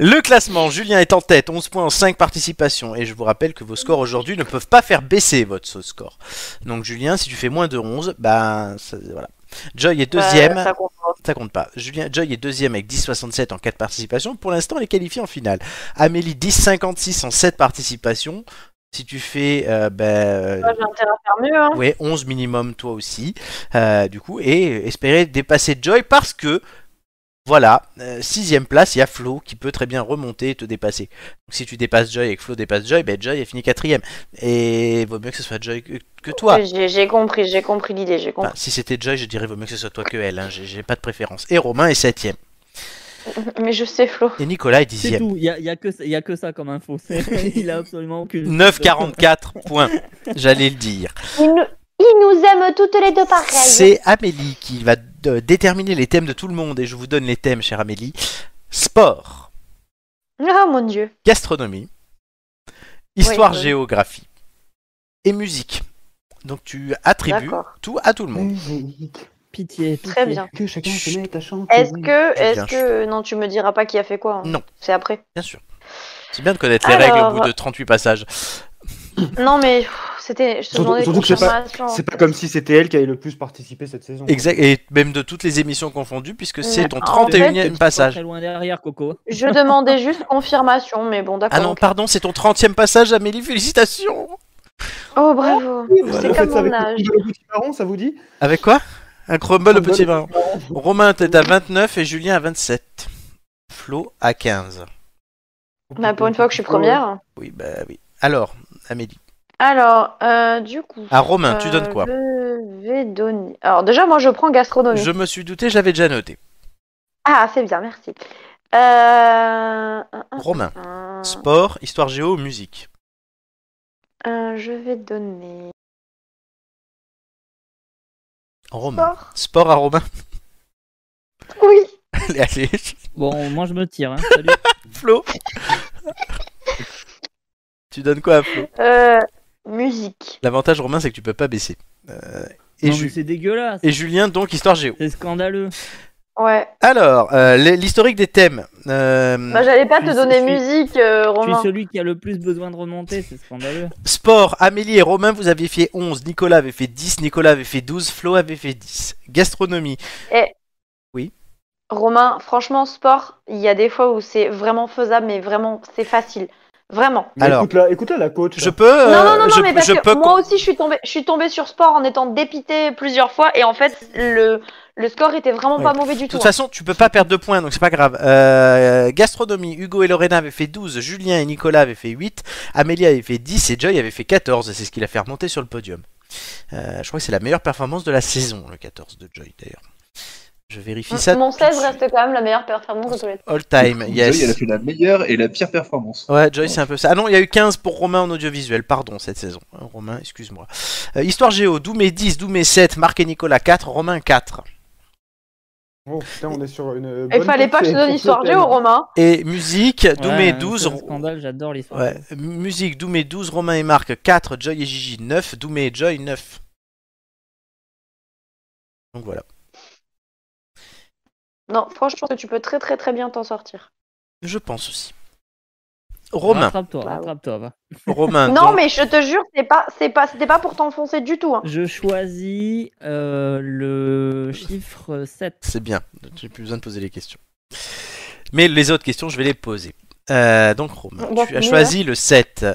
le classement, Julien est en tête, 11 points en 5 participations. Et je vous rappelle que vos scores aujourd'hui ne peuvent pas faire baisser votre score. Donc Julien, si tu fais moins de 11, ben ça- voilà. Joy est deuxième. Ouais, Bah, ça compte pas. Ça compte pas. Julien Joy est deuxième avec 10,67 en 4 participations. Pour l'instant, elle est qualifiée en finale. Amélie, 10,56 en 7 participations. Si tu fais euh, ben, Moi, j'ai intérêt à faire mieux, hein. Ouais, 11 minimum, toi aussi, euh, du coup, et espérer dépasser Joy parce que, voilà, euh, sixième place, il y a Flo qui peut très bien remonter et te dépasser. Donc si tu dépasses Joy et que Flo dépasse Joy, ben Joy a fini quatrième. Et vaut mieux que ce soit Joy que, que toi. J'ai j'ai compris, j'ai compris l'idée, j'ai Enfin, compris. si c'était Joy, je dirais vaut mieux que ce soit toi que elle, hein, j'ai j'ai pas de préférence. Et Romain est septième. Ah. Mais je sais, Flo. Et Nicolas est C'est dixième. tout, il n'y a, y a que ça- y a que ça comme info. C'est- Il a absolument aucune. 9,44 points, j'allais le dire. Ils nous, ils nous aiment toutes les deux pareilles. C'est Amélie qui va d- déterminer les thèmes de tout le monde et je vous donne les thèmes, chère Amélie. Sport, Ah mon dieu. gastronomie, histoire Ouais, ouais. géographie et musique. Donc tu attribues D'accord. tout à tout le monde. Musique. Pitié, pitié. Très bien. Que chacun se mette à chanter. Est-ce que, Eh Je viens, est-ce que, non, tu me diras pas qui a fait quoi. hein. Non. C'est après. Bien sûr. C'est bien de connaître les Alors- euh, règles au bout de 38 passages. Non, mais pff, c'était. Je te Surtout, demandais surtout que c'est pas, confirmation. c'est pas comme si c'était elle qui avait le plus participé cette saison. Exact. Et même de toutes les émissions confondues puisque c'est Mais ton en fait- 31e passage. Très loin derrière, Coco. Je demandais juste confirmation, mais bon, d'accord. Ah non, pardon, c'est ton 30e passage, Amélie, félicitations Oh, bravo. Vous C'est faites comme ça avec mon le âge. coup de le petit marron, ça vous dit Avec quoi Un crumble au Crumble petit au bain. Romain t'es à 29 et Julien à 27. Flo à 15. Bah, pour une fois que je suis première. Oui, bah oui. Alors, Amélie. Alors, euh, du coup. À Romain, Ah, ben, tu donnes euh, quoi Je vais donner. Alors, déjà, moi, je prends gastronomie. Je me suis douté, j'avais déjà noté. Ah, c'est bien, merci. Euh... Romain. euh, Sport, histoire géo, musique. euh, je vais donner. Romain. Sport. Sport à Romain. Oui. Allez, allez. Bon, moi je me tire. hein. Salut. Flo. tu donnes quoi à Flo Euh, musique. L'avantage, Romain, c'est que tu peux pas baisser. Euh, et, Non, mais Ju- c'est dégueulasse. et Julien, donc, histoire géo. C'est scandaleux. Ouais. Alors, euh, l- l'historique des thèmes. Euh, Bah, j'allais pas Je te suis- donner je suis- musique, euh, Je suis Romain. celui qui a le plus besoin de remonter, c'est scandaleux. Sport, Amélie et Romain, vous aviez fait 11, Nicolas avait fait 10, Nicolas avait fait 12, Flo avait fait 10. Gastronomie, Romain, franchement, sport, il y a des fois où c'est vraiment faisable, mais vraiment, c'est facile. Vraiment. Oh, Mais Alors. écoute là, écoute là, la coach. je peux... euh, non, non, non, non, je, mais parce je que peux moi aussi, je suis, tombée, je suis tombée sur sport en étant dépitée plusieurs fois, et en fait, le, le score était vraiment Ouais. pas mauvais De du tout. toute hein. façon, tu peux pas perdre de points, donc c'est pas grave. Euh, gastronomie, Hugo et Lorena avaient fait 12, Julien et Nicolas avaient fait 8, Amélie avait fait 10 et Joy avait fait 14, et c'est ce qui l'a fait remonter sur le podium. Euh, je crois que c'est la meilleure performance de la saison, le 14 de Joy d'ailleurs. Je vérifie ça. Mon tout de 16 suite. reste quand même la meilleure performance de tous les temps. All time, yes. Joy, elle a fait la meilleure et la pire performance. Ouais, Joy, c'est un peu ça. Ah non, il y a eu 15 pour Romain en audiovisuel, pardon, cette saison. Hein, Romain, excuse-moi. Euh, histoire Géo, Doumé 10, Doumé 7, Marc et Nicolas 4, Romain 4. Oh putain, on est sur une. euh, Il bonne fallait pas que je te lancée donne pour histoire ce géo, thème. Romain. Et musique, Doumé Ouais, 12. c'est un scandale, j'adore l'histoire. Ouais, musique, Doumé 12, Romain et Marc 4, Joy et Gigi 9, Doumé et Joy 9. Donc voilà. Non, franchement, je pense que tu peux très très très bien t'en sortir. Je pense aussi. Romain. Rattrape-toi, Bah rattrape-toi. va. Romain. Non, ton- mais je te jure, c'est pas, c'est pas, c'était pas pour t'enfoncer du tout. hein. Je choisis euh, le chiffre 7. C'est bien, j'ai plus besoin de poser les questions. Mais les autres questions, je vais les poser. Euh, donc Romain, Bon, tu as mieux, choisi le 7.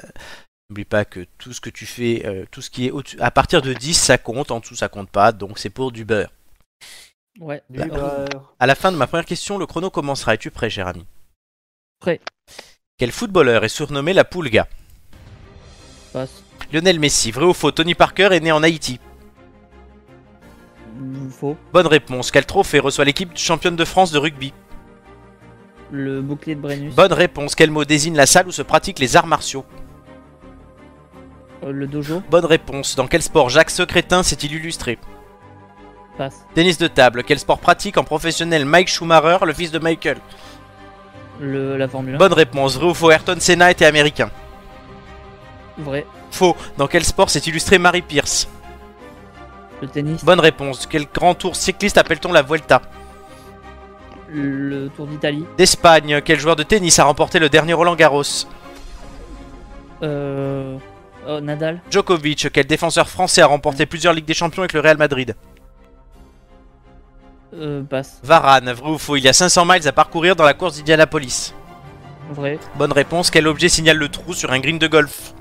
N'oublie pas que tout ce que tu fais, euh, tout ce qui est au-dessus- à partir de 10, ça compte, en dessous, ça compte pas, donc c'est pour du beurre. Ouais. Bah, À la fin de ma première question, le chrono commencera. Es-tu prêt, Jérémy Prêt. Quel footballeur est surnommé la Pulga Passe. Lionel Messi, vrai ou faux Tony Parker est né en Haïti. Mm, Faux. Bonne réponse. Quel trophée reçoit l'équipe championne de France de rugby Le bouclier de Brennus. Bonne réponse. Quel mot désigne la salle où se pratiquent les arts martiaux Euh, le dojo. Bonne réponse. Dans quel sport Jacques Secrétin s'est-il illustré Passe. Tennis de table. Quel sport pratique en professionnel Mike Schumacher, le fils de Michael Le, la Formule 1. Bonne réponse. Vrai ou faux Ayrton Senna était américain. Vrai. Faux. Dans quel sport s'est illustré Mary Pierce Le tennis. Bonne réponse. Quel grand tour cycliste appelle-t-on la Vuelta Le Tour d'Italie. D'Espagne. Quel joueur de tennis a remporté le dernier Roland Garros Euh... oh, Nadal. Djokovic. Quel défenseur français a remporté plusieurs Ligues des Champions avec le Real Madrid Euh, passe. Varane. Vrai ou faux Il y a 500 miles à parcourir dans la course d'Indianapolis. Vrai. Bonne réponse. Quel objet signale le trou sur un green de golf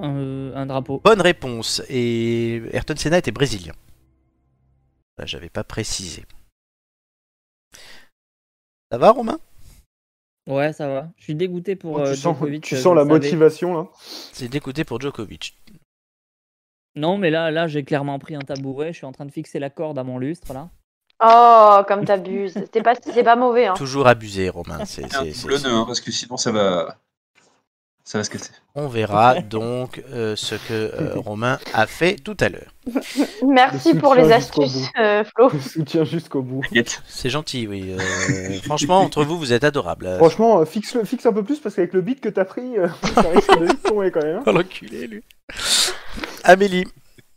Euh, un drapeau. Bonne réponse. Et Ayrton Senna était brésilien. Là, J'avais pas précisé. Ça va, Romain Ouais, ça va. Je suis dégoûté pour Oh, tu euh, sens- Djokovic, tu euh, sens je la le savais. motivation, là. C'est dégoûté pour Djokovic. Non, mais là, là, j'ai clairement pris un tabouret. Je suis en train de fixer la corde à mon lustre là. Oh, comme t'abuses. C'est pas, c'est pas mauvais. hein. Toujours abusé, Romain. C'est- Un c'est- double c'est- nœud, hein, parce que sinon ça va. Ça va se casser. On verra donc euh, ce que euh, Romain a fait tout à l'heure. Merci Le pour les soutien jusqu'au astuces, bout. euh, Flo. Le soutien jusqu'au bout. C'est gentil, oui. euh, franchement, entre vous, vous êtes adorables. Euh, Franchement, euh, fixe, le, fixe un peu plus parce qu'avec le beat que t'as pris, euh, ça risque de vite tomber quand même. hein. Oh, l'enculé, lui. Amélie,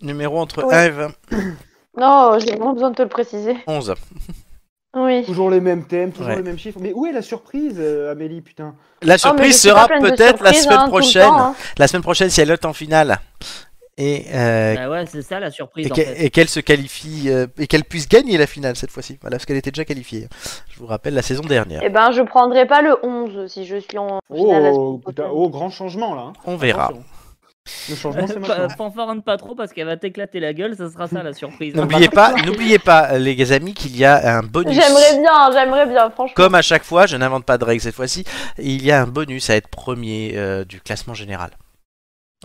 numéro entre Oui. 1 et 20. Non, j'ai vraiment besoin de te le préciser. 11. Oui. Toujours les mêmes thèmes, toujours Ouais. les mêmes chiffres. Mais où est la surprise, euh, Amélie, putain La surprise je suis sera pas pleine de peut-être la surprises, semaine hein, tout le prochaine. temps, hein. La semaine prochaine, si elle est en finale. Et, euh, Bah ouais, c'est ça la surprise. et en qu'elle- fait. et qu'elle se qualifie euh, et qu'elle puisse gagner la finale cette fois-ci. Voilà, parce qu'elle était déjà qualifiée. hein. Je vous rappelle la saison dernière. Eh ben, je prendrai pas le 11 si je suis en finale. la semaine Oh, putain, oh, grand changement là. hein. On verra. Le changement, c'est Pas- maintenant. Fanfaronne pas trop parce qu'elle va t'éclater la gueule. Ça sera ça la surprise. N'oubliez pas, n'oubliez pas, les amis, qu'il y a un bonus. J'aimerais bien, j'aimerais bien, franchement. Comme à chaque fois, je n'invente pas de règles cette fois-ci. Il y a un bonus à être premier euh, du classement général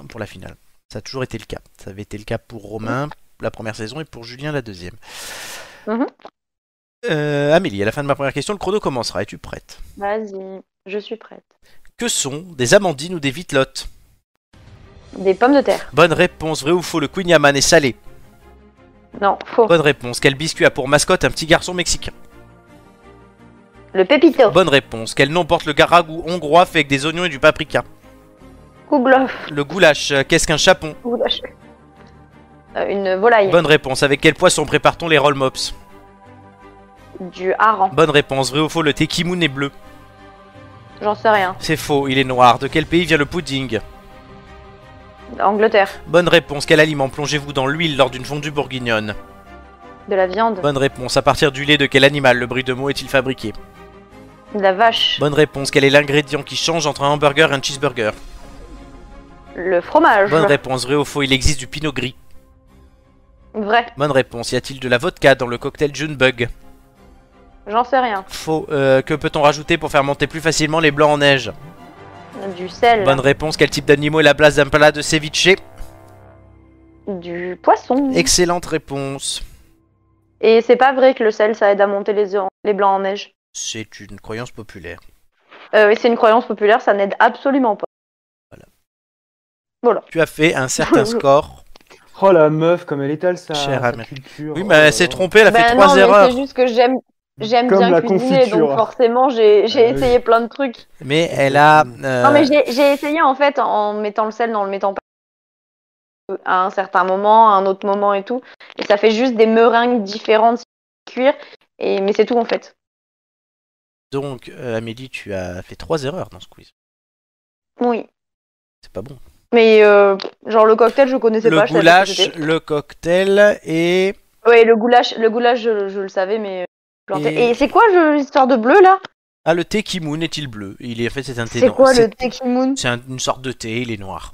pour la finale. Ça a toujours été le cas. Ça avait été le cas pour Romain la première saison et pour Julien la deuxième. Mhm. Euh, Amélie, à la fin de ma première question, le chrono commencera. Es-tu prête Vas-y, je suis prête. Que sont des amandines ou des vitelottes Des pommes de terre. Bonne réponse, vrai ou faux, le Queen Yaman est salé. Non, faux. Bonne réponse, quel biscuit a pour mascotte un petit garçon mexicain Le pépito. Bonne réponse, quel nom porte le garagou hongrois fait avec des oignons et du paprika Kouglof. Le goulash, euh, qu'est-ce qu'un chapon Goulash. Euh, une volaille. Bonne réponse, avec quel poisson prépare-t-on les roll mops Du hareng. Bonne réponse, vrai ou faux, le tekimoun est bleu. J'en sais rien. C'est faux, il est noir. De quel pays vient le pudding Angleterre. Bonne réponse, quel aliment plongez-vous dans l'huile lors d'une fondue bourguignonne De la viande. Bonne réponse, à partir du lait de quel animal le brie de mot est-il fabriqué De la vache. Bonne réponse, quel est l'ingrédient qui change entre un hamburger et un cheeseburger Le fromage. Bonne réponse, vrai ou faux, il existe du pinot gris. Vrai. Bonne réponse, y a-t-il de la vodka dans le cocktail Junebug J'en sais rien. Faux, Euh, que peut-on rajouter pour faire monter plus facilement les blancs en neige Du sel. Bonne réponse, quel type d'animaux est la place d'un plat de ceviche Du poisson. Excellente réponse. Et c'est pas vrai que le sel, ça aide à monter les, en- les blancs en neige. C'est une croyance populaire. Euh, et c'est une croyance populaire, ça n'aide absolument pas. Voilà. Tu as fait un certain score, Oh la meuf, comme elle étale sa, cher sa ami. culture. Oh. Oui, mais elle s'est trompée, elle a fait Bah trois non, mais erreurs. C'est juste que j'aime, j'aime Comme bien la cuisiner, confiture. donc forcément j'ai, j'ai Ah oui. essayé plein de trucs. Mais elle a. euh, Non, mais j'ai, j'ai essayé en fait en mettant le sel, non, en le mettant pas à un certain moment, à un autre moment et tout. Et ça fait juste des meringues différentes cuire. Et mais c'est tout en fait. Donc, euh, Amélie, tu as fait trois erreurs dans ce quiz. Oui. C'est pas bon. Mais euh, genre le cocktail, je connaissais le pas. je savais pas ce que goulash, c'était. le cocktail et. Oui, le goulash, le goulash, je, je le savais, euh, mais. planté. Et- Et, c'est quoi je- l'histoire de bleu là Ah, le thé Kimoun est-il bleu Il est en fait, c'est un thé C'est noir. quoi le C'est- thé kimoun C'est un- une sorte de thé, il est noir.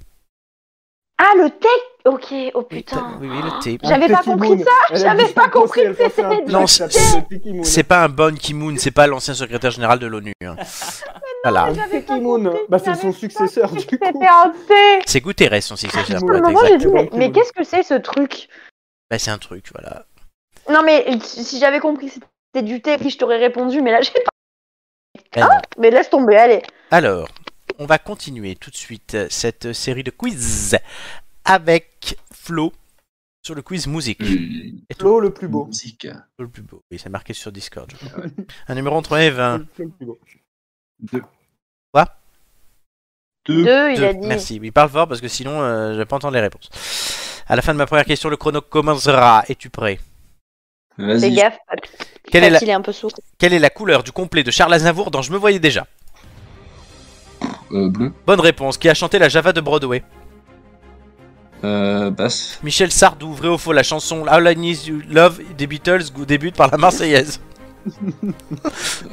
Ah, le thé Ok, oh putain. Ah. Oui, oui, le thé. J'avais pas compris ça J'avais pas compris que c'était Non, du c'est- thé C'est pas un bon Kimoun, c'est pas l'ancien secrétaire général de l'ONU. hein. Voilà. Bah, c'est son successeur du coup. C'était un thé C'est Guterres, son successeur. À pour un être Ah, moment, j'ai exact. dit, mais, mais qu'est-ce que c'est ce truc Bah, c'est un truc, voilà. Non, mais si j'avais compris que c'était du thé, je t'aurais répondu, mais là, j'ai pas. Oh, Allez. Mais laisse tomber, allez Alors, on va continuer tout de suite euh, cette série de quiz avec Flo sur le quiz musique. Mm. Et tout. Flo le plus beau. Flo le plus beau. Oui, c'est marqué sur Discord. je crois. Un numéro entre 1 et 20. Flo le plus beau. Quoi Deux, il a dit. Merci. Il parle fort parce que sinon, euh, je vais pas entendre les réponses. À la fin de ma première question, le chrono commencera. Es-tu prêt Fais gaffe, Pat. Quelle est la- Pat, il est un peu sourd. Quelle est la couleur du complet de Charles Aznavour dont je me voyais déjà Euh, bleu. Bonne réponse. Qui a chanté la Java de Broadway Euh, basse. Michel Sardou, vrai ou faux, la chanson All I Need You Love des Beatles go- débute par la Marseillaise.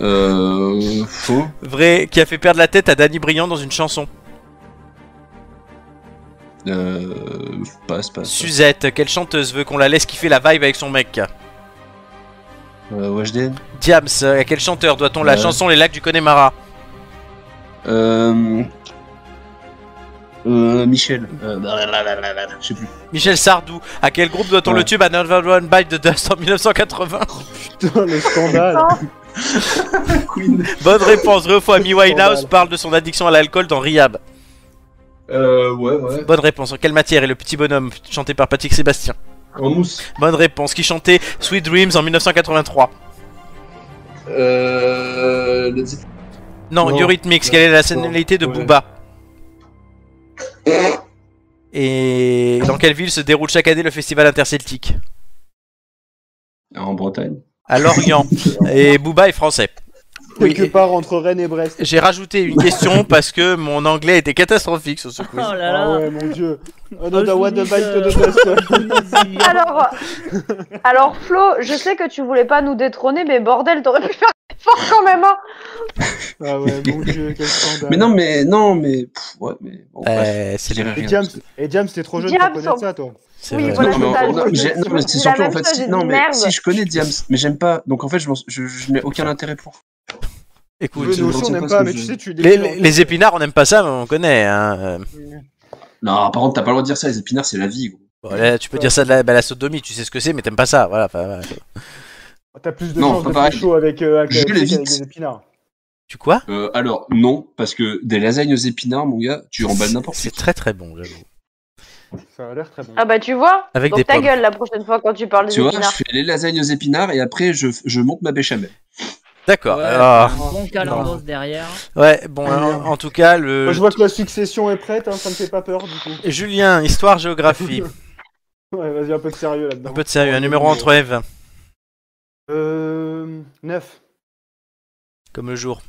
Euh, faux. Vrai, qui a fait perdre la tête à Danny Briand dans une chanson. Euh, passe, passe. Suzette, quelle chanteuse veut qu'on la laisse kiffer la vibe avec son mec Euh, Weshden. Diams, à quel chanteur doit-on la Ouais. chanson Les Lacs du Connemara Euh, euh, Michel. Euh, blablabla, je sais plus. Michel Sardou, à quel groupe doit-on le tube Another One Bite the Dust en 1980 Putain, le scandale. Ah. Bonne réponse, vrai ou faux, Amy Winehouse parle de son addiction à l'alcool dans Rehab. Euh, ouais, ouais. Bonne réponse. En quelle matière est le petit bonhomme chanté par Patrick Sébastien En mousse. Bonne réponse. Qui chantait Sweet Dreams en 1983 Euh, le Non, Non. Eurythmics. Quelle est la nationalité de Ouais. Booba Et dans quelle ville se déroule chaque année le festival interceltique En Bretagne. À Lorient. et Booba est français. Oui, Quelque part entre Rennes et Brest. J'ai rajouté une question parce que mon anglais était catastrophique sur ce quiz. Oh, Ah ouais, mon dieu. Another Oh, one Smith, bite euh, to the dust. Alors, euh, alors Flo, je sais que tu voulais pas nous détrôner, mais bordel, t'aurais pu faire un effort quand même. hein. Ah ouais, mon dieu, quel scandale. Mais non, mais non, mais pff, ouais, mais Euh, bon. bref, je dirais rien. Et James, et James, t'es trop jeune pour James, connaître on- ça, toi. C'est Oui, vrai. voilà, non, mais, total. non, j'ai- non, mais Je c'est dis la surtout en même fait, chose, si- j'ai non, dit mais merde. si je connais Diams, mais j'aime pas, donc en fait, je, m'en- je, je n'ai aucun intérêt pour. Écoute, Mais nous aussi, on retiens n'aime pas pas, ce que mais je- tu sais, tu les, les- les épinards, on n'aime pas ça, mais on connaît. hein, euh. Non, par contre, t'as pas le droit de dire ça, les épinards, c'est la vie, gros. Bon, là, tu peux dire ça de la, bah, la sodomie, tu sais ce que c'est, mais t'aimes pas ça. Voilà. enfin, voilà. T'as plus de Non, chances pas de faire pareil. chaud avec, euh, avec, Je avec- l'évite. avec des épinards. Tu quoi Euh, alors, non, parce que des lasagnes aux épinards, mon gars, tu emballes n'importe C'est très très bon, j'avoue. Ça a l'air très bon. Ah bah tu vois, Avec donc des ta pommes. gueule la prochaine fois quand tu parles des Tu vois, je épinards. fais les lasagnes aux épinards et après, je, je monte ma béchamel. D'accord. Ouais, alors- un bon calendos Non. derrière. Ouais, bon, en, en tout cas, le Moi, je vois que la succession est prête, hein, ça me fait pas peur, du coup. Julien, histoire, géographie. Ouais, vas-y, un peu de sérieux là-dedans. Ah, un peu de sérieux, un numéro entre Eve, Euh. 9. comme le jour.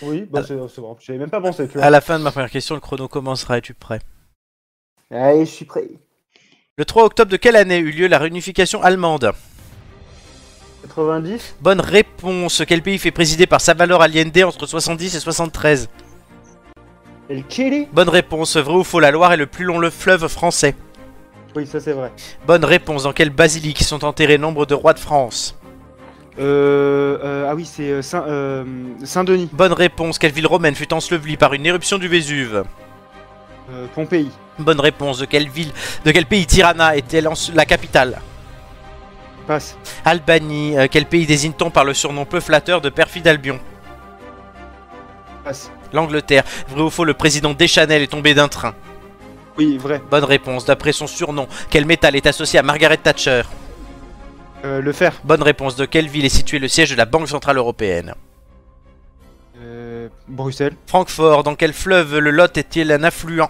Oui, bah, Ah. c'est c'est bon. J'avais même pas pensé, tu vois. À la fin de ma première question, le chrono commencera. Es-tu prêt Allez, je suis prêt. Le 3 octobre de quelle année eut lieu la réunification allemande 90. Bonne réponse. Quel pays fait présider par Salvador Allende entre 70 et 73 Et le Chili Bonne réponse. Vrai ou faux, la Loire est le plus long le fleuve français Oui, ça c'est vrai. Bonne réponse. Dans quelle basilique sont enterrés nombre de rois de France Euh, euh, ah oui, c'est euh, Saint, euh, Saint-Denis, Bonne réponse. Quelle ville romaine fut ensevelie par une éruption du Vésuve euh, Pompéi, Bonne réponse. De quelle ville, de quel pays Tirana est-elle en- la capitale passe. Albanie. Euh, quel pays désigne-t-on par le surnom peu flatteur de perfide Albion Passe. L'Angleterre. Vrai ou faux, le président Deschanel est tombé d'un train Oui, vrai. Bonne réponse. D'après son surnom, quel métal est associé à Margaret Thatcher Euh, le fer. Bonne réponse. De quelle ville est situé le siège de la Banque Centrale Européenne Euh, Bruxelles. Francfort. Dans quel fleuve le Lot est-il un affluent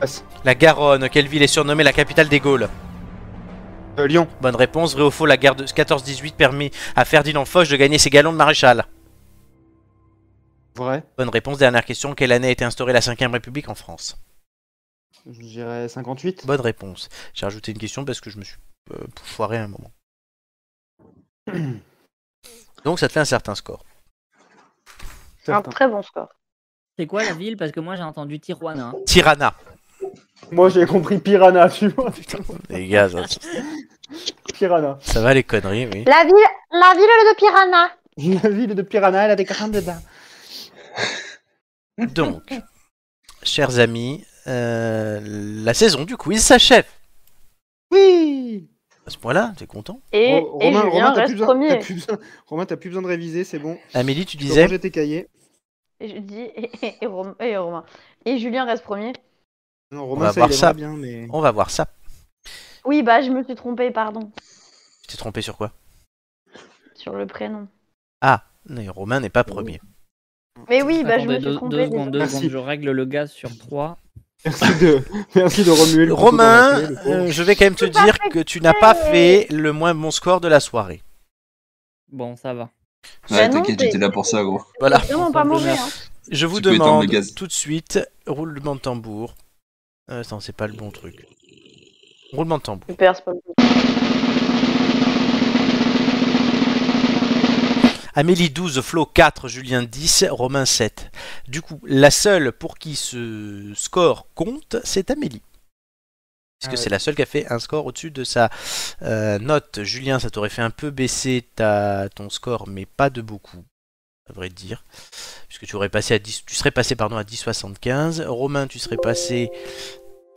Passe. La Garonne. Quelle ville est surnommée la capitale des Gaules Euh, Lyon. Bonne réponse. Vrai ou faux, la guerre de 14-18 permit à Ferdinand Foch de gagner ses galons de maréchal. Vrai. Bonne réponse. Dernière question. Quelle année a été instaurée la 5ème République en France Je dirais 58. Bonne réponse. J'ai rajouté une question parce que je me suis euh, foiré à un moment. Donc ça te fait un certain score. Ah. Un très bon score. C'est quoi la ville Parce que moi j'ai entendu Tijuana. hein. Tirana. Moi j'ai compris Piranha, tu vois. putain. Les gars, ça, Piranha. ça va les conneries, oui. La ville, la ville de Piranha. La ville de Piranha, elle a des crânes dedans. Donc, chers amis, euh, la saison du quiz s'achève. Oui À ce point-là, t'es content Et, Ro- et Romain, Julien Romain, t'as reste plus, besoin- premier. t'as plus besoin- Romain, t'as plus besoin de réviser, c'est bon. Amélie, tu Tu peux disais ranger tes cahiers. Et je dis et, et- et Rom- et euh, Romain. Et Julien reste premier. Non, On Romain, va ça, il voir aimerait ça. bien, mais... On va voir ça. Oui, bah je me suis trompée, pardon, Tu t'es trompé sur quoi sur le prénom. Ah, mais Romain n'est pas premier. Mais oui, bah je Attendez, me suis deux, trompée. deux désolée. secondes, deux Merci. secondes, je règle le gaz sur 3. Merci de, merci de remuer le couteau dans Romain, la plaie, le pauvre. euh, je vais quand même te dire que tu n'as pas fait le moins bon score de la soirée. Bon, ça va. Ouais, Bah non, t'inquiète, c'est- j'étais là pour ça, gros. Voilà. C'est vraiment pas mauvais. Hein. Je vous Tu peux éteindre demande le gaz. tout de suite roulement de tambour. Euh, Attends, c'est pas le bon truc. Roulement de tambour. Super, c'est pas Amélie 12, Flo 4, Julien 10, Romain 7. Du coup, la seule pour qui ce score compte, c'est Amélie. Parce que Ah ouais. c'est la seule qui a fait un score au-dessus de sa euh, note. Julien, ça t'aurait fait un peu baisser ta, ton score, mais pas de beaucoup, à vrai dire. Puisque tu, aurais passé à 10, tu serais passé pardon, à 10,75. Romain, tu serais passé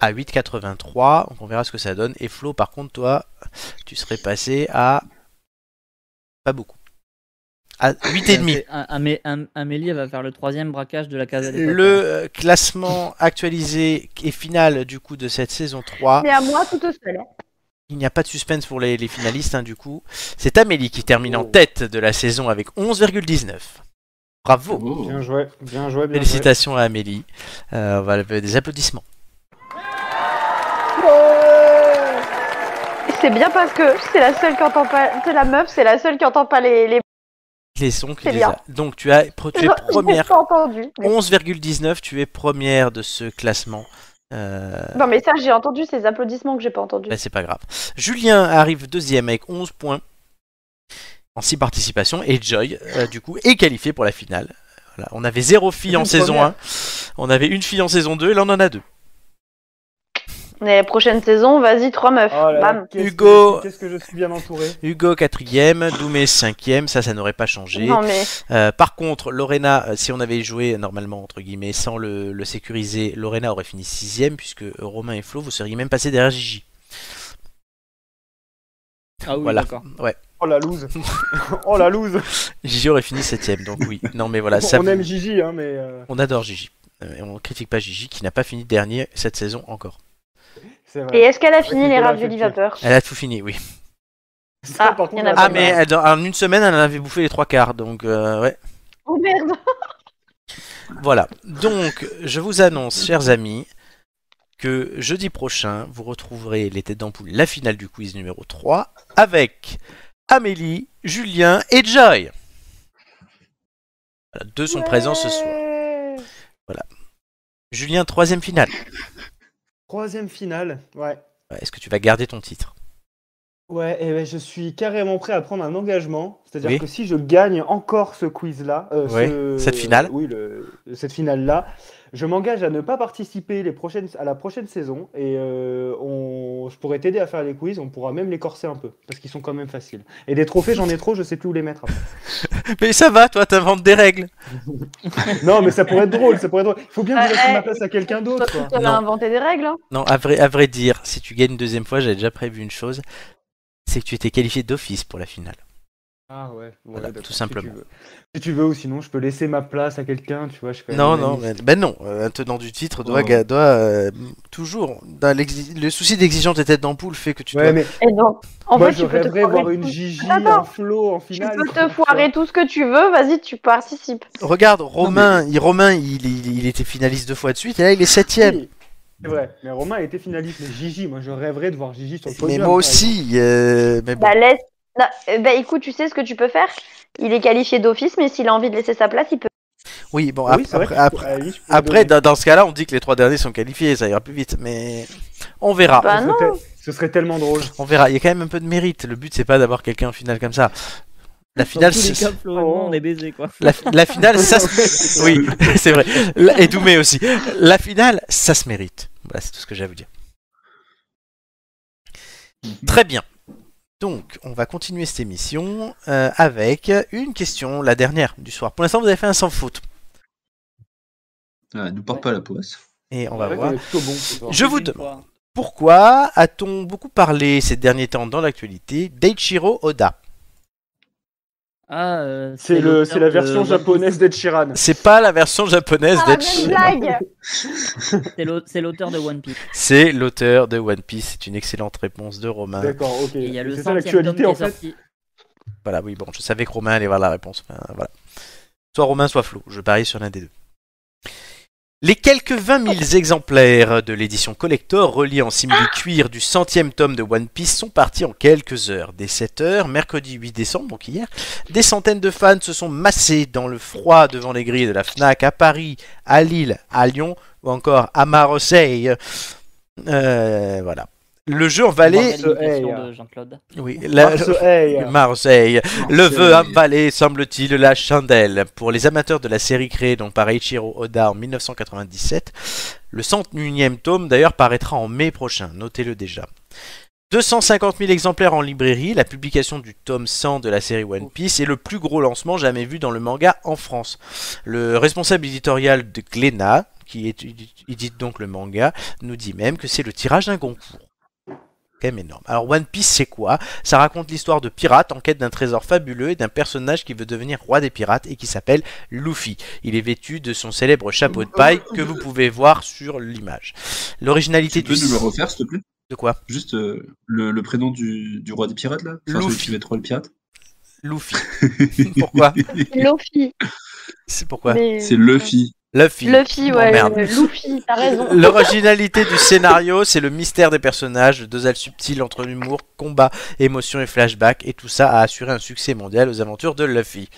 à 8,83. Donc on verra ce que ça donne. Et Flo, par contre, toi, tu serais passé à. Pas beaucoup. À 8,5. Euh, C'est- A- Amé- Am- Amélie elle va faire le troisième braquage de la case à Le euh, classement actualisé et final du coup de cette saison 3. C'est à moi tout seul. hein. Il n'y a pas de suspense pour les, les finalistes hein, du coup. C'est Amélie qui termine Oh. en tête de la saison avec 11,19. Bravo. Oh. Bien joué, bien joué, bien joué. Félicitations à Amélie. Euh, on va lever des applaudissements. C'est bien parce que c'est la seule qui entend pas. C'est la meuf, c'est la seule qui entend pas les. les... Les sons qui C'est les bien. a. Donc tu as tu es Non, je l'ai première. pas entendu. Euh. 11,19, tu es première de ce classement. Euh, Non mais ça j'ai entendu ces applaudissements que j'ai pas entendu. Bah, c'est pas grave. Julien arrive deuxième avec 11 points en 6 participations. Et Joy, euh, du coup, est qualifié pour la finale. Voilà. On avait zéro fille en Une saison première. 1. On avait une fille en saison 2. Et là, on en a deux. Mais la prochaine saison, vas-y trois meufs. Oh là là, Bam. qu'est-ce que Hugo. je suis- Qu'est-ce que je suis bien entouré. Hugo, quatrième. Doumé, cinquième. Ça, ça n'aurait pas changé. Non mais Euh, par contre, Lorena, euh, si on avait joué normalement, entre guillemets, sans le, le sécuriser, Lorena aurait fini sixième. Puisque euh, Romain et Flo, vous seriez même passé derrière Gigi. Ah oui, voilà. d'accord. Ouais. Oh la loose. oh la loose. Gigi aurait fini septième. Donc oui. Non, mais voilà. ça on vous- aime Gigi, hein, mais. euh, On adore Gigi. Euh, et on critique pas Gigi qui n'a pas fini dernier cette saison encore. C'est vrai. et est-ce qu'elle a fini les Nicolas radios Pelletier. vapeur Elle a tout fini, oui. Ça, Ah, par y en contre, a on pas Ah, pas mais elle- dans- en une semaine, elle en avait bouffé les trois quarts, donc euh, ouais. Oh merde. Voilà. Donc, je vous annonce, chers amis, que jeudi prochain, vous retrouverez les têtes d'ampoule, la finale du quiz numéro 3, avec Amélie, Julien et Joy. Voilà, deux sont présents ce soir. Julien, troisième finale. Troisième finale. Ouais. Ouais, Est-ce que tu vas garder ton titre Ouais, et ben, je suis carrément prêt à prendre un engagement. C'est-à-dire Oui. que si je gagne encore ce quiz-là, euh, Ouais, ce- cette finale. oui, le- cette finale-là, je m'engage à ne pas participer les prochaines, à la prochaine saison et euh, on, je pourrais t'aider à faire les quiz. On pourra même les corser un peu parce qu'ils sont quand même faciles. Et des trophées, j'en ai trop, je sais plus où les mettre. après. Mais ça va, toi, t'inventes des règles. non, mais ça pourrait être drôle, ça pourrait être drôle. Il faut bien que je Euh, laisse ma eh, place à quelqu'un Toi, d'autre. tu quoi. t'aurais Non. inventé des règles. hein. Non, à vrai, à vrai dire, si tu gagnes une deuxième fois, j'avais déjà prévu une chose, c'est que tu étais qualifié d'office pour la finale. Ah ouais, ouais, Voilà, d'accord, tout si simplement. tu veux. Si tu veux, ou sinon, je peux laisser ma place à quelqu'un, tu vois. Je fais Non, un non, ami. ben, ben non, euh, un tenant du titre doit, Oh. ga- doit euh, toujours. dans l'exi- le souci d'exigence des têtes d'ampoule fait que tu dois. Ouais, mais Et donc, Eh ben, en moi, fait, je tu peux te rêverais foirer voir une tout- Gigi, Attends, un Flo en Tu finale. peux te foirer tout ce que tu veux, vas-y, tu participes. Regarde, Romain, il, Romain il, il- il était finaliste deux fois de suite, et là il est septième. Oui. C'est vrai, mais Romain a été finaliste. Mais Gigi, moi je rêverais de voir Gigi sur le Mais podium. moi par aussi. euh, mais bon. Bah, laisse. non, euh, bah, écoute, tu sais ce que tu peux faire Il est qualifié d'office, mais s'il a envie de laisser sa place, il peut. Oui, bon, Oui, ap- c'est vrai après, que- après, à la limite, je peux après, donner. dans, dans ce cas-là, on dit que les trois derniers sont qualifiés, ça ira plus vite, mais on verra. Bah Ce serait non. Ce serait tellement drôle. On verra, il y a quand même un peu de mérite. Le but, c'est pas d'avoir quelqu'un en finale comme ça. La finale, Dans tous les c'est- Oh. cas, Flo et moi, on est baisés, quoi. La, la finale, ça se... Oui, c'est vrai. La- Et Doumé aussi. La finale, ça se mérite. Voilà, c'est tout ce que j'ai à vous dire. Très bien. Donc, on va continuer cette émission euh, avec une question, la dernière du soir. Pour l'instant, vous avez fait un sans faute. Ah, nous porte pas la poisse. Et on C'est va vrai voir. qu'on est plutôt bon ce soir. Je vous Une demande, pourquoi a-t-on beaucoup parlé ces derniers temps dans l'actualité d'Eiichiro Oda Ah, euh, C'est le, l'auteur c'est la de version One Piece. japonaise d'Ed Sheeran. C'est pas la version Ah, japonaise d'Eiichiro C'est l'au- C'est l'auteur de One Piece. C'est l'auteur de One Piece. C'est une excellente réponse de Romain. D'accord, ok. Et il y a le C'est ça centième tome qui l'actualité est en fait. sorti. Voilà, oui, bon, je savais que Romain allait voir la réponse. Enfin, voilà. Soit Romain, soit Flo. Je parie sur l'un des deux. Les quelques 20 000 exemplaires de l'édition collector reliés en simili-cuir du centième tome de One Piece sont partis en quelques heures. Dès 7 heures, mercredi 8 décembre, donc hier, des centaines de fans se sont massés dans le froid devant les grilles de la FNAC à Paris, à Lille, à Lyon ou encore à Marseille. Euh, voilà. Le jeu en valait... Une euh, imitation de Jean-Claude. Oui, la- Marseille. Marseille. Le Marseille. vœu avalé, semble-t-il, la chandelle. Pour les amateurs de la série créée donc par Eiichiro Oda en 1997, le 101e tome d'ailleurs paraîtra en mai prochain, notez-le déjà. 250 000 exemplaires en librairie, la publication du tome 100 de la série One Piece est le plus gros lancement jamais vu dans le manga en France. Le responsable éditorial de Glénat, qui est- édite donc le manga, nous dit même que c'est le tirage d'un concours quand même énorme. Alors One Piece c'est quoi Ça raconte l'histoire de pirates en quête d'un trésor fabuleux et d'un personnage qui veut devenir roi des pirates et qui s'appelle Luffy. Il est vêtu de son célèbre chapeau de paille que vous pouvez voir sur l'image. L'originalité Tu peux du nous le refaire, s'il te plaît De quoi Juste euh, le, le prénom du, du roi des pirates, là Enfin, celui Luffy. qui va être roi des pirates Luffy. Pourquoi Luffy. C'est pourquoi Mais- C'est Luffy. Luffy. Luffy, Oh, ouais. merde. euh, Luffy, t'as raison. L'originalité du scénario, c'est le mystère des personnages, le dosage subtil entre l'humour, combat, émotion et flashback, et tout ça a assuré un succès mondial aux aventures de Luffy.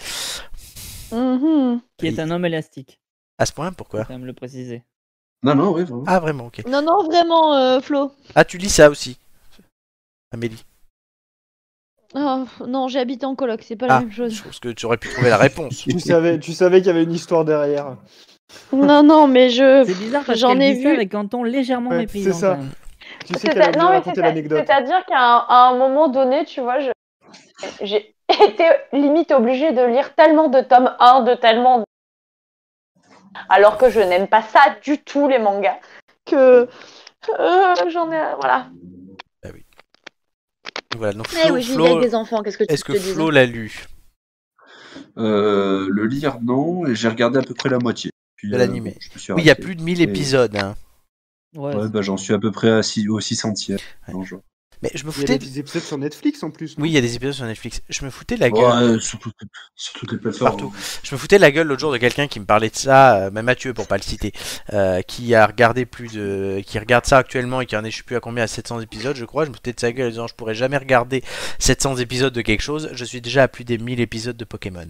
Mhm. Qui est un homme élastique, À ce point, pourquoi faut quand même le préciser. Non, non, oui, vraiment. Ah, vraiment, ok. Non, non, vraiment, euh, Flo. Ah, tu lis ça aussi, Amélie. Oh, non, j'ai habité en coloc, c'est pas la Ah, même chose. je pense que tu aurais pu trouver la réponse. Tu savais, tu savais qu'il y avait une histoire derrière. Non, non, mais je. C'est bizarre parce J'en qu'elle ai dit ça vu. avec un ton légèrement Ouais, méprisant. c'est ça. quand même. Tu sais C'est qu'elle ça- a bien non, mais raconté c'est ça- l'anecdote. C'est-à-dire qu'à un, à un moment donné, tu vois, je- j'ai été limite obligée de lire tellement de tomes 1, de tellement. Alors que je n'aime pas ça du tout, les mangas. Que. euh, J'en ai. Voilà. Voilà, donc Eh Flo, oui, j'y Flo- vais avec des enfants, qu'est-ce que tu est-ce que te dis Flo l'a lu Ah. Euh, le lire, non, et j'ai regardé à peu près la moitié. Puis, de euh, l'animé je me suis Oui, il y a arrêté. plus de 1000 Et- épisodes. hein. Ouais, Ouais, bah, j'en suis à peu près à six- au 600 e Mais je me Il y a foutais. de- des épisodes sur Netflix en plus. non Oui, il y a des épisodes sur Netflix. Je me foutais de la gueule. Ouais, sur, toutes, sur toutes les plateformes. Partout. Je me foutais de la gueule l'autre jour de quelqu'un qui me parlait de ça, euh, même Mathieu pour pas le citer, euh, qui a regardé plus de, qui regarde ça actuellement et qui en est je sais plus à combien à 700 épisodes, je crois. Je me foutais de sa gueule en disant je pourrais jamais regarder 700 épisodes de quelque chose. Je suis déjà à plus des 1000 épisodes de Pokémon.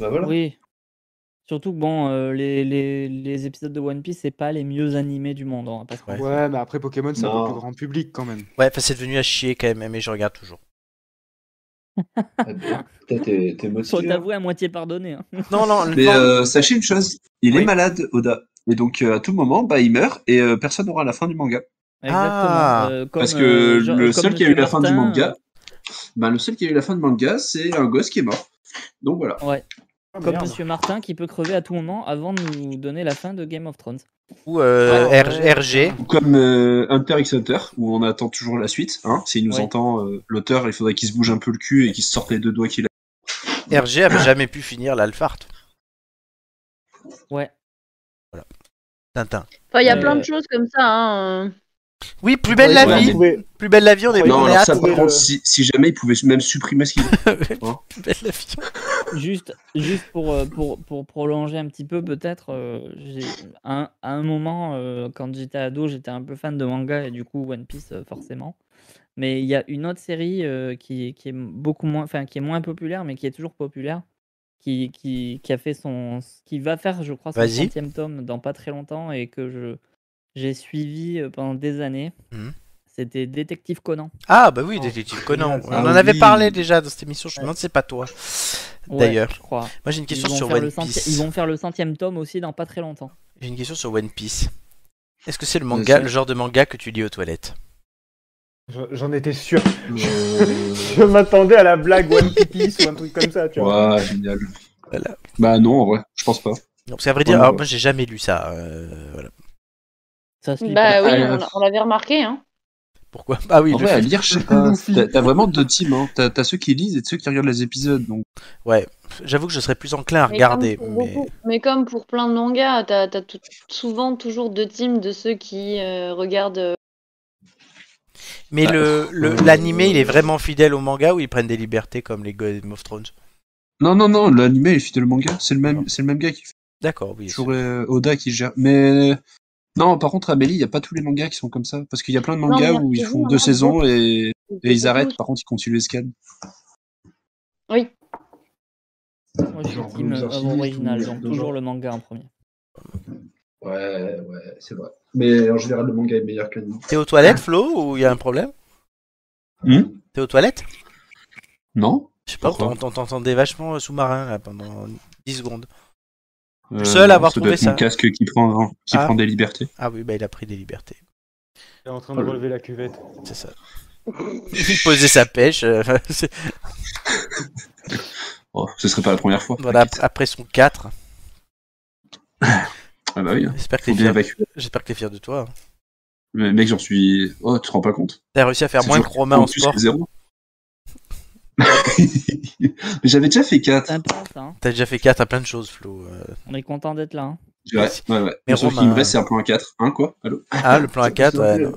Bah voilà. Oui. Surtout que bon, euh, les, les, les épisodes de One Piece, c'est pas les mieux animés du monde, hein, on va pas se mentir. Ouais, mais après Pokémon, c'est un Non. peu plus grand public quand même. Ouais, enfin c'est devenu à chier quand même, mais je regarde toujours. Ah, bah, Toi, t'es t'es Faut motivé. t'avouer à moitié pardonné. hein. Non, non, Mais non. euh, sachez une chose, il Oui. est malade, Oda. Et donc, euh, à tout moment, bah, il meurt et euh, personne n'aura la fin du manga. Ah, Exactement. euh, comme, Parce que euh, Jean- le comme seul qui a eu Monsieur la fin du Martin, euh. manga, bah, le seul qui a eu la fin du manga, c'est un gosse qui est mort. Donc voilà. euh, ouais. Ah, Comme merde. Monsieur Martin qui peut crever à tout moment avant de nous donner la fin de Game of Thrones. Ou euh, Ah, RG, ouais. RG. Ou comme euh, Hunter x Hunter, où on attend toujours la suite. Hein. S'il nous Oui. entend, euh, l'auteur, il faudrait qu'il se bouge un peu le cul et qu'il se sorte les deux doigts qu'il a. RG avait jamais pu finir l'Alphart. Ouais. Tintin. Enfin, il y a Euh, plein de choses comme ça. Hein. Oui, plus belle la Ouais, vie. mais- Plus belle la vie, on est Non, on est alors hâte. ça, par contre, si, si jamais ils pouvaient même supprimer ce qu'ils. Hein juste, juste pour, euh, pour, pour prolonger un petit peu, peut-être, euh, j'ai- à, un- à un moment, euh, quand j'étais ado, j'étais un peu fan de manga et du coup One Piece, euh, forcément. Mais il y a une autre série euh, qui, est- qui est beaucoup moins, enfin, qui est moins populaire, mais qui est toujours populaire, qui, qui, qui a fait son, qui va faire, je crois, son Vas-y. centième tome dans pas très longtemps et que je j'ai suivi euh, pendant des années. Mhm. C'était Détective Conan. Ah bah oui, détective Conan. On Ah en avait oui. parlé déjà dans cette émission. Je me demande si c'est pas toi. Ouais, D'ailleurs, je crois. Moi j'ai une question Ils vont sur faire One le centi- Piece. Ils vont faire le centième tome aussi dans pas très longtemps. J'ai une question sur One Piece. Est-ce que c'est le Bien manga, sûr. le genre de manga que tu lis aux toilettes Je- J'en étais sûr. euh, je m'attendais à la blague One Piece ou un truc comme ça, tu vois. Ouah, génial. Bah non, en vrai, je pense pas. Non, parce qu'à vrai dire, Ouais, alors, ouais. moi j'ai jamais lu ça. euh, voilà. Bah oui, Ah, on, on l'avait remarqué. Hein. Pourquoi Ah oui, en le vrai, à film. lire, je sais pas. T'as- T'as vraiment deux teams. Hein. T'as t'as ceux qui lisent et ceux qui regardent les épisodes. Donc. Ouais, j'avoue que je serais plus enclin Mais à comme regarder. pour mais- beaucoup- mais comme pour plein de mangas, t'as t'as tout- souvent toujours deux teams de ceux qui euh, regardent. euh, Mais Bah, le le- euh, l'animé, il est vraiment fidèle au manga ou ils prennent des libertés comme les Game of Thrones Non, non, non, l'anime est fidèle au manga. C'est le, même- c'est le même gars qui fait. D'accord, oui. Toujours euh, Oda qui gère. Mais. Non, par contre, Amélie, il n'y a pas tous les mangas qui sont comme ça. Parce qu'il y a plein de Non, mangas mais où ils Yakuza, font il y en deux a saisons beaucoup. et, Ils et ils étaient arrêtent. tous. Par contre, ils continuent les scans. Oui. Moi, je suis Genre team Blooms euh, Archivist œuvre originale, ou donc Dojo. toujours le manga en premier. Ouais, ouais, c'est vrai. Mais en général, le manga est meilleur que l'anime. T'es aux toilettes, Flo, ou il y a un problème Hum T'es aux toilettes Non Je sais pas, Pourquoi on t'en- t'entendais vachement euh, sous-marin là, pendant 10 secondes. Euh, seul à avoir ça trouvé doit être mon ça. casque qui prend, hein, qui Ah. prend des libertés. Ah oui, bah il a pris des libertés, Il est en train de relever la cuvette. c'est ça. Il suffit de poser sa pêche. euh, c'est- Oh, ce serait pas la première fois. voilà, ap- après son 4. Ah bah oui. hein. J'espère que Faut t'es bien fier. évacuer. J'espère que t'es fier de toi. hein. Mais mec, j'en suis. Oh, tu te rends pas compte T'as réussi à faire C'est moins que toujours Romain Bah, en plus que sport. zéro. J'avais déjà fait 4. Ah, Sympa, ça. hein. T'as déjà fait 4 à plein de choses, Flo. euh. On est content d'être là. hein. Ouais, ouais, ouais. Mais Sauf Romain- euh. qu'il me reste, c'est un plan 4. Hein, quoi Allô Ah, le plan Ça, A4, c'est ouais. un peu- non.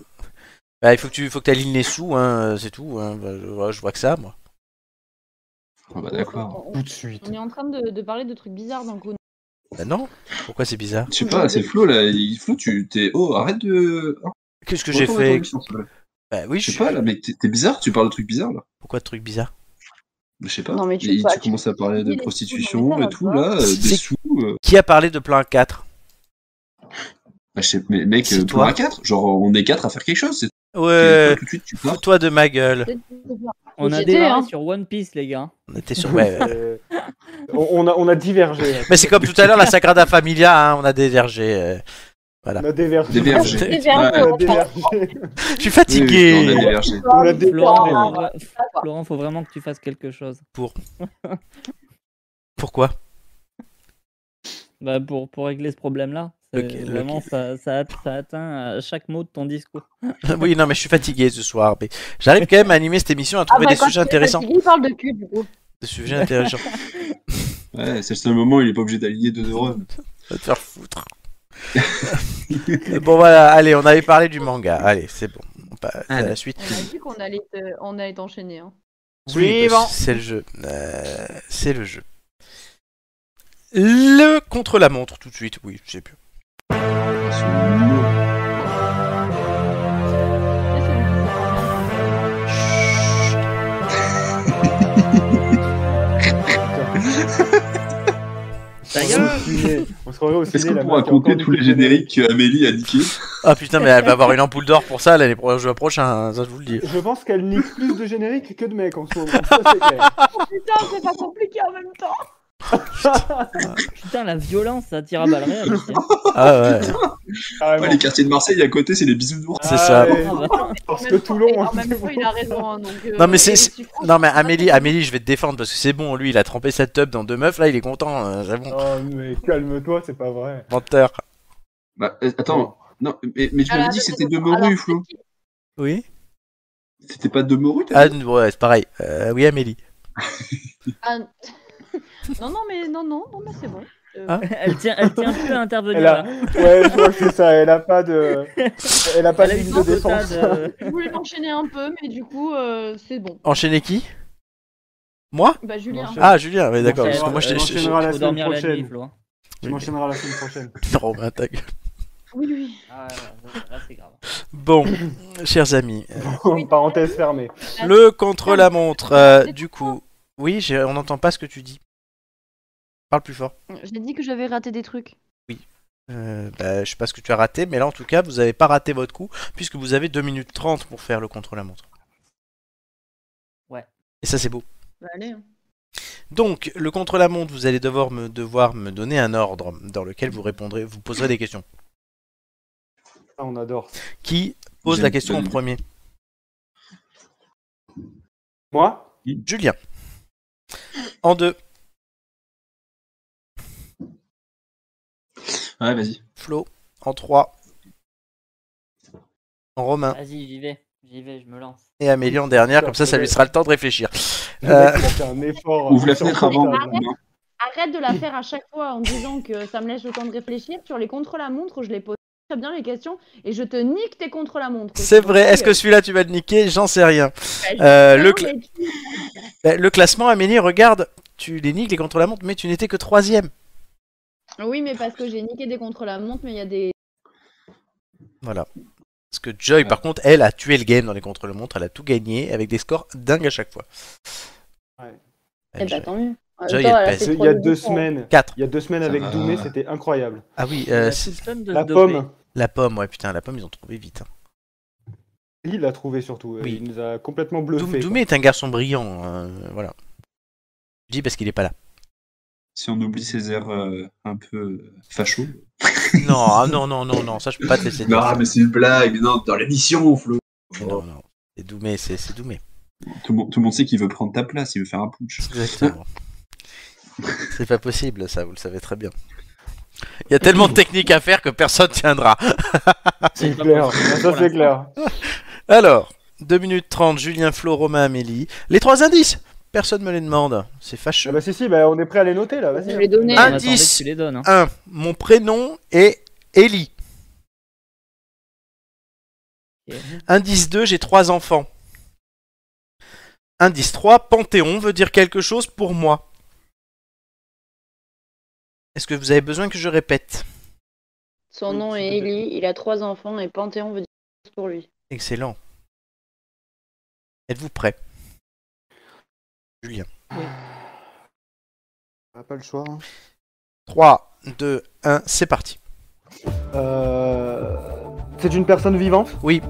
Bah, il faut que tu faut que alignes les sous, hein, euh, c'est tout. hein. Bah, je, ouais, je vois que ça, moi. Ah bah d'accord. Tout de suite. On est en train de, de parler de trucs bizarres dans le coup. Bah non Pourquoi c'est bizarre Je sais pas, c'est Flo là. Il- Flo, tu t'es. Oh, arrête de. Hein Qu'est-ce que j'ai Retourne à ton fait émission, s'il te plaît. Bah oui, Je je sais pas là, mec, t'es t'es bizarre, tu parles de trucs bizarres là. Pourquoi de trucs bizarres Je sais pas. Non, mais tu Et peux pas- tu commences à parler dis de les hein, sous, non, prostitution mais ça et va tout pas. là, euh, des C'est- sous. euh. Qui a parlé de plan A4 Bah, je sais, mais mec, C'est euh, toi. Euh. plan A4, genre on est 4 à faire quelque chose. c'est- Ouais, toi, tout de suite, tu pars. fous-toi de ma gueule. On a J'étais, démarré hein. sur One Piece, les gars. On était sur. Ouais, ouais. Euh, on, on a, on a divergé. là. Mais c'est comme tout à l'heure, la Sagrada Familia, hein, on a dévergé. euh. On a divergé. Dévergé. Dévergé, On a ouais. dévergé. Je suis Oui, oui, fatigué on a divergé. On a dévergé. Florent, Ouais, faut ouais. vra- Florent, faut vraiment que tu fasses quelque chose. Pourquoi Bah, pour, pour régler ce problème-là. C'est Lequel- vraiment, Ça, ça, ça atteint à chaque mot de ton discours. Oui, non, mais je suis fatigué ce soir. Mais j'arrive quand même à animer cette émission, à trouver bah, des quand sujets tu es intéressants. fatigué, il parle de cul, du coup. Des sujets intéressants. Ouais, c'est le seul moment où il est pas obligé d'aligner deux neurones. Va te faire foutre. bon voilà, allez, on avait parlé du manga. Allez, c'est bon. On passe à la suite. On a dit qu'on allait, te- on allait t'enchaîner. hein. Oui, bah, c'est le jeu. Euh, c'est le jeu. Le contre la montre tout de suite. Oui, je sais plus. Ça, c'est le- Ta On se gueule retrouve au ciné. On se retrouve au Est-ce ciné qu'on là. pourra couper tous les génériques que Amélie a niqué Ah putain, mais elle va avoir une ampoule d'or pour ça l'année pro- le jeu prochain. hein, Ça je vous le dis. Je pense qu'elle nique plus de génériques que de mecs en ce moment. Ça, c'est clair. Putain, c'est pas compliqué en même temps. Putain, la violence, ça tire à balles réelles. ici, hein. Ah ouais. Carrément. Ouais, Les quartiers de Marseille à côté, c'est les bisounours. C'est ça. Ah, ouais. Ah bah, Parce en que même temps- et Toulon. En même temps, il a raison. hein, donc, euh, Non, mais c'est- et c'est- tu prends- Non mais Amélie, Amélie, je vais te défendre parce que c'est bon. Lui, il a trempé sa tub dans deux meufs. Là, il est content. euh, C'est bon. Oh, mais calme-toi, c'est pas vrai. Menteur. Bah, euh, attends, non, mais, mais tu Alors, m'avais dit que attends, c'était de attends, alors, Moru, Flo. Oui. C'était pas de Moru, t'as Ah dit ouais, c'est pareil. Euh, oui, Amélie. Ah, Non, non, mais non, non, non, mais c'est bon. Hein elle tient, elle tient plus à intervenir. Elle a... là. Ouais, je crois que c'est ça. Elle a pas de. Elle a pas Elle de a ligne une de quota défense. de- Je voulais l'enchaîner un peu, mais du coup, euh, c'est bon. Enchaîner qui Moi Bah, Julien. Ah, Julien, mais d'accord. Elle Parce que moi, enchaînera- je elle t'ai- je- je- enchaînera la Faut semaine dormir la nuit, prochaine. Flo, hein. Tu m'enchaîneras la semaine prochaine. Non, bah, ta gueule. Oui, oui. Ah, là, là, c'est grave. Bon, chers amis, En Parenthèse fermée. le contre-la-montre, euh, du coup. Oui, j'ai- on n'entend pas ce que tu dis. Parle plus fort. J'ai dit que j'avais raté des trucs. Euh, bah, je sais pas ce que tu as raté, mais là en tout cas, vous avez pas raté votre coup, puisque vous avez 2 minutes 30 pour faire le contre-la-montre. Ouais. Et ça, c'est beau. Bah, allez. hein. Donc, le contre-la-montre, vous allez devoir me, devoir me donner un ordre dans lequel vous répondrez, vous poserez des questions. Ça, on adore. Qui pose J'aime la question bien en l'idée. premier Moi Julien. En deux, Ouais, vas-y. Flo. En trois, en Romain. Vas-y, j'y vais. J'y vais, je me lance. Et Amélie en dernière, comme ça, ça lui sera le temps de réfléchir. Le Euh, mec, il a fait un effort. Ouvre la Sur- fenêtre avant. Arrête de la faire à chaque fois en disant que ça me laisse le temps de réfléchir. Sur les contre-la-montre, je les pose très bien les questions et je te nique tes contre-la-montre. c'est vrai, est-ce que Euh, celui-là tu vas le niquer J'en sais rien. je- Euh, Non, le, cl- mais tu- bah, le classement, Amélie, regarde, tu les niques, les contre-la-montre, mais tu n'étais que troisième. Oui, mais parce que j'ai niqué des contre-la-montre, mais il y a des. Voilà. Parce que Joy, par contre, elle a tué le game dans les contre-la-montre, elle a tout gagné avec des scores dingues à chaque fois. Ouais. Ah, Eh ben, bah, tant mieux. En même Joy, temps, elle elle a pèse. fait Il y a trois deux minutes, hein. semaines. 4. Il y a deux semaines Ça avec va. Doumé, c'était incroyable. Ah oui, Il euh, a c'est- soupçonne de La se doper. pomme, la pomme, ouais, putain, la pomme, ils ont trouvé vite. hein. il l'a trouvé surtout. Oui. Il nous a complètement Doum- bluffé. Doumé est un garçon brillant, euh, voilà. Je dis parce qu'il est pas là. Si on oublie ces airs euh, un peu facho. Non, ah non, non, non, non, ça je peux pas te laisser dire. ça. Non, Ah, mais c'est une blague. Non, dans l'émission, Flo. Non, non, c'est Doumé, c'est c'est Doumé. Tout, le monde- tout le monde sait qu'il veut prendre ta place, il veut faire un putsch. Exactement. C'est pas possible, ça, vous le savez très bien. Il y a tellement de techniques à faire que personne tiendra. C'est pas clair. possible Ça, pour c'est l'instant. clair. Alors, 2 minutes 30, Julien, Flo, Romain, Amélie. Les trois indices Personne me les demande, c'est Ah fâcheux. bah si, si, bah, on est prêt à les noter là, vas-y. Je vais donner. On Ah, attendait que dix. tu les donnes. hein. 1. Mon prénom est Ellie. Ok. Indice 2, j'ai trois enfants. Indice 3, Panthéon veut dire quelque chose pour moi. Est-ce que vous avez besoin que je répète Son nom est Ellie, il a trois enfants et Panthéon veut dire quelque chose pour lui. Excellent. Êtes-vous prêt Julien. On a pas le choix. hein. 3, 2, 1, c'est parti. Euh, C'est une personne vivante Oui,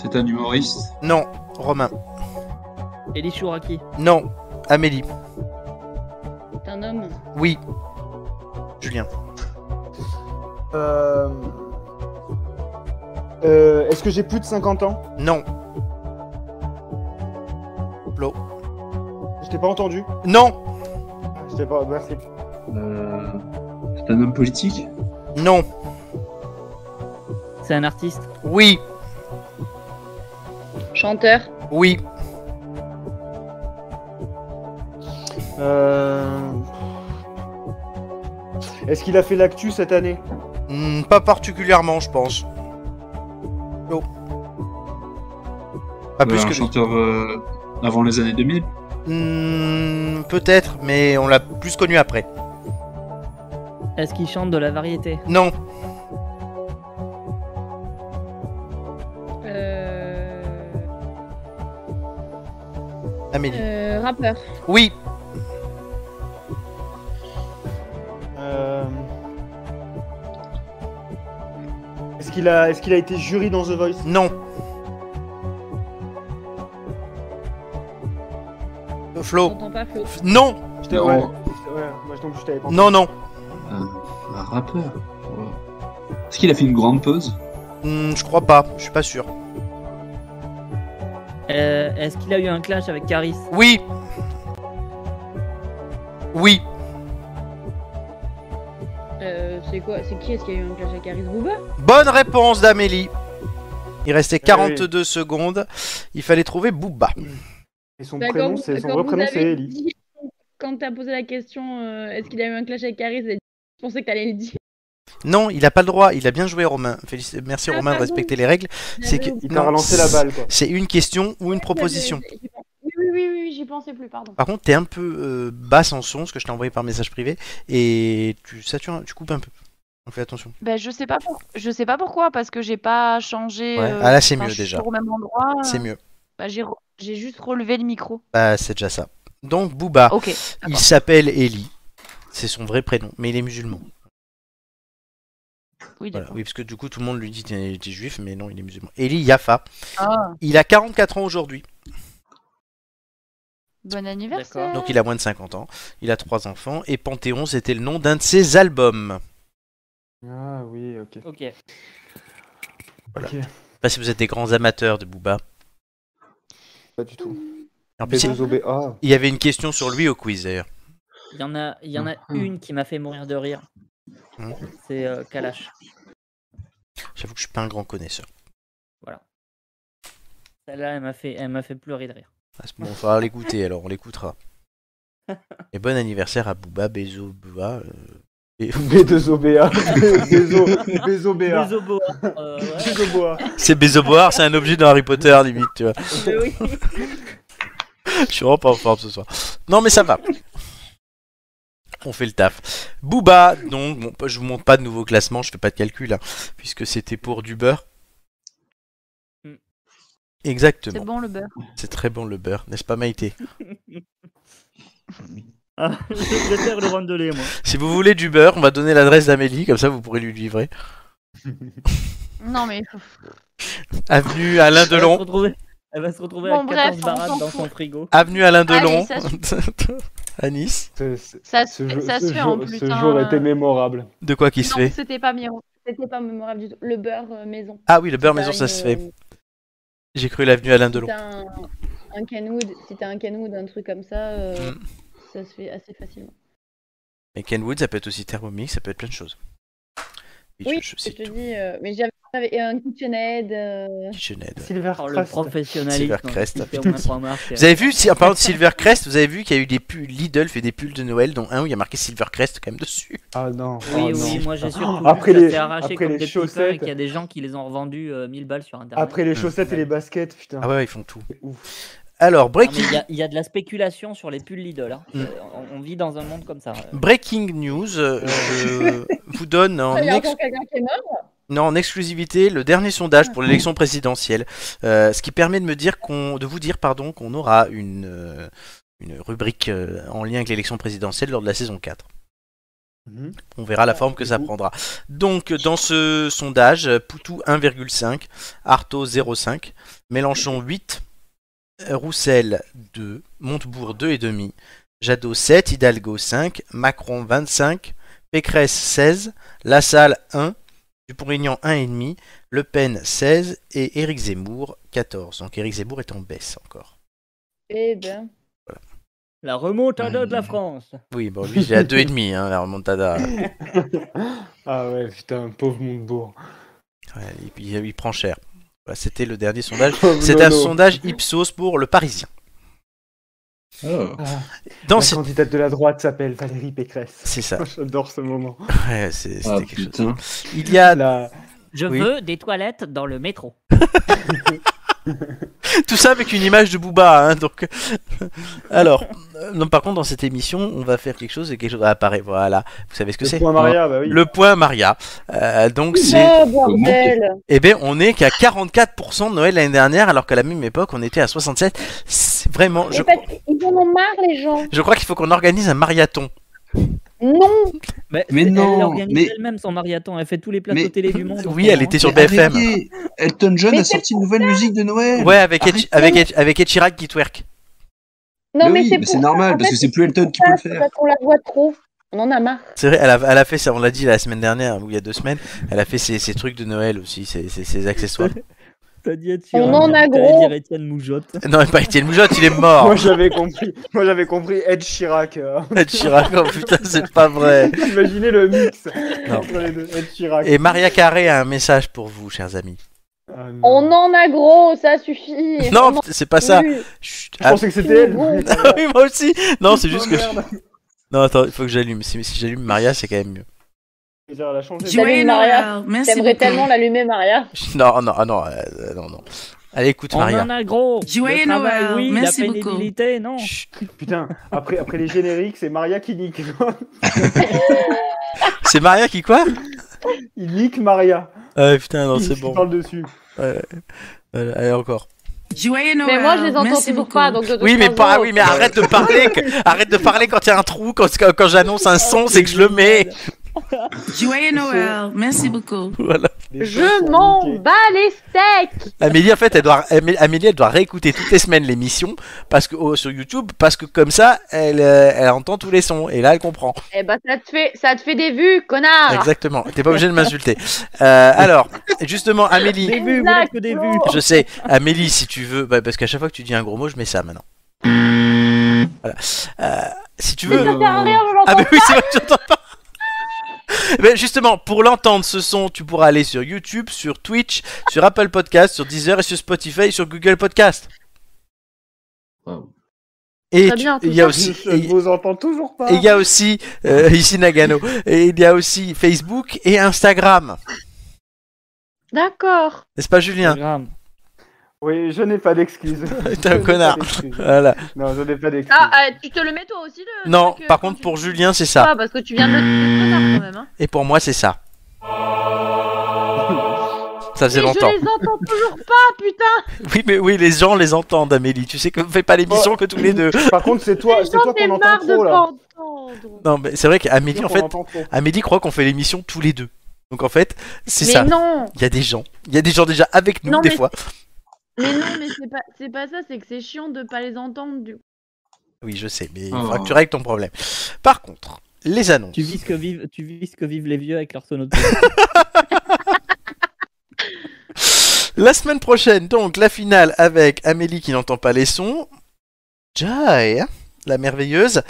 C'est un humoriste. non, Romain. Eli Chouraki. Non, Amélie. C'est un homme. Oui, Julien. Euh, euh, Est-ce que j'ai plus de 50 ans Non, Je t'ai pas entendu. non, Je t'ai pas. Merci. Euh, c'est un homme politique. non, C'est un artiste. oui, Chanteur. oui, Euh, Est-ce qu'il a fait l'actu cette année Hmm, pas particulièrement, je pense. Non. Pas Euh, plus un que. chanteur euh, avant les années 2000. Hmm, Peut-être, mais on l'a plus connu après. Est-ce qu'il chante de la variété Non, Euh... Amélie. rappeur. Euh. Oui, Euh, Est-ce qu'il a... Est qu'il a été jury dans The Voice non. Flo. J'entends pas Flo. F- Non, Je t'ai- Non. Ouais. je t'ai- ouais, Moi je tombe, je t'avais pas non, non. Un rappeur. Ouais. Est-ce qu'il a fait une grande pause Hmm, je crois pas, je suis pas sûr. Euh, Est-ce qu'il a eu un clash avec Caris Oui. Oui, Euh, c'est quoi C'est qui Est-ce qu'il y a eu un clash avec Harris Booba bonne réponse d'Amélie. Il restait Eh oui. 42 secondes. Il fallait trouver Booba. Et son D'accord, prénom, vous- Bah, c'est son d'accord, vrai vous prénom, avez c'est Ellie. dit- quand t'as posé la question, euh, est-ce qu'il a eu un clash avec Caris, elle a dit, je pensais que t'allais le dire. Non, il n'a pas le droit. Il a bien joué, Romain. Félici- Merci, Ah, Romain, de pardon. respecter les règles. J'avais C'est que oublié. Il t'a relancé la balle, quoi. C'est une question ou une proposition. Ah. J'avais- j'y pense- Oui, oui, oui, oui, oui, j'y pensais plus, pardon. Par contre, t'es un peu euh, basse en son, ce que je t'ai envoyé par message privé, et tu satures, un- tu coupes un peu. On fait attention. Bah, Ben, je sais pas pour... je sais pas pourquoi parce que j'ai pas changé. Ouais. euh, Ah, là, c'est enfin, mieux, je suis déjà. toujours au même endroit. C'est euh, mieux. Bah, ben, j'ai re- j'ai juste relevé le micro. Bah, c'est déjà ça. Donc, Booba, Ok, il s'appelle Eli. C'est son vrai prénom, mais il est musulman. Oui, Voilà. oui, parce que du coup, tout le monde lui dit t'es t'es juif, mais non, il est musulman. Eli Yafa. Ah. Il a 44 ans aujourd'hui, Bon anniversaire. donc il a moins de 50 ans. Il a trois enfants, et Panthéon, c'était le nom d'un de ses albums. Ah oui, ok. Ok. Voilà. Je sais Pas si vous êtes des grands amateurs de Booba. Pas du tout. En plus, il- B2OBA. il y avait une question sur lui au quiz d'ailleurs. Il y en a, il y en a Mhm. une qui m'a fait mourir de rire. Mhm. C'est euh, Kalash. J'avoue que je suis pas un grand connaisseur. Voilà. Celle-là, elle m'a fait, elle m'a fait pleurer de rire. À ce moment, Ah, on va l'écouter alors, on l'écoutera. Et bon anniversaire à Booba, Bezo, Booba. euh, et- B2OBA. Bézo, Bézoba. Bézoboa. Euh, ouais. Bézoboa. C'est Bezoboar, c'est un objet dans Harry Potter limite, tu vois. Je suis vraiment pas en forme ce soir. Non mais ça va. On fait le taf. Booba, donc, bon, je vous montre pas de nouveau classement, je fais pas de calcul, hein, puisque c'était pour du beurre. Mm. Exactement. C'est bon le beurre. C'est très bon le beurre, n'est-ce pas Maïté Ah, je préfère le rondelet, moi. Si vous voulez du beurre, on va donner l'adresse d'Amélie, comme ça vous pourrez lui livrer. Non mais Avenue Alain Elle va se Delon. retrouver, elle va se retrouver Bon, avec bref, 14 on barattes s'en dans fout. son frigo. Avenue Alain Allez, Delon. ça à Nice. Ce, ce- ça, se- ce jour, ça ce se fait en jour- plus. ce hein, jour euh. était mémorable. De quoi qui se Non, fait c'était pas mémorable. C'était pas mémorable du tout. Le beurre euh, maison. Ah oui, le beurre Si maison, t'as ça se euh, une- euh, fait. J'ai cru l'avenue Alain Si Delon. t'as un, un Kenwood, si t'as un Kenwood, un truc comme ça, euh, Mm. ça se fait assez facilement. Mais Kenwood, ça peut être aussi Thermomix, ça peut être plein de choses. Et Oui, je, je je cite te dis, euh, mais j'avais j'avais un KitchenAid. euh, KitchenAid. Oh, le professionnalisme. Silvercrest. il fait au moins trois marques. Vous avez vu, si, en parlant de Silvercrest, vous avez vu qu'il y a eu des pulls, Lidl fait des pulls de Noël, dont un où il y a marqué Silvercrest quand même dessus. Ah non. Oui, oh oui, non. moi j'ai surtout Après vu que ça les, s'est arraché après comme les des petits cœurs et chaussettes, qu'il y a des gens qui les ont revendus euh, 1000 balles sur internet. après les chaussettes et les baskets, putain. Mmh. Ah ouais, ouais, ils font tout. Ouf. Alors, Non, Ah, mais breaking, Il y, a- il y a de la spéculation sur les pulls Lidl. hein. Mm. Euh, On, on vit dans un monde comme ça. Ah, euh. breaking news, euh, je vous donne en Ah, Il y a ex- encore quelqu'un qui est mort Non, en exclusivité, le dernier sondage pour l'élection présidentielle, euh, ce qui permet de me dire qu'on, de vous dire pardon, qu'on aura une, euh, une rubrique euh, en lien avec l'élection présidentielle lors de la saison 4. Mhm. On verra la forme que ça prendra. Donc, dans ce sondage, euh, Poutou 1,5, Artaud 0,5, Mélenchon 8, euh, Roussel 2, Montebourg 2,5, Jadot 7, Hidalgo 5, Macron 25, Pécresse 16, Lassalle 1, Dupont-Aignan 1,5, Le Pen 16 et Éric Zemmour 14. Donc Éric Zemmour est en baisse encore. Eh ben. La remontada Mm. de la France. Oui, bon, lui, j'ai à 2,5, hein, la remontada. Ah ouais, putain, pauvre Montebourg. Ouais, il, il- il prend cher. Voilà, C'était le dernier sondage. Pauvre C'est un Nono. sondage Ipsos pour le Parisien. Oh. Ah, Dans la cette- candidate de la droite s'appelle Valérie Pécresse. C'est ça. J'adore ce moment. Ouais, c'est- c'était Ah, quelque chose. putain. Il y a La... Je Oui. veux des toilettes dans le métro. tout ça avec une image de Booba. hein, donc, alors, euh, non, par contre, dans cette émission, on va faire quelque chose et quelque chose va apparaître. Voilà, vous savez ce que Le c'est point Maria, bah oui. Le point Maria. Euh, donc c'est, Oh bordel eh ben, on est qu'à 44% de Noël l'année dernière, alors qu'à la même époque, on était à 67. C'est vraiment, je, Mais parce qu'ils en ont marre, les gens je crois qu'il faut qu'on organise un marathon. Non Mais Bah, elle non, organise mais- elle-même son marathon. Elle fait tous les plateaux mais- télé du monde. en Oui, ce elle moment, était hein. sur Mais BFM. arrêtez Elton John Mais a sorti une nouvelle musique de Noël. Ouais, avec Ed- Arrêtez. avec Ed- avec Ed Sheeran qui twerk. Non, Mais mais oui, c'est mais pour c'est ça, normal, en parce fait, que c'est plus Elton qui peut ça, le c'est faire. Parce qu'on la voit trop. On en a marre. C'est vrai, elle a, elle a fait ça, on l'a dit la semaine dernière ou il y a deux semaines, elle a fait ses, ses trucs de Noël aussi, ses, ses- ses accessoires. T'as dit Ed On Sheeran, en a t'allais gros. dire Étienne Moujotte. non, mais pas Étienne Moujotte, il est mort Moi j'avais compris, moi j'avais compris Ed Chirac. euh. Ed Sheeran, oh putain, c'est pas vrai Imaginez le mix Non. entre les deux. Ed Chirac. Et Maria Carré a un message pour vous, chers amis. Ah, Oh On en a gros, ça suffit. Non, On en- c'est pas ça. Oui. Chut, Je pensais que c'était elle. Ah oui, moi aussi. Non, c'est juste Oh, que. merde. Non, attends, il faut que j'allume. Si, si j'allume Maria, c'est quand même mieux. Elle a changé. T'allumes Maria. T'aimerais tellement l'allumer, Maria. Non, non, ah non, euh, non, non. Allez, écoute, On Maria. en a gros. Joyeux Le travail, Noël. hein. oui, Merci la beaucoup. pénibilité, non. Putain, après, après les génériques, c'est Maria qui nique. C'est Maria qui quoi Il nique Maria. Ah putain, non, c'est Il bon. parle dessus. Ouais, ouais. Allez, encore. Joyeux Noël. Mais moi, je les entends toujours pas, donc. de toute Oui, mais façon- pas. ah Oui, mais arrête de parler. que- arrête de parler quand il y a un trou. Quand, quand, quand j'annonce un son, c'est que je le mets. Joyeux Noël, merci beaucoup. Voilà. Je m'en bats les steaks Amélie, en fait, elle doit, Amé- Amélie, elle doit réécouter toutes les semaines l'émission parce que oh, sur YouTube, parce que comme ça, elle, euh, elle entend tous les sons et là, elle comprend. Eh ben, ça te fait, ça te fait des vues, Ah. connard. Exactement. T'es pas obligé de m'insulter. Euh, alors, justement, Amélie. Des vues, vous n'êtes que des vues. Je sais, Amélie, si tu veux, bah, parce qu'à chaque fois que tu dis un gros mot, je mets ça maintenant. Voilà. Euh, si tu Mais veux. ça sert à rien, je l'entends ah, mais oui, c'est vrai que je l'entends pas. Mais justement, pour l'entendre ce son, tu pourras aller sur YouTube, sur Twitch, sur Apple Podcast, sur Deezer et sur Spotify et sur Google Podcast. Et Très tu- bien, en tout il y a cas. aussi, Je ne vous entends toujours pas. et il y a aussi euh, ici Nagano, et il y a aussi Facebook et Instagram. D'accord. N'est-ce pas Julien Oui, je n'ai pas d'excuses. T'es un connard. Voilà. Non, je n'ai pas d'excuses. Ah, euh, tu te le mets toi aussi le. Non, par contre pour Julien Ah, c'est ça. Ah, parce que tu viens de le le connard quand même. Hein. Et pour moi c'est ça. Ça faisait Mais longtemps. Je les entends toujours pas, putain. Oui mais oui les gens les entendent Amélie. Tu sais que on fait pas l'émission que tous les deux. Par contre c'est toi, c'est toi qu'on entend marre de trop là. Non mais c'est vrai qu'Amélie C'est en sûr fait euh, qu'on entend trop. Amélie croit qu'on fait l'émission tous les deux. Donc en fait c'est Mais ça. non. Il y a des gens. Il y a des gens déjà avec nous Non, des mais- fois. Mais non, mais c'est pas, c'est pas ça, c'est que c'est chiant de pas les entendre. Du... coup. Oui je sais mais il Oh. faudra que tu règles ton problème. Par contre les annonces. Tu vis ce que vivent, tu vis ce que vivent les vieux avec leur sonoté. La semaine prochaine, donc, la finale avec Amélie qui n'entend pas les sons, Jai, hein, la merveilleuse,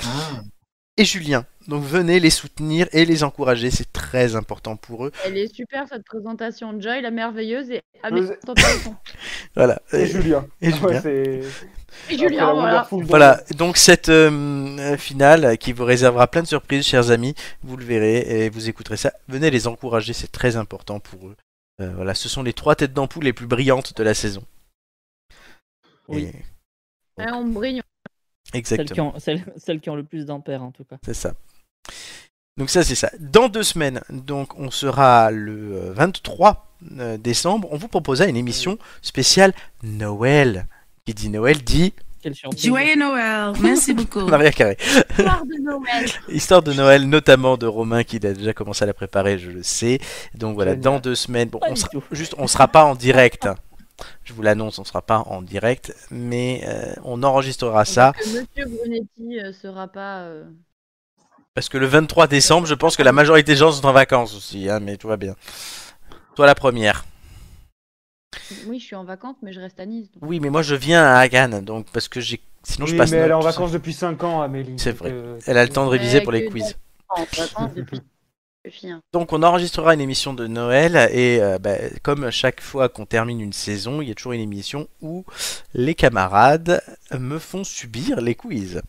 et Julien. Donc venez les soutenir et les encourager, c'est très important pour eux. Elle est super cette présentation. Joy, la merveilleuse et Vous- Amélie. t'entends pas le son. Voilà. Euh, Et Julien. Et Ouais, Julien. c'est- Et Après Julien, la voilà. Wonderful Boy. Voilà, donc cette euh, finale qui vous réservera plein de surprises, chers amis, vous le verrez et vous écouterez ça. Venez les encourager, c'est très important pour eux. Euh, voilà, ce sont les trois têtes d'ampoule les plus brillantes de la saison. Oui. Ouais, on brille. celles, qui exactement. ont, celles, celles qui ont le plus d'ampères en tout cas. C'est ça. Donc ça c'est ça. Dans deux semaines, donc on sera le euh, 23 euh, décembre, on vous proposera une émission spéciale Noël. Qui dit Noël dit Quelle surprise. Joyeux Noël, merci beaucoup. Maria Carré. Soir de Noël. Histoire de Noël, notamment de Romain qui a déjà commencé à la préparer, je le sais. Donc voilà, dans deux semaines, bon, on sera, juste, on sera pas en direct. hein. Je vous l'annonce, on sera pas en direct, mais euh, on enregistrera ça Que Monsieur Brunetti euh, sera pas. euh, parce que le 23 décembre, je pense que la majorité des gens sont en vacances aussi, hein, mais tout va bien. Toi la première. Oui, je suis en vacances, mais je reste à Nice. donc. Oui, mais moi je viens à Hagan, donc parce que j'ai sinon je Oui, passe. mais elle est en tout ça. vacances depuis 5 ans, Amélie. C'est donc, vrai. euh, Elle a le temps de réviser pour les que quiz. En vacances depuis. depuis, hein. Donc on enregistrera une émission de Noël et euh, bah, comme chaque fois qu'on termine une saison, il y a toujours une émission où les camarades me font subir les quiz.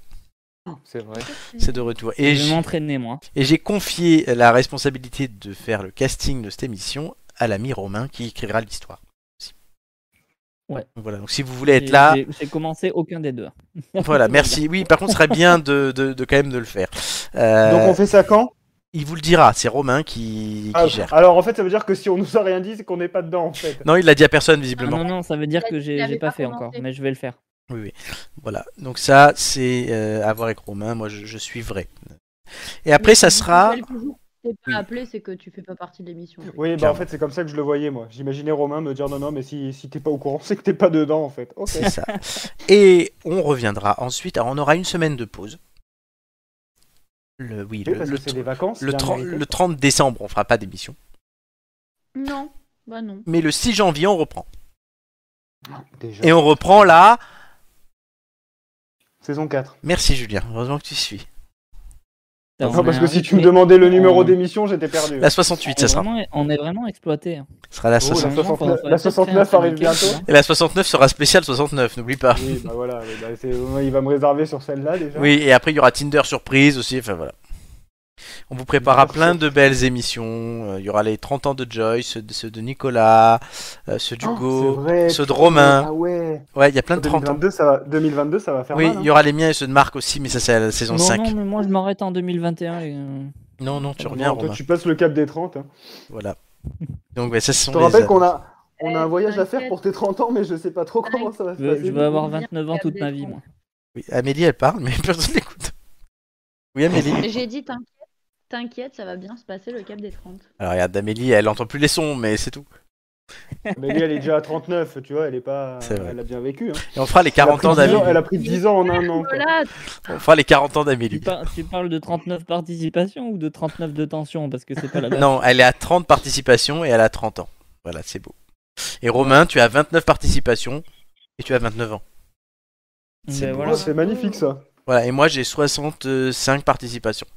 C'est vrai. C'est de retour. Et Et je vais j'ai- m'entraîner moi. et j'ai confié la responsabilité de faire le casting de cette émission à l'ami Romain qui écrira l'histoire. Ouais. Voilà, donc si vous voulez être J'ai- là, j'ai- J'ai commencé aucun des deux. voilà, merci. Oui, par contre, ce serait bien de, de- de quand même de le faire. Euh, Donc on fait ça quand Il vous le dira, c'est Romain qui, qui Ah, gère. Alors en fait, ça veut dire que si on nous a rien dit, c'est qu'on n'est pas dedans en fait. Non, il l'a dit à personne Ah visiblement. non, non, ça veut dire que j'ai il j'ai avait pas pas fait encore, mais je vais le faire. Oui, oui. Voilà. Donc ça, c'est euh, à voir avec Romain. Moi, je, je suivrai. Et après, Mais ça je vous sera. rappelle toujours que t'es pas appelé, c'est que tu fais pas partie de l'émission. Oui, bah en fait, c'est comme ça que je le voyais moi. J'imaginais Romain me dire non, non, mais si, si t'es pas au courant, c'est que t'es pas dedans en fait. Ok. C'est ça. Et on reviendra ensuite. Alors, on aura une semaine de pause. Le, oui, Oui, le, parce le que c'est tr- des vacances, le, bien tren- méritées. le 30 décembre, on fera pas d'émission. Non, bah non. Mais le 6 janvier, on reprend. Déjà. Et on reprend là. Saison 4. Merci Julien, heureusement que tu suis. Non, parce que si tu me demandais le numéro d'émission, j'étais perdu. La 68, on est ça sera. vraiment- On est vraiment exploité. hein. Ce sera la Oh, la 69. 69 la 69 arrive bientôt. Et la 69 sera spéciale 69, n'oublie pas. Oui, bah voilà, bah c'est- moi, il va me réserver sur celle-là déjà. Oui, et après il y aura Tinder surprise aussi, enfin voilà. On vous préparera plein de belles émissions. Euh, Il y aura les 30 ans de Joyce, ceux de, ceux de Nicolas, euh, ceux d'Hugo, Oh, C'est vrai, ceux de putain, Romain. Ah ouais. Ouais, il y a hein. plein de 30 ans. 2022, ça va, 2022, ça va faire Oui, mal. hein. il y aura les miens et ceux de Marc aussi, mais ça c'est à la saison Non, 5. non, mais moi je m'arrête en 2021. les gars. Non, non, tu Non, reviens, toi, Romain. tu passes le cap des 30. hein. Voilà. Donc, ouais, ça ce Je sont te les- rappelle qu'on a, on a un voyage à faire pour tes 30 ans, mais je sais pas trop comment ça va se Je veux- passer. je veux avoir 29 ans toute ma vie, moi. Oui, Amélie, elle parle, mais personne n'écoute. Oui, Amélie. J'ai dit t'inquiète, t'inquiète, ça va bien se passer le cap des 30. Alors, regarde, Amélie, elle entend plus les sons, mais c'est tout. Mais elle est déjà à 39, tu vois, elle est pas. C'est vrai. Elle a bien vécu. hein. Et on fera les 40 Elle a ans pris 10 d'Amélie. Elle a pris 10 ans en un an. quoi. Voilà, On fera les 40 ans d'Amélie. Tu, par- tu parles de 39 participations ou de 39 de tension Parce que c'est pas la même. Non, elle est à 30 participations et elle a 30 ans. Voilà, c'est beau. Et Romain, tu as 29 participations et tu as 29 ans. C'est Ben beau. voilà. Oh, C'est magnifique ça. Voilà, et moi j'ai 65 participations.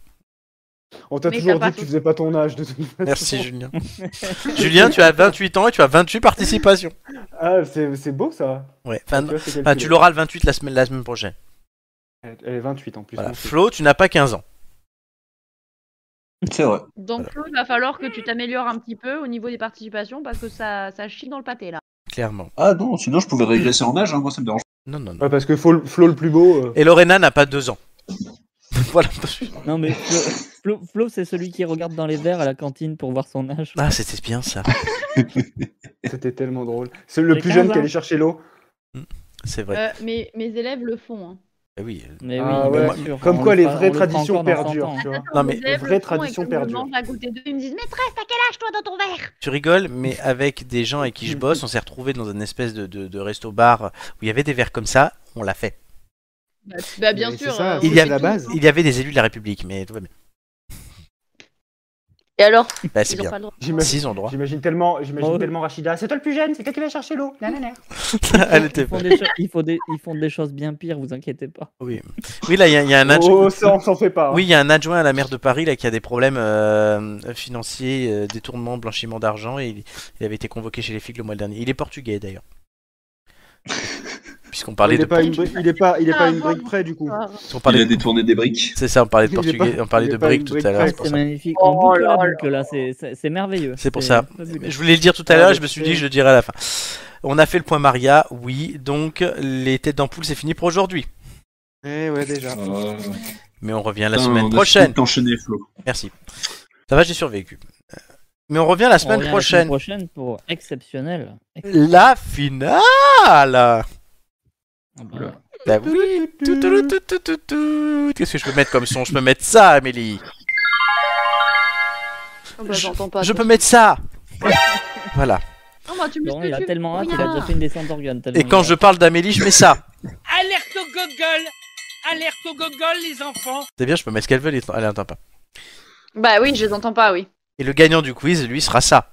On t'a Mais toujours t'as pas dit que tu faisais pas ton âge de toute façon. Merci Julien. Julien, tu as 28 ans et tu as 28 participations. Ah, c'est c'est beau ça. Ouais, enfin, Tu vois, c'est enfin, calculé. Ah, tu l'auras le 28 la semaine, la semaine prochaine. Elle elle est 28 en plus. Voilà. donc c'est- Flo, tu n'as pas 15 ans. C'est vrai. Donc Flo, il va falloir que tu t'améliores un petit peu au niveau des participations parce que ça, ça chie dans le pâté là. Clairement. Ah non, sinon je pouvais régresser en âge, hein, moi ça me dérange Non, non, non. Ouais, parce que Flo, Flo le plus beau. euh, Et Lorena n'a pas 2 ans. voilà. Non, mais Flo, Flo- Flo, c'est celui qui regarde dans les verres à la cantine pour voir son âge. Ah, c'était bien ça. C'était tellement drôle. C'est le J'ai plus jeune 15 ans. qui allait chercher l'eau. C'est vrai. Euh, mes, mes élèves le font. hein. Eh oui. euh, Mais oui, Ah bien ouais. sûr, Comme on quoi le les fera- on vraies le fera traditions hein. encore dans 100 perdurent, ans. tu vois. Non, Mes mais élèves vraies le font et traditions comme perdues. Je mange à côté d'eux, ils me disent Maîtresse, t'as quel âge toi dans ton verre Tu rigoles, mais avec des gens avec qui je bosse, on s'est retrouvé dans un espèce de, de, de resto-bar où il y avait des verres comme ça, on l'a fait. bah, bah, bien Mais c'est sûr. ça, euh, il on y a fait la tout. base. Il y avait des élus de la République, mais tout va bien. Et alors Bah, c'est Ils ont bien. pas le droit. J'imagine S'ils ont le droit. j'imagine tellement, Oh. j'imagine tellement Rachida. C'est toi le plus jeune, c'est toi qui vas chercher l'eau. Nanana. Elle Ils était font, pas- des cho- ils, font des, ils font des choses bien pires, vous inquiétez pas. Oui, oui là, il y, a- il y a un adjoint. Oh, ça on s'en fait pas. hein. Oui, il y a un adjoint à la maire de Paris là qui a des problèmes euh, financiers, euh, détournement, blanchiment d'argent et il, il avait été convoqué chez les flics le mois dernier. Il est portugais d'ailleurs. Puisqu'on parlait il de est pas une brique, il est pas, il est pas Ah, une bon. brique près du coup. Ah. on parlait Il a de- détourné des briques. c'est ça, on parlait de Il est portugais, pas- on parlait il est de pas briques une tout brique à l'heure, presse, c'est pour C'est ça. magnifique. Oh On boucle la là là. boucle là, c'est- c'est c'est merveilleux. C'est pour ça. fabuleux. Je voulais le dire tout à Ah, l'heure, je je me suis sais. dit je le dirai à la fin. On a fait le point Maria, oui. Donc les têtes d'ampoule c'est fini pour aujourd'hui. Eh ouais déjà. Oh. Euh, Mais on revient la putain, on semaine a prochaine. tout enchaîné, Flo. Merci. Ça va, j'ai survécu. Euh, Mais on revient la On revient semaine prochaine. prochaine pour exceptionnel. La finale Ah bah, Bah oui. Toutoulou, toutou, toutou. Qu'est-ce que je peux mettre comme son Je peux mettre ça, Amélie. Oh, bah, j'entends pas. Je peux mettre ça. Voilà. Non, bah, tu mets ce Laurent, que il a tu tellement veux, hâte, il a regarde. déjà fait une descente d'organes. tellement Et il quand a- je parle d'Amélie, je mets ça. Alerte au gogol Alerte au gogol, les enfants C'est bien, je peux mettre ce qu'elle veut, elle elle entend pas. Bah oui, je les entends pas, oui. Et le gagnant du quiz, lui, sera ça.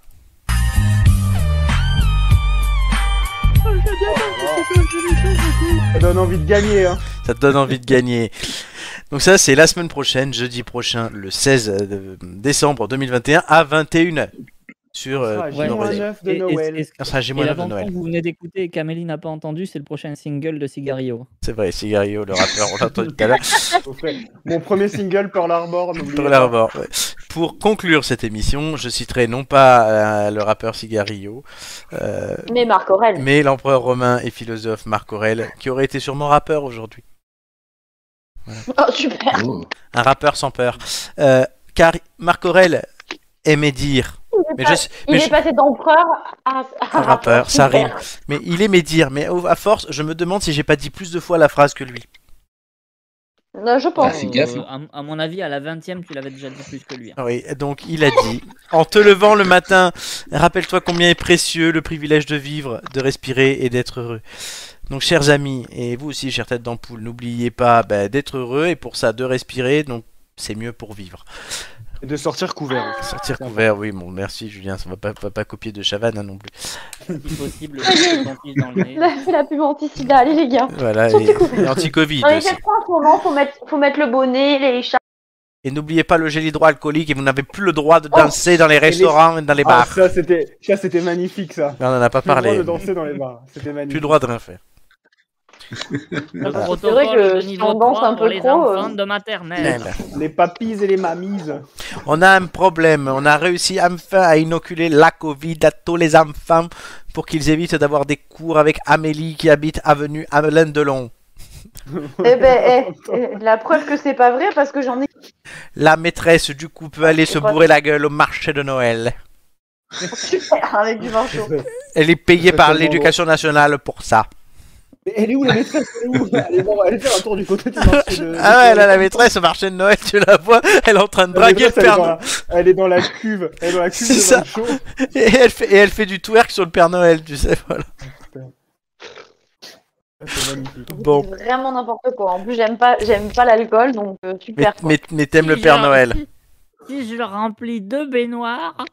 Oh. Ça donne envie de gagner. Hein. Ça te donne envie de gagner. Donc ça, c'est la semaine prochaine, jeudi prochain, le 16 euh, décembre 2021, à 21h. Sur... euh, Ah, j'ai Ouais, Nord- moins ouais. neuf de Et- et- Noël. et- Ah, ça, j'ai Et moins la neuf de chanson Noël. que vous venez d'écouter et qu'Amélie n'a pas entendu, c'est le prochain single de Cigario. C'est vrai, c'est Gario, le rappeur, on l'a entendu tout à l'heure. Au fait, Mon premier single Pearl Harbor. n'oubliez Pearl pas. Harbor, ouais. Pour conclure cette émission, je citerai non pas euh, le rappeur Cigarillo, euh, Mais Marc Aurel. mais l'empereur romain et philosophe Marc Aurèle, qui aurait été sûrement rappeur aujourd'hui. Oh, super. Oh. Un rappeur sans peur. Euh, car Marc Aurèle aimait dire, mais je, sais- Il mais est je- passé d'empereur à, à un rappeur, ça rime, mais il aimait dire, mais au- à force, je me demande si j'ai pas dit plus de fois la phrase que lui. Non, je pense. Ah, fais gaffe. Euh, à, à mon avis, à la 20ème, tu l'avais déjà dit plus que lui. hein. Oui, donc il a dit En te levant le matin, rappelle-toi combien est précieux le privilège de vivre, de respirer et d'être heureux. Donc, chers amis, et vous aussi, chers têtes d'ampoule, n'oubliez pas bah, d'être heureux et pour ça, de respirer. Donc, c'est mieux pour vivre. Et de sortir couvert. Sortir couvert, oui, bon, merci Julien, ça va pas, va pas copier de Chavannes hein, non plus. Impossible. c'est gentil dans le nez. Il a fait la pub anti-sida, allez les gars. Voilà, et, Sortir couvert. et anti-Covid Non, mais aussi. cette fois, en ce moment, faut mettre, faut mettre le bonnet, les écharpes. Et n'oubliez pas le gel hydroalcoolique et vous n'avez plus le droit Oh. de danser dans les Et les- restaurants et bah. dans les Ah, bars. ça, c'était, ça, c'était magnifique, ça. Non, on en a pas Plus le parlé. droit de danser dans les bars. C'était magnifique. Plus le droit de rien faire. C'est vrai que si on danse un peu trop. euh, Les papis et les mamies. euh. On a un problème. On a réussi enfin à inoculer la Covid à tous les enfants pour qu'ils évitent d'avoir des cours avec Amélie qui habite avenue Amelin Delon. Eh ben, eh, eh, la preuve que c'est pas vrai parce que j'en ai. La maîtresse du coup peut aller se bourrer la gueule au marché de Noël. Super, avec du vin chaud. Elle est payée C'est par tellement l'éducation nationale pour ça. Mais elle est où la maîtresse Elle est où Allez voir, allez faire un tour du côté du marché de. Ah ouais, là, la maîtresse au marché de Noël, tu la vois, elle est en train de La draguer le maîtresse, elle est Père dans Noël. la- Elle est dans la cuve. Elle est dans la cuve C'est de ça. vin chaud. Et elle, fait, et elle fait du twerk sur le Père Noël, tu sais, voilà. C'est magnifique. Bon, Vraiment n'importe quoi. En plus, j'aime pas, j'aime pas l'alcool, donc euh, mais, super. mais- mais t'aimes le Père Noël. Si je leur remplis deux baignoires. Ah,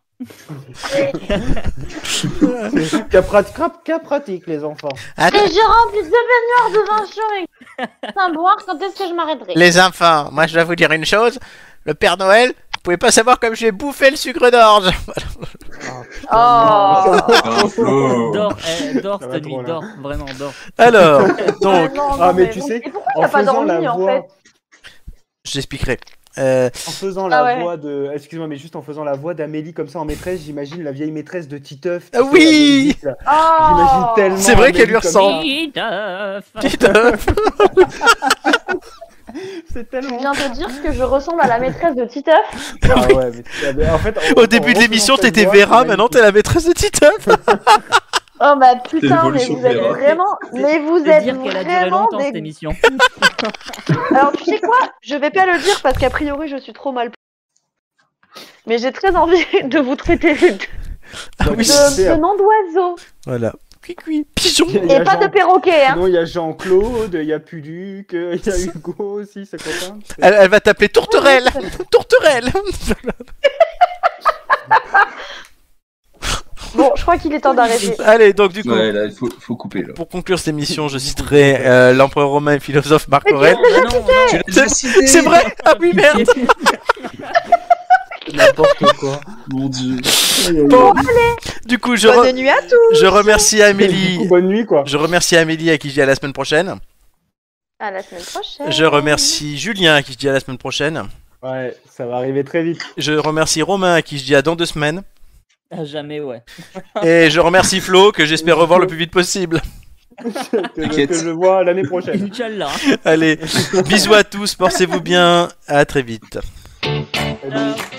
Capra crap, cap pratique, les enfants. Et je remplis deux baignoires de vin chaud et sans boire, quand est-ce que je m'arrêterai Les enfants, moi je dois vous dire une chose, le Père Noël, vous pouvez pas savoir comme j'ai bouffé le sucre d'orge. Voilà. Oh Dors, eh, dors Ça va cette nuit, trop, là. dors, vraiment dors. Alors, donc, Ah, mais tu sais, Et pourquoi en t'as pas faisant dormi la en voix- fait j'expliquerai. Euh, En faisant Ah la ouais. voix de. Excuse-moi, mais juste en faisant la voix d'Amélie comme ça en maîtresse, j'imagine la vieille maîtresse de Titeuf. tu sais, Ah oui la Bénédicte, là. Oh. J'imagine tellement. C'est vrai qu'elle Amélie lui comme ressemble. ça. Titeuf. Titeuf. C'est tellement. Je viens de dire que je ressemble à la maîtresse de Titeuf. Ah ouais, mais tu- ah, mais en fait, en- Au en début de refaisant l'émission, cette t'étais voix, Vera, j'imagine- maintenant t'es la maîtresse de Titeuf. Oh bah C'est putain, mais l'évolution vous de êtes Vera. vraiment, mais vous C'est êtes dire qu'elle a duré vraiment longtemps cette des. émission. Ah Alors, tu sais quoi Je vais pas le dire parce qu'a priori, je suis trop mal. Mais j'ai très envie de vous traiter de, Ah oui, de- c'est- de nom d'oiseau Voilà. Pigeon Il y a et pas Jean- de perroquet. Hein. Sinon, il y a Jean-Claude, il y a Puduc, euh, il y a Hugo aussi, c'est content. Elle, elle va t'appeler Tourterelle. Tourterelle. Bon, je crois qu'il est temps d'arrêter. Allez, donc du coup, Ouais, là, il faut, faut couper. Là. pour conclure cette émission, je citerai euh, l'empereur romain et philosophe Marc Aurèle. C'est- C'est vrai Ah oui, merde N'importe quoi. Mon dieu. Bon, du coup, je, re- Bonne nuit à tous je remercie Amélie. bonne nuit, quoi. Je remercie Amélie à qui je dis à la semaine prochaine. À la semaine prochaine Je remercie Julien à qui je dis à la semaine prochaine. Ouais, ça va arriver très vite. Je remercie Romain à qui je dis à dans deux semaines. À Ah, jamais, ouais. Et je remercie Flo que j'espère revoir le plus vite possible. Que, je- que je vois l'année prochaine. Inch'Allah. Allez, bisous à tous, portez-vous bien, à très vite. Salut.